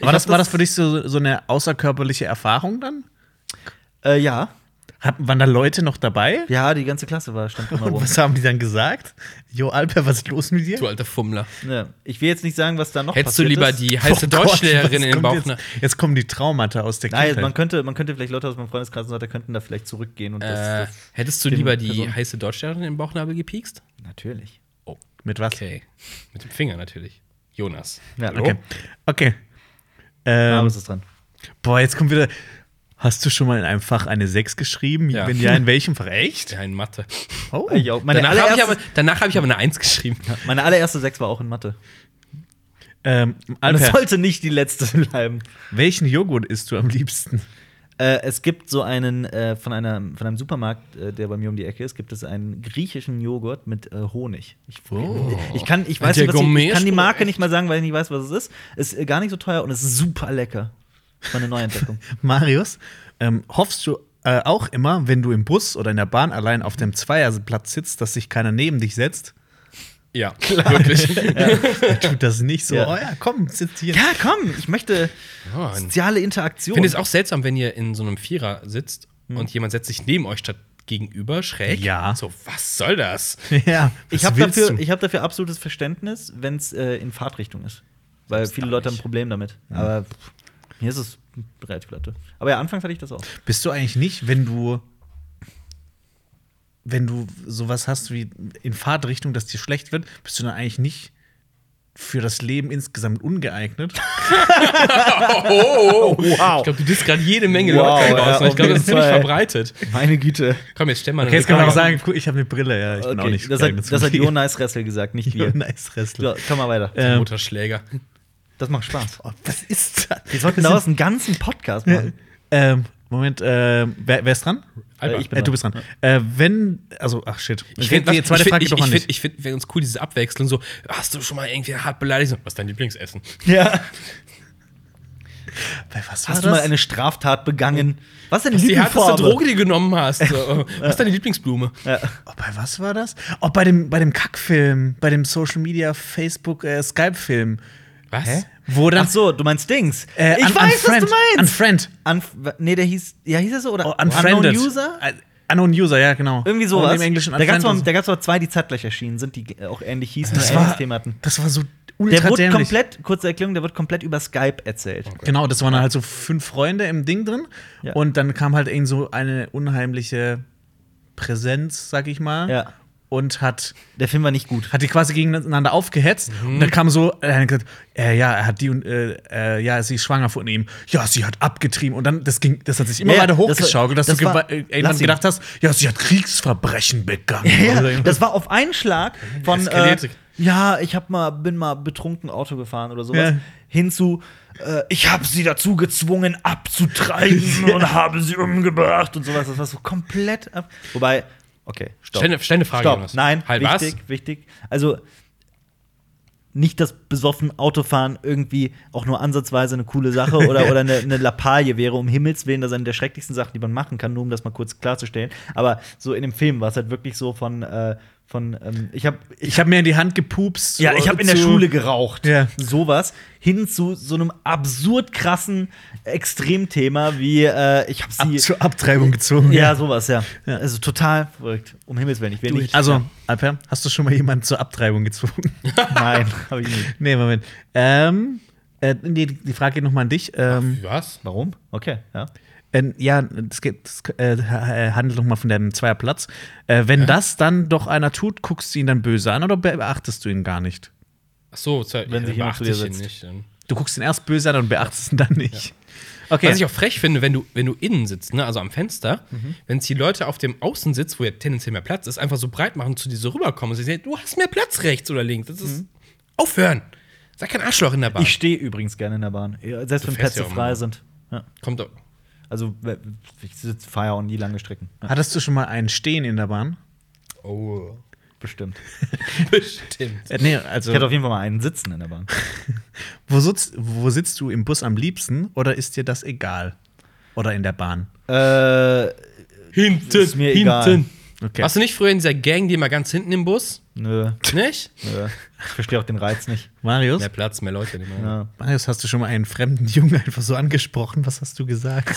[SPEAKER 3] das,
[SPEAKER 2] hab
[SPEAKER 3] war
[SPEAKER 2] das-
[SPEAKER 3] das für dich so, so eine außerkörperliche Erfahrung dann?
[SPEAKER 2] Äh, ja,
[SPEAKER 3] Hat, waren da Leute noch dabei?
[SPEAKER 2] ja, die ganze Klasse war stand immer
[SPEAKER 3] Und
[SPEAKER 2] rum.
[SPEAKER 3] was haben die dann gesagt? Jo, Alper, was ist los mit dir?
[SPEAKER 1] Du alter Fummler.
[SPEAKER 2] Ja. Ne. Ich will jetzt nicht sagen, was da noch
[SPEAKER 1] Hättest du
[SPEAKER 2] passiert
[SPEAKER 1] lieber
[SPEAKER 2] ist.
[SPEAKER 1] die heiße
[SPEAKER 3] Oh Gott, was
[SPEAKER 1] Deutschlehrerin in den
[SPEAKER 3] kommt
[SPEAKER 1] Bauch. ne?
[SPEAKER 3] Jetzt, jetzt kommen die Traumata aus der
[SPEAKER 2] Nein,
[SPEAKER 3] Kindheit.
[SPEAKER 2] man könnte, man könnte vielleicht Leute aus meinem Freundeskreis und so weiter könnten da vielleicht zurückgehen und
[SPEAKER 1] Äh,
[SPEAKER 2] das, das
[SPEAKER 1] hättest du
[SPEAKER 2] den
[SPEAKER 1] lieber die
[SPEAKER 2] Personen-
[SPEAKER 1] heiße Deutschlehrerin in den Bauchnabel gepiekst?
[SPEAKER 2] natürlich.
[SPEAKER 3] mit was?
[SPEAKER 1] Okay. Mit dem Finger natürlich. Jonas.
[SPEAKER 2] Ja,
[SPEAKER 3] Okay. okay.
[SPEAKER 2] Ja,
[SPEAKER 3] Ähm,
[SPEAKER 2] aber es ist dran.
[SPEAKER 3] boah, jetzt kommt wieder. Hast du schon mal in einem Fach eine 6 geschrieben?
[SPEAKER 1] Ja.
[SPEAKER 3] Wenn ja, in welchem Fach? Echt?
[SPEAKER 1] Ja, in Mathe.
[SPEAKER 3] Oh.
[SPEAKER 2] Ich auch. Meine,
[SPEAKER 1] Danach habe ich,
[SPEAKER 2] allererste,
[SPEAKER 1] aber- danach hab ich aber eine Eins geschrieben.
[SPEAKER 2] meine allererste Sechs war auch in Mathe.
[SPEAKER 3] Ähm,
[SPEAKER 2] Und es
[SPEAKER 3] Alper,
[SPEAKER 2] sollte nicht die letzte bleiben.
[SPEAKER 3] welchen Joghurt isst du am liebsten?
[SPEAKER 2] Äh, es gibt so einen äh, von, einer, von einem Supermarkt, äh, der bei mir um die Ecke ist, gibt es einen griechischen Joghurt mit äh, Honig. Ich, Oh. ich kann, ich weiß
[SPEAKER 1] Der
[SPEAKER 2] nicht, was die, ich kann die
[SPEAKER 1] Gourmet-Spruch,
[SPEAKER 2] Marke nicht mal sagen, weil ich nicht weiß, was es ist. Ist äh, gar nicht so teuer und ist super lecker. Das war eine Neuentdeckung.
[SPEAKER 3] Marius, ähm, hoffst du äh, auch immer, wenn du im Bus oder in der Bahn allein auf dem Zweierplatz sitzt, dass sich keiner neben dich setzt?
[SPEAKER 1] Ja, Klar. wirklich.
[SPEAKER 3] Tut das nicht so?
[SPEAKER 2] Ja.
[SPEAKER 3] Oh ja, komm, sitz hier.
[SPEAKER 2] ja, komm, ich möchte
[SPEAKER 1] Mann.
[SPEAKER 2] soziale
[SPEAKER 1] Ich
[SPEAKER 2] Interaktion.
[SPEAKER 1] finde es auch seltsam, wenn ihr in so einem Vierer sitzt und jemand setzt sich neben euch statt gegenüber schräg.
[SPEAKER 3] Ja.
[SPEAKER 1] So, was soll das?
[SPEAKER 3] Ja,
[SPEAKER 2] Ich
[SPEAKER 3] was
[SPEAKER 2] habe
[SPEAKER 3] willst
[SPEAKER 2] dafür,
[SPEAKER 3] du?
[SPEAKER 2] ich hab dafür absolutes Verständnis, wenn es äh, in Fahrtrichtung ist. Weil viele
[SPEAKER 1] da
[SPEAKER 2] Leute haben ein
[SPEAKER 1] nicht.
[SPEAKER 2] Problem damit. Aber pff, mir ist es relativ latte. Aber ja, anfangs hatte ich das auch.
[SPEAKER 3] Bist du eigentlich nicht, wenn du wenn du sowas hast wie in Fahrtrichtung, dass dir schlecht wird, bist du dann eigentlich nicht für das Leben insgesamt ungeeignet?
[SPEAKER 1] Oh,
[SPEAKER 2] Wow.
[SPEAKER 1] Ich glaube, du disst gerade jede Menge
[SPEAKER 2] Wow,
[SPEAKER 1] Leute
[SPEAKER 2] ja,
[SPEAKER 1] draußen.
[SPEAKER 2] auf
[SPEAKER 1] ich glaube, das
[SPEAKER 2] jeden
[SPEAKER 1] ist ziemlich
[SPEAKER 2] Fall.
[SPEAKER 1] verbreitet.
[SPEAKER 2] Meine Güte.
[SPEAKER 1] Komm, jetzt stell mal
[SPEAKER 3] Okay, jetzt kann man
[SPEAKER 1] Frage.
[SPEAKER 3] auch sagen, guck, ich habe eine Brille, ja, ich bin auch
[SPEAKER 2] Okay,
[SPEAKER 3] nicht
[SPEAKER 2] das
[SPEAKER 3] geeignet
[SPEAKER 2] hat,
[SPEAKER 3] zum
[SPEAKER 2] das hat
[SPEAKER 3] Leben.
[SPEAKER 2] Jonas Ressel gesagt, nicht wir.
[SPEAKER 3] Jonas Ressler.
[SPEAKER 2] So, komm mal weiter.
[SPEAKER 3] Ähm,
[SPEAKER 1] Mutterschläger.
[SPEAKER 2] Das macht Spaß.
[SPEAKER 3] oh, was ist das?
[SPEAKER 2] Wir sollten
[SPEAKER 3] Das
[SPEAKER 2] daraus einen ganzen Podcast machen.
[SPEAKER 3] Ähm, Moment, ähm, wer, wer ist dran?
[SPEAKER 1] Alba.
[SPEAKER 2] ich bin
[SPEAKER 3] Äh, du bist dran. Äh, wenn, also, ach shit.
[SPEAKER 1] Ich finde,
[SPEAKER 3] die zweite Frage
[SPEAKER 1] ich,
[SPEAKER 3] doch
[SPEAKER 1] ich,
[SPEAKER 3] mal
[SPEAKER 1] find,
[SPEAKER 3] nicht.
[SPEAKER 1] ich finde ganz cool diese Abwechslung. So, hast du schon mal irgendwie hart beleidigt? So, Was ist dein Lieblingsessen?
[SPEAKER 2] Ja.
[SPEAKER 3] Bei was war
[SPEAKER 2] Hast du
[SPEAKER 3] das?
[SPEAKER 2] mal eine Straftat begangen? Was ist deine
[SPEAKER 1] Die härteste
[SPEAKER 2] Lieblingsfarbe?
[SPEAKER 1] Droge, die du genommen hast. So, äh, was ist deine Lieblingsblume?
[SPEAKER 3] oh, bei was war das? Oh, bei dem, bei dem Kackfilm, bei dem Social Media, Facebook, äh, Skype-Film.
[SPEAKER 1] Was?
[SPEAKER 3] Wo dann.
[SPEAKER 2] Ach so, du meinst Dings.
[SPEAKER 3] äh,
[SPEAKER 2] ich weiß,
[SPEAKER 3] un-
[SPEAKER 2] was
[SPEAKER 3] unfriend,
[SPEAKER 2] du meinst.
[SPEAKER 3] Unfriend.
[SPEAKER 2] Unf nee, der hieß, ja, hieß er so? Oder
[SPEAKER 3] Oh,
[SPEAKER 2] Unknown
[SPEAKER 3] unfriended.
[SPEAKER 2] User?
[SPEAKER 3] Äh, Unknown User, ja, genau.
[SPEAKER 2] Irgendwie
[SPEAKER 3] Und
[SPEAKER 2] sowas.
[SPEAKER 3] Im Englischen
[SPEAKER 2] da gab es mal,
[SPEAKER 3] unfriended.
[SPEAKER 2] da gab's mal zwei, die zeitgleich erschienen sind, die äh, auch ähnlich hießen
[SPEAKER 3] das
[SPEAKER 2] und ähnliches
[SPEAKER 3] war,
[SPEAKER 2] Thema hatten.
[SPEAKER 3] das war so ultra
[SPEAKER 2] Der wurde
[SPEAKER 3] dämlich.
[SPEAKER 2] komplett, kurze Erklärung, der wird komplett über Skype erzählt.
[SPEAKER 3] Genau, das waren halt so fünf Freunde im Ding drin.
[SPEAKER 2] Ja.
[SPEAKER 3] Und dann kam halt irgend so eine unheimliche Präsenz, sag ich mal.
[SPEAKER 2] Ja.
[SPEAKER 3] Und hat,
[SPEAKER 2] Der Film war nicht gut.
[SPEAKER 3] hat die quasi gegeneinander aufgehetzt. Und
[SPEAKER 2] Mhm.
[SPEAKER 3] dann kam so, er hat gesagt, äh, ja, er hat die und, äh, äh, ja, sie ist schwanger von ihm. Ja, sie hat abgetrieben. Und dann, das ging, das hat sich immer
[SPEAKER 2] Ja,
[SPEAKER 3] weiter
[SPEAKER 2] das war-
[SPEAKER 3] hochgeschaukelt, dass
[SPEAKER 2] das
[SPEAKER 3] du gewa-
[SPEAKER 2] war-
[SPEAKER 3] äh,
[SPEAKER 2] lass
[SPEAKER 3] irgendwann
[SPEAKER 2] ihn.
[SPEAKER 3] gedacht hast, ja, sie hat Kriegsverbrechen begangen. Also, Oder
[SPEAKER 2] Ja,
[SPEAKER 3] irgendwas.
[SPEAKER 2] das war auf einen Schlag von äh,
[SPEAKER 1] Eskaliert.
[SPEAKER 2] ja, ich hab mal bin mal betrunken Auto gefahren oder sowas
[SPEAKER 3] Ja.
[SPEAKER 2] hinzu äh, ich habe sie dazu gezwungen abzutreiben und habe sie umgebracht und sowas. Das war so komplett ab. Wobei okay, stopp.
[SPEAKER 1] Stell, eine- stell eine Frage,
[SPEAKER 2] Stopp.
[SPEAKER 1] Jonas.
[SPEAKER 2] Nein,
[SPEAKER 1] halt
[SPEAKER 2] wichtig, wichtig. Also nicht das besoffen Autofahren irgendwie auch nur ansatzweise eine coole Sache oder, oder eine, eine Lappalie wäre, um Himmels Willen, das ist eine der schrecklichsten Sachen, die man machen kann, nur um das mal kurz klarzustellen. Aber so in dem Film war es halt wirklich so von, äh, von ähm, ich habe ich,
[SPEAKER 3] ich habe mir in die Hand gepupst.
[SPEAKER 2] ja, ich habe in der
[SPEAKER 3] zu-
[SPEAKER 2] Schule geraucht,
[SPEAKER 3] Ja.
[SPEAKER 2] sowas, hin zu so einem absurd krassen Extremthema wie äh, ich habe
[SPEAKER 3] ab,
[SPEAKER 2] sie.
[SPEAKER 3] zur Abtreibung gezwungen.
[SPEAKER 2] Ja, sowas, ja.
[SPEAKER 3] Ja.
[SPEAKER 2] Also total verrückt. Um Himmels Willen, ich will
[SPEAKER 1] Do
[SPEAKER 2] nicht.
[SPEAKER 1] it.
[SPEAKER 3] Also, Alper, hast du schon mal jemanden zur Abtreibung gezwungen?
[SPEAKER 2] Nein, habe ich nicht.
[SPEAKER 3] Nee, Moment. Ähm, äh, nee, die- die Frage geht nochmal an dich. Ähm,
[SPEAKER 1] Was?
[SPEAKER 2] Warum? Okay, ja.
[SPEAKER 3] äh, ja, es geht, das, äh, äh, handelt nochmal von deinem Zweierplatz. Äh, wenn das dann doch einer tut, guckst du ihn dann böse an oder beachtest du ihn gar nicht?
[SPEAKER 1] Ach so, zwei,
[SPEAKER 2] Wenn
[SPEAKER 1] ja,
[SPEAKER 2] sich jemand zu
[SPEAKER 1] beachte
[SPEAKER 2] dir
[SPEAKER 1] ich ihn
[SPEAKER 2] setzt.
[SPEAKER 1] nicht. ähm. Dann.
[SPEAKER 3] Du guckst ihn erst böse an und beachtest ihn dann nicht.
[SPEAKER 1] Was
[SPEAKER 2] Okay.
[SPEAKER 1] ich auch frech finde, wenn du, wenn du innen sitzt, ne, also am Fenster,
[SPEAKER 2] Mhm.
[SPEAKER 1] wenn es die Leute auf dem Außensitz, wo ja tendenziell mehr Platz ist, einfach so breit machen, zu dir so rüberkommen und sie sagen, du hast mehr Platz rechts oder links. Das ist aufhören. Sei kein Arschloch in der Bahn.
[SPEAKER 2] Mhm. Ich stehe übrigens gerne in der Bahn. Ja, Selbst wenn
[SPEAKER 1] fährst
[SPEAKER 2] Plätze
[SPEAKER 1] ja auch
[SPEAKER 2] frei
[SPEAKER 1] mal.
[SPEAKER 2] sind. Ja.
[SPEAKER 1] Kommt doch.
[SPEAKER 2] Also, ich fahre ja auch nie lange Strecken. Ja,
[SPEAKER 3] Hattest du schon mal einen Stehen in der Bahn?
[SPEAKER 1] Oh.
[SPEAKER 2] bestimmt.
[SPEAKER 1] Bestimmt.
[SPEAKER 3] Äh, nee, also
[SPEAKER 2] Ich hatte auf jeden Fall mal einen Sitzen in der Bahn.
[SPEAKER 3] wo sitzt, wo sitzt du im Bus am liebsten oder ist dir das egal? Oder in der Bahn?
[SPEAKER 2] äh,
[SPEAKER 1] Hinten,
[SPEAKER 2] Ist mir egal.
[SPEAKER 3] Okay.
[SPEAKER 1] Warst du nicht früher in dieser Gang, die immer ganz hinten im Bus?
[SPEAKER 2] nö,
[SPEAKER 1] Nicht?
[SPEAKER 2] nö. Ich verstehe auch den Reiz nicht.
[SPEAKER 3] Marius?
[SPEAKER 1] Mehr Platz, mehr Leute. die man-
[SPEAKER 2] Ja.
[SPEAKER 3] Marius, hast du schon mal einen fremden Jungen einfach so angesprochen? Was hast du gesagt?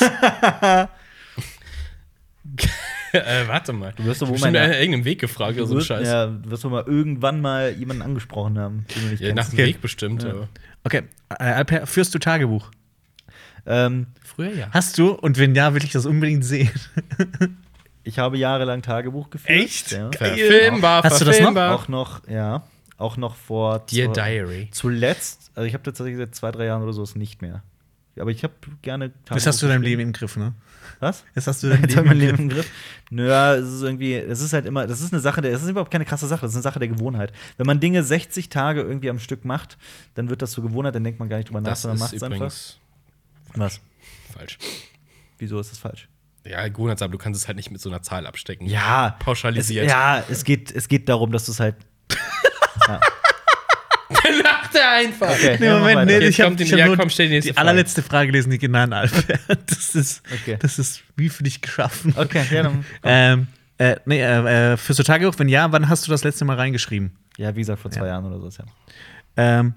[SPEAKER 1] Äh, warte mal. Du
[SPEAKER 2] wirst doch wohl
[SPEAKER 1] Bestimmt
[SPEAKER 2] meine-
[SPEAKER 1] einen irgendeinen Weg gefragt oder so einen
[SPEAKER 2] wirst,
[SPEAKER 1] Scheiß.
[SPEAKER 2] ja, wirst du mal irgendwann mal jemanden angesprochen haben, den du nicht
[SPEAKER 1] Ja, nach
[SPEAKER 2] kennst.
[SPEAKER 1] dem Weg bestimmt. Aber.
[SPEAKER 3] Okay, äh, Alper, führst du Tagebuch?
[SPEAKER 2] Ähm,
[SPEAKER 1] Früher ja.
[SPEAKER 3] Hast du? Und wenn ja, will ich das unbedingt sehen.
[SPEAKER 2] ich habe jahrelang Tagebuch geführt.
[SPEAKER 3] Echt?
[SPEAKER 2] Ja.
[SPEAKER 3] Geil.
[SPEAKER 1] Verfilmbar,
[SPEAKER 3] Hast du das noch?
[SPEAKER 1] verfilmbar.
[SPEAKER 2] Auch noch, ja, auch noch vor
[SPEAKER 1] Dear
[SPEAKER 2] zur-
[SPEAKER 1] Diary.
[SPEAKER 2] zuletzt, also ich habe tatsächlich seit zwei, drei Jahren oder so es nicht mehr. Aber ich habe gerne Tagebuch.
[SPEAKER 3] Das hast du dein Leben im Griff, ne?
[SPEAKER 2] Was?
[SPEAKER 3] Das hast du dein
[SPEAKER 2] Jetzt haben wir
[SPEAKER 3] Leben im
[SPEAKER 2] Leben
[SPEAKER 3] Griff.
[SPEAKER 2] im Griff. Naja, es ist irgendwie, es ist halt immer, das ist eine Sache, der, es ist überhaupt keine krasse Sache, das ist eine Sache der Gewohnheit. Wenn man Dinge 60 Tage irgendwie am Stück macht, dann wird das zur Gewohnheit, dann denkt man gar nicht drüber nach,
[SPEAKER 1] Das
[SPEAKER 2] sondern
[SPEAKER 1] ist
[SPEAKER 2] macht es einfach.
[SPEAKER 1] übrigens
[SPEAKER 2] Was?
[SPEAKER 1] falsch.
[SPEAKER 2] Wieso ist das falsch?
[SPEAKER 1] Ja, Gunnar, aber du kannst es halt nicht mit so einer Zahl abstecken.
[SPEAKER 2] Ja.
[SPEAKER 1] Pauschalisiert.
[SPEAKER 2] Es, ja, es geht, es geht darum, dass du es halt.
[SPEAKER 1] Lacht er einfach.
[SPEAKER 2] Okay,
[SPEAKER 3] Nee,
[SPEAKER 2] ja, mach
[SPEAKER 3] Moment,
[SPEAKER 2] weiter.
[SPEAKER 3] nee,
[SPEAKER 1] Jetzt
[SPEAKER 3] ich habe
[SPEAKER 1] kommt die-
[SPEAKER 3] ich hab
[SPEAKER 1] ja,
[SPEAKER 3] nur
[SPEAKER 1] komm, stell die
[SPEAKER 3] die,
[SPEAKER 1] nächste Frage.
[SPEAKER 3] allerletzte Frage gelesen, die genannt Albert. Das ist,
[SPEAKER 2] Okay.
[SPEAKER 3] das ist wie für dich geschaffen.
[SPEAKER 2] Okay, ja, dann.
[SPEAKER 3] Ähm, äh, nee, äh, äh, fürs Tagebuch, wenn ja, wann hast du das letzte Mal reingeschrieben?
[SPEAKER 2] Ja, wie gesagt, vor zwei Jahren oder so ist ja.
[SPEAKER 3] Ähm,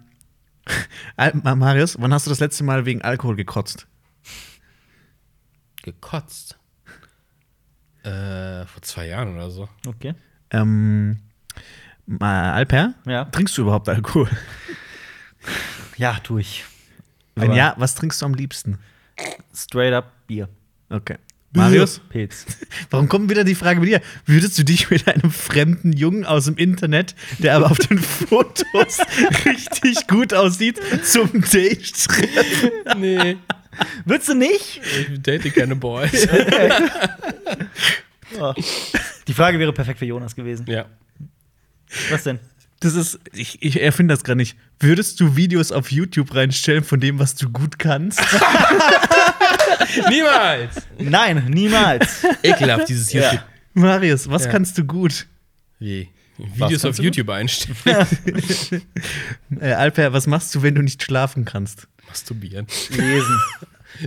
[SPEAKER 3] Al- Ma- Marius, wann hast du das letzte Mal wegen Alkohol gekotzt?
[SPEAKER 1] Gekotzt. Äh, vor zwei Jahren oder so.
[SPEAKER 2] Okay.
[SPEAKER 3] Ähm, Ma- Alper,
[SPEAKER 2] Ja.
[SPEAKER 3] trinkst du überhaupt Alkohol?
[SPEAKER 2] Ja, tue ich.
[SPEAKER 3] Wenn
[SPEAKER 2] Aber-
[SPEAKER 3] ja, was trinkst du am liebsten?
[SPEAKER 2] Straight up Bier.
[SPEAKER 3] Okay. Marius,
[SPEAKER 2] Pilz.
[SPEAKER 3] warum kommt wieder die Frage bei dir? Würdest du dich mit einem fremden Jungen aus dem Internet, der aber auf den Fotos richtig gut aussieht, zum Date treffen?
[SPEAKER 1] Nee,
[SPEAKER 2] Würdest du nicht?
[SPEAKER 1] ich date keine Boys.
[SPEAKER 2] Oh. Die Frage wäre perfekt für Jonas gewesen.
[SPEAKER 1] ja.
[SPEAKER 2] Was denn?
[SPEAKER 3] Das ist, ich, ich erfinde das gerade nicht. Würdest du Videos auf YouTube reinstellen von dem, was du gut kannst?
[SPEAKER 1] Niemals!
[SPEAKER 2] Nein, niemals.
[SPEAKER 1] Ekelhaft, dieses
[SPEAKER 2] Ja.
[SPEAKER 1] YouTube.
[SPEAKER 3] Marius, was
[SPEAKER 1] Ja.
[SPEAKER 3] kannst du gut?
[SPEAKER 1] Wie?
[SPEAKER 2] Was
[SPEAKER 1] Videos
[SPEAKER 2] kannst
[SPEAKER 1] auf
[SPEAKER 2] du?
[SPEAKER 1] YouTube einstellen.
[SPEAKER 3] Äh, Alper, was machst du, wenn du nicht schlafen kannst?
[SPEAKER 1] Masturbieren.
[SPEAKER 2] Lesen.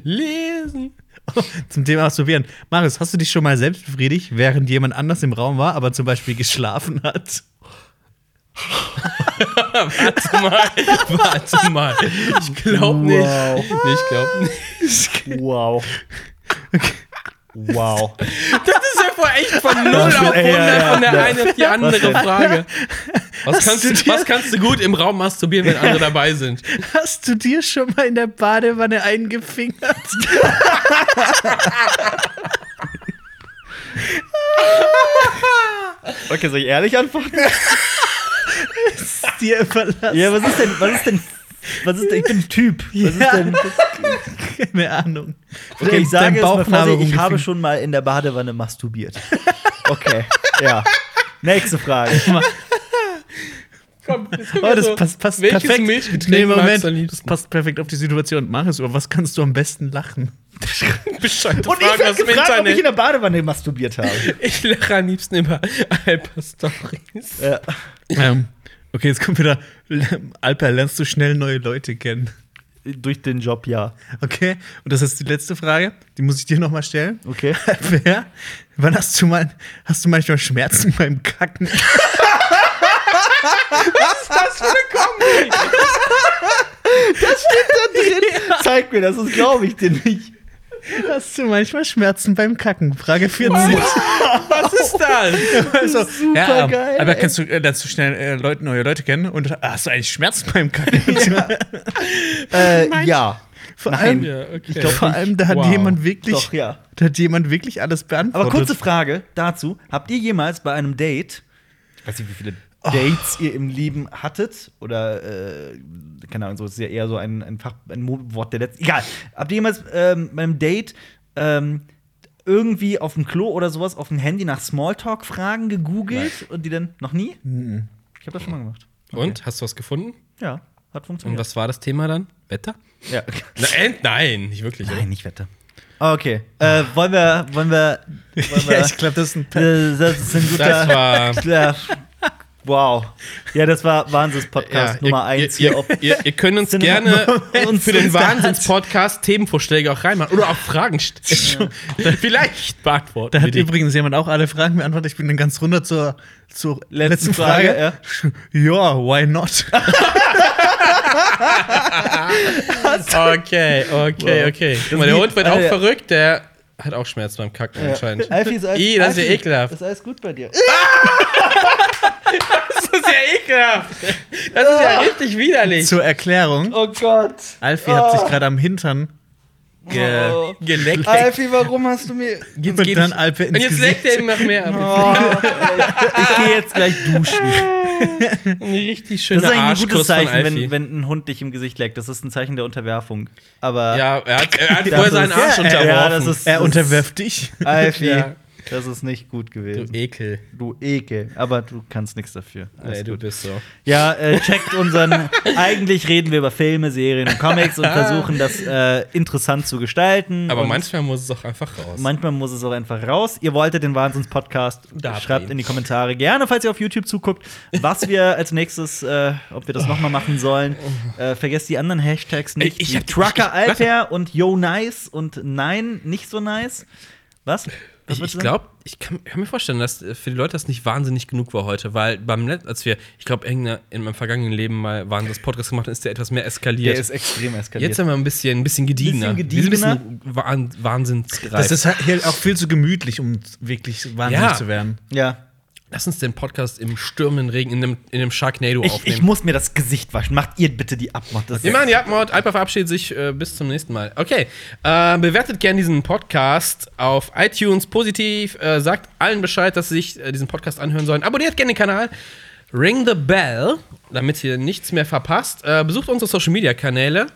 [SPEAKER 1] Lesen.
[SPEAKER 3] Zum Thema Masturbieren. Marius, hast du dich schon mal selbst befriedigt, während jemand anders im Raum war, aber zum Beispiel geschlafen hat?
[SPEAKER 1] Warte mal. Warte mal. Ich glaub nicht. Ich glaub nicht.
[SPEAKER 2] Wow. Wow.
[SPEAKER 1] Das ist ja voll echt von 0 auf
[SPEAKER 2] Ja,
[SPEAKER 1] 100
[SPEAKER 2] ja, ja,
[SPEAKER 1] von der
[SPEAKER 2] ja.
[SPEAKER 1] einen auf die andere
[SPEAKER 2] denn?
[SPEAKER 1] Frage. Was kannst, du,
[SPEAKER 3] du dir-
[SPEAKER 1] was kannst du gut im Raum masturbieren, wenn andere dabei sind?
[SPEAKER 3] Hast du dir schon mal in der Badewanne eingefingert?
[SPEAKER 2] Okay, soll ich ehrlich antworten?
[SPEAKER 3] dir überlassen?
[SPEAKER 2] Ja, was ist denn, was ist denn, was ist denn, ich bin Typ. Was ist
[SPEAKER 3] Ja.
[SPEAKER 2] denn,
[SPEAKER 3] Keine Ahnung.
[SPEAKER 2] okay, ich sage es mal vorsichtig, ich habe
[SPEAKER 3] habe schon.
[SPEAKER 2] schon mal in der Badewanne masturbiert. Okay, ja. Nächste Frage.
[SPEAKER 1] Komm, jetzt
[SPEAKER 3] Oh, das passt, passt
[SPEAKER 1] Welches
[SPEAKER 3] perfekt.
[SPEAKER 1] Milchgetränk
[SPEAKER 3] nee,
[SPEAKER 1] magst
[SPEAKER 3] Moment,
[SPEAKER 1] du am
[SPEAKER 3] das
[SPEAKER 1] liebsten?
[SPEAKER 3] passt perfekt auf die Situation. Marius, über was kannst du am besten lachen?
[SPEAKER 1] Bescheid.
[SPEAKER 2] Und ich werde gefragt, ob ich in der Badewanne masturbiert habe.
[SPEAKER 1] Ich lache am liebsten immer Alper Stories.
[SPEAKER 2] Ja.
[SPEAKER 3] ähm, okay, jetzt kommt wieder. Alper, lernst du schnell neue Leute kennen?
[SPEAKER 2] Äh, Durch den Job, ja.
[SPEAKER 3] Okay, und das ist die letzte Frage. Die muss ich dir nochmal stellen.
[SPEAKER 2] Okay.
[SPEAKER 3] Wer? Wann hast du mal, hast du manchmal Schmerzen beim Kacken?
[SPEAKER 2] Zeig mir das, sonst glaube ich dir nicht.
[SPEAKER 3] Hast du manchmal Schmerzen beim Kacken? Frage 14.
[SPEAKER 1] Was ist das?
[SPEAKER 3] Also,
[SPEAKER 2] Supergeil,
[SPEAKER 3] ähm, aber
[SPEAKER 2] ey.
[SPEAKER 3] kannst du äh, dazu schnell äh, Leute, neue Leute kennen? Und hast du eigentlich Schmerzen beim Kacken?
[SPEAKER 2] Äh, ja.
[SPEAKER 3] Vor
[SPEAKER 2] Nein.
[SPEAKER 3] allem,
[SPEAKER 1] Ja, okay.
[SPEAKER 2] Ich glaub,
[SPEAKER 3] vor allem, da hat
[SPEAKER 1] Wow.
[SPEAKER 3] jemand wirklich,
[SPEAKER 2] Doch, ja.
[SPEAKER 3] da hat jemand wirklich alles beantwortet.
[SPEAKER 2] Aber kurze Frage dazu. Habt ihr jemals bei einem Date Oh. weiß nicht, wie viele Dates ihr im Leben hattet oder äh, keine Ahnung, so ist ja eher so ein, ein Fach, ein Modewort der letzten. Egal. Habt ihr jemals ähm, bei einem Date ähm, irgendwie auf dem Klo oder sowas auf dem Handy nach Smalltalk-Fragen gegoogelt Mhm. und die dann noch nie? Ich habe das schon mal gemacht.
[SPEAKER 1] Und? Hast du was gefunden?
[SPEAKER 2] Ja, hat
[SPEAKER 1] Und
[SPEAKER 2] funktioniert.
[SPEAKER 1] was war das Thema dann? Wetter?
[SPEAKER 2] Ja.
[SPEAKER 1] Nein, nein nicht wirklich.
[SPEAKER 2] Nein, nicht Wetter. Okay, äh, wollen wir, wollen wir, wollen wir
[SPEAKER 3] glaube, das ist ein
[SPEAKER 2] das, das ist ein guter.
[SPEAKER 1] Das war-
[SPEAKER 2] Ja. Wow. Ja, das war Wahnsinns-Podcast
[SPEAKER 1] Ja,
[SPEAKER 2] Nummer
[SPEAKER 1] ihr,
[SPEAKER 2] 1
[SPEAKER 1] ihr,
[SPEAKER 2] hier auf
[SPEAKER 1] ihr, ihr, ihr könnt uns
[SPEAKER 2] Cinema
[SPEAKER 1] gerne
[SPEAKER 2] Moment
[SPEAKER 1] für den
[SPEAKER 2] ist da.
[SPEAKER 1] Wahnsinns-Podcast Themenvorschläge auch reinmachen oder auch Fragen stellen. Vielleicht beantworten
[SPEAKER 3] Da
[SPEAKER 1] wir
[SPEAKER 3] hat
[SPEAKER 1] die.
[SPEAKER 3] übrigens jemand auch alle Fragen beantwortet. Ich bin dann ganz runter zur, zur letzten
[SPEAKER 2] Frage,
[SPEAKER 3] Frage. ja. why not?
[SPEAKER 1] Okay, okay, okay. Guck mal, der
[SPEAKER 2] Lied-
[SPEAKER 1] Hund wird auch
[SPEAKER 2] Alter.
[SPEAKER 1] verrückt, der hat auch Schmerzen beim Kacken anscheinend.
[SPEAKER 2] Alfie ist alles,
[SPEAKER 1] Ih, das ist ja
[SPEAKER 2] Alfie,
[SPEAKER 1] ekelhaft.
[SPEAKER 2] Ist alles gut bei dir?
[SPEAKER 1] Das ist ja ekelhaft. Das ist
[SPEAKER 2] Ah.
[SPEAKER 1] ja richtig widerlich.
[SPEAKER 3] zur Erklärung.
[SPEAKER 2] Oh Gott.
[SPEAKER 3] Alfie hat sich gerade am Hintern ge
[SPEAKER 2] Oh.
[SPEAKER 3] geleckt.
[SPEAKER 2] Alfie, warum hast du mir.
[SPEAKER 1] Jetzt
[SPEAKER 3] und
[SPEAKER 1] geht
[SPEAKER 3] dann
[SPEAKER 1] nicht.
[SPEAKER 3] Alpe ins
[SPEAKER 1] Und jetzt
[SPEAKER 3] Gesicht.
[SPEAKER 1] leckt er ihm noch mehr ab.
[SPEAKER 2] Oh. ich gehe jetzt gleich duschen.
[SPEAKER 1] Ein richtig
[SPEAKER 2] Das ist
[SPEAKER 1] schöner
[SPEAKER 2] Ah. eigentlich ein gutes
[SPEAKER 1] Arschkuss von
[SPEAKER 2] Zeichen, wenn,
[SPEAKER 1] Alfie.
[SPEAKER 2] wenn ein Hund dich im Gesicht leckt. Das ist ein Zeichen der Unterwerfung. Aber
[SPEAKER 1] Ja, er hat, er hat
[SPEAKER 2] Das
[SPEAKER 1] vorher seinen
[SPEAKER 2] ist-
[SPEAKER 1] Arsch
[SPEAKER 2] ja,
[SPEAKER 1] unterworfen.
[SPEAKER 2] ja, das ist-
[SPEAKER 3] Er unterwirft dich.
[SPEAKER 2] Alfie,
[SPEAKER 1] Ja.
[SPEAKER 2] das ist nicht gut
[SPEAKER 1] du
[SPEAKER 2] gewesen.
[SPEAKER 1] Ekel.
[SPEAKER 2] Du, Ekel. Aber du kannst nichts dafür. Alles
[SPEAKER 1] Nee, du
[SPEAKER 2] gut.
[SPEAKER 1] bist so.
[SPEAKER 2] Ja, äh, checkt unseren. eigentlich reden wir über Filme, Serien und Comics und
[SPEAKER 1] Ah.
[SPEAKER 2] versuchen das äh, interessant zu gestalten.
[SPEAKER 1] Aber
[SPEAKER 2] und
[SPEAKER 1] manchmal muss es auch einfach raus.
[SPEAKER 2] Manchmal muss es auch einfach raus. Ihr wolltet den Wahnsinns-Podcast.
[SPEAKER 1] Da habt ihr
[SPEAKER 2] Schreibt
[SPEAKER 1] ihn.
[SPEAKER 2] in die Kommentare gerne, falls ihr auf YouTube zuguckt, was wir als nächstes, äh, ob wir das nochmal machen sollen. Äh, vergesst die anderen Hashtags nicht.
[SPEAKER 1] Ey, ich
[SPEAKER 2] wie
[SPEAKER 1] hab-
[SPEAKER 2] Trucker
[SPEAKER 1] ich- ich-
[SPEAKER 2] Alper und Yo Nice und Nein, nicht so nice. Was? was
[SPEAKER 1] Ich,
[SPEAKER 2] würdest
[SPEAKER 1] ich
[SPEAKER 2] du sagen?
[SPEAKER 1] glaube, ich kann, kann mir vorstellen, dass äh, für die Leute das nicht wahnsinnig genug war heute, weil beim Let als wir, ich glaube, in meinem vergangenen Leben mal wahnsinns Podcast gemacht haben, ist der etwas mehr eskaliert.
[SPEAKER 2] Der ist extrem eskaliert.
[SPEAKER 1] Jetzt sind wir ein bisschen, ein bisschen gediegener.
[SPEAKER 2] Bisschen
[SPEAKER 1] Wir sind ein bisschen wahn, wahnsinnsgereif.
[SPEAKER 3] Das ist halt hier auch viel zu gemütlich, um wirklich wahnsinnig
[SPEAKER 1] Ja.
[SPEAKER 3] zu werden.
[SPEAKER 2] ja.
[SPEAKER 1] Lass uns den Podcast im stürmenden Regen in einem, in einem Sharknado
[SPEAKER 2] Ich, ich
[SPEAKER 1] aufnehmen.
[SPEAKER 2] muss mir das Gesicht waschen. Macht ihr bitte die Abmacht. Das
[SPEAKER 1] Wir machen die Abmord. Alpa verabschiedet sich. Äh, bis zum nächsten Mal. Okay. Äh, bewertet gerne diesen Podcast auf iTunes positiv. Äh, sagt allen Bescheid, dass sie sich äh, diesen Podcast anhören sollen. Abonniert gerne den Kanal. Ring the bell, damit ihr nichts mehr verpasst. Äh, besucht unsere Social Media Kanäle.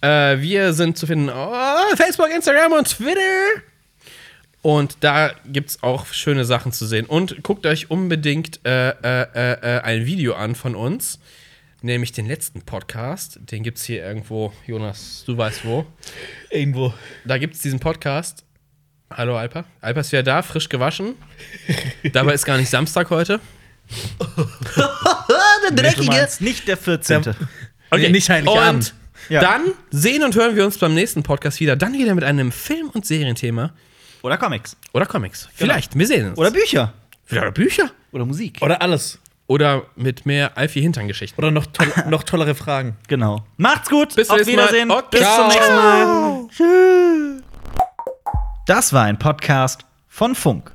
[SPEAKER 1] Äh, wir sind zu finden auf Facebook, Instagram und Twitter. Und da gibt es auch schöne Sachen zu sehen. Und guckt euch unbedingt äh, äh, äh, äh, ein Video an von uns. Nämlich den letzten Podcast. Den gibt es hier irgendwo. Jonas, du weißt wo.
[SPEAKER 3] Irgendwo.
[SPEAKER 1] Da gibt es diesen Podcast. Hallo Alpa. Alpa ist wieder da, frisch gewaschen. Dabei ist gar nicht Samstag heute.
[SPEAKER 2] der dreckige. Nicht der 14.
[SPEAKER 3] Nee, nicht Heiligabend.
[SPEAKER 1] Und
[SPEAKER 2] Ja.
[SPEAKER 1] dann sehen und hören wir uns beim nächsten Podcast wieder. Dann wieder mit einem Film- und Serienthema.
[SPEAKER 2] Oder Comics.
[SPEAKER 1] Oder Comics. Vielleicht. Wir sehen uns.
[SPEAKER 2] Genau. Oder Bücher.
[SPEAKER 1] Oder Bücher.
[SPEAKER 2] Oder Musik.
[SPEAKER 3] Oder alles.
[SPEAKER 1] Oder mit mehr Alfie-Hintern-Geschichten.
[SPEAKER 3] Oder noch, toll, noch tollere Fragen.
[SPEAKER 2] Genau. Macht's gut.
[SPEAKER 1] Bis zum
[SPEAKER 2] Auf
[SPEAKER 1] nächsten Mal.
[SPEAKER 2] Wiedersehen.
[SPEAKER 1] Okay.
[SPEAKER 2] Bis zum
[SPEAKER 1] Ciao.
[SPEAKER 2] nächsten Mal. Tschüss. Das war ein Podcast von Funk.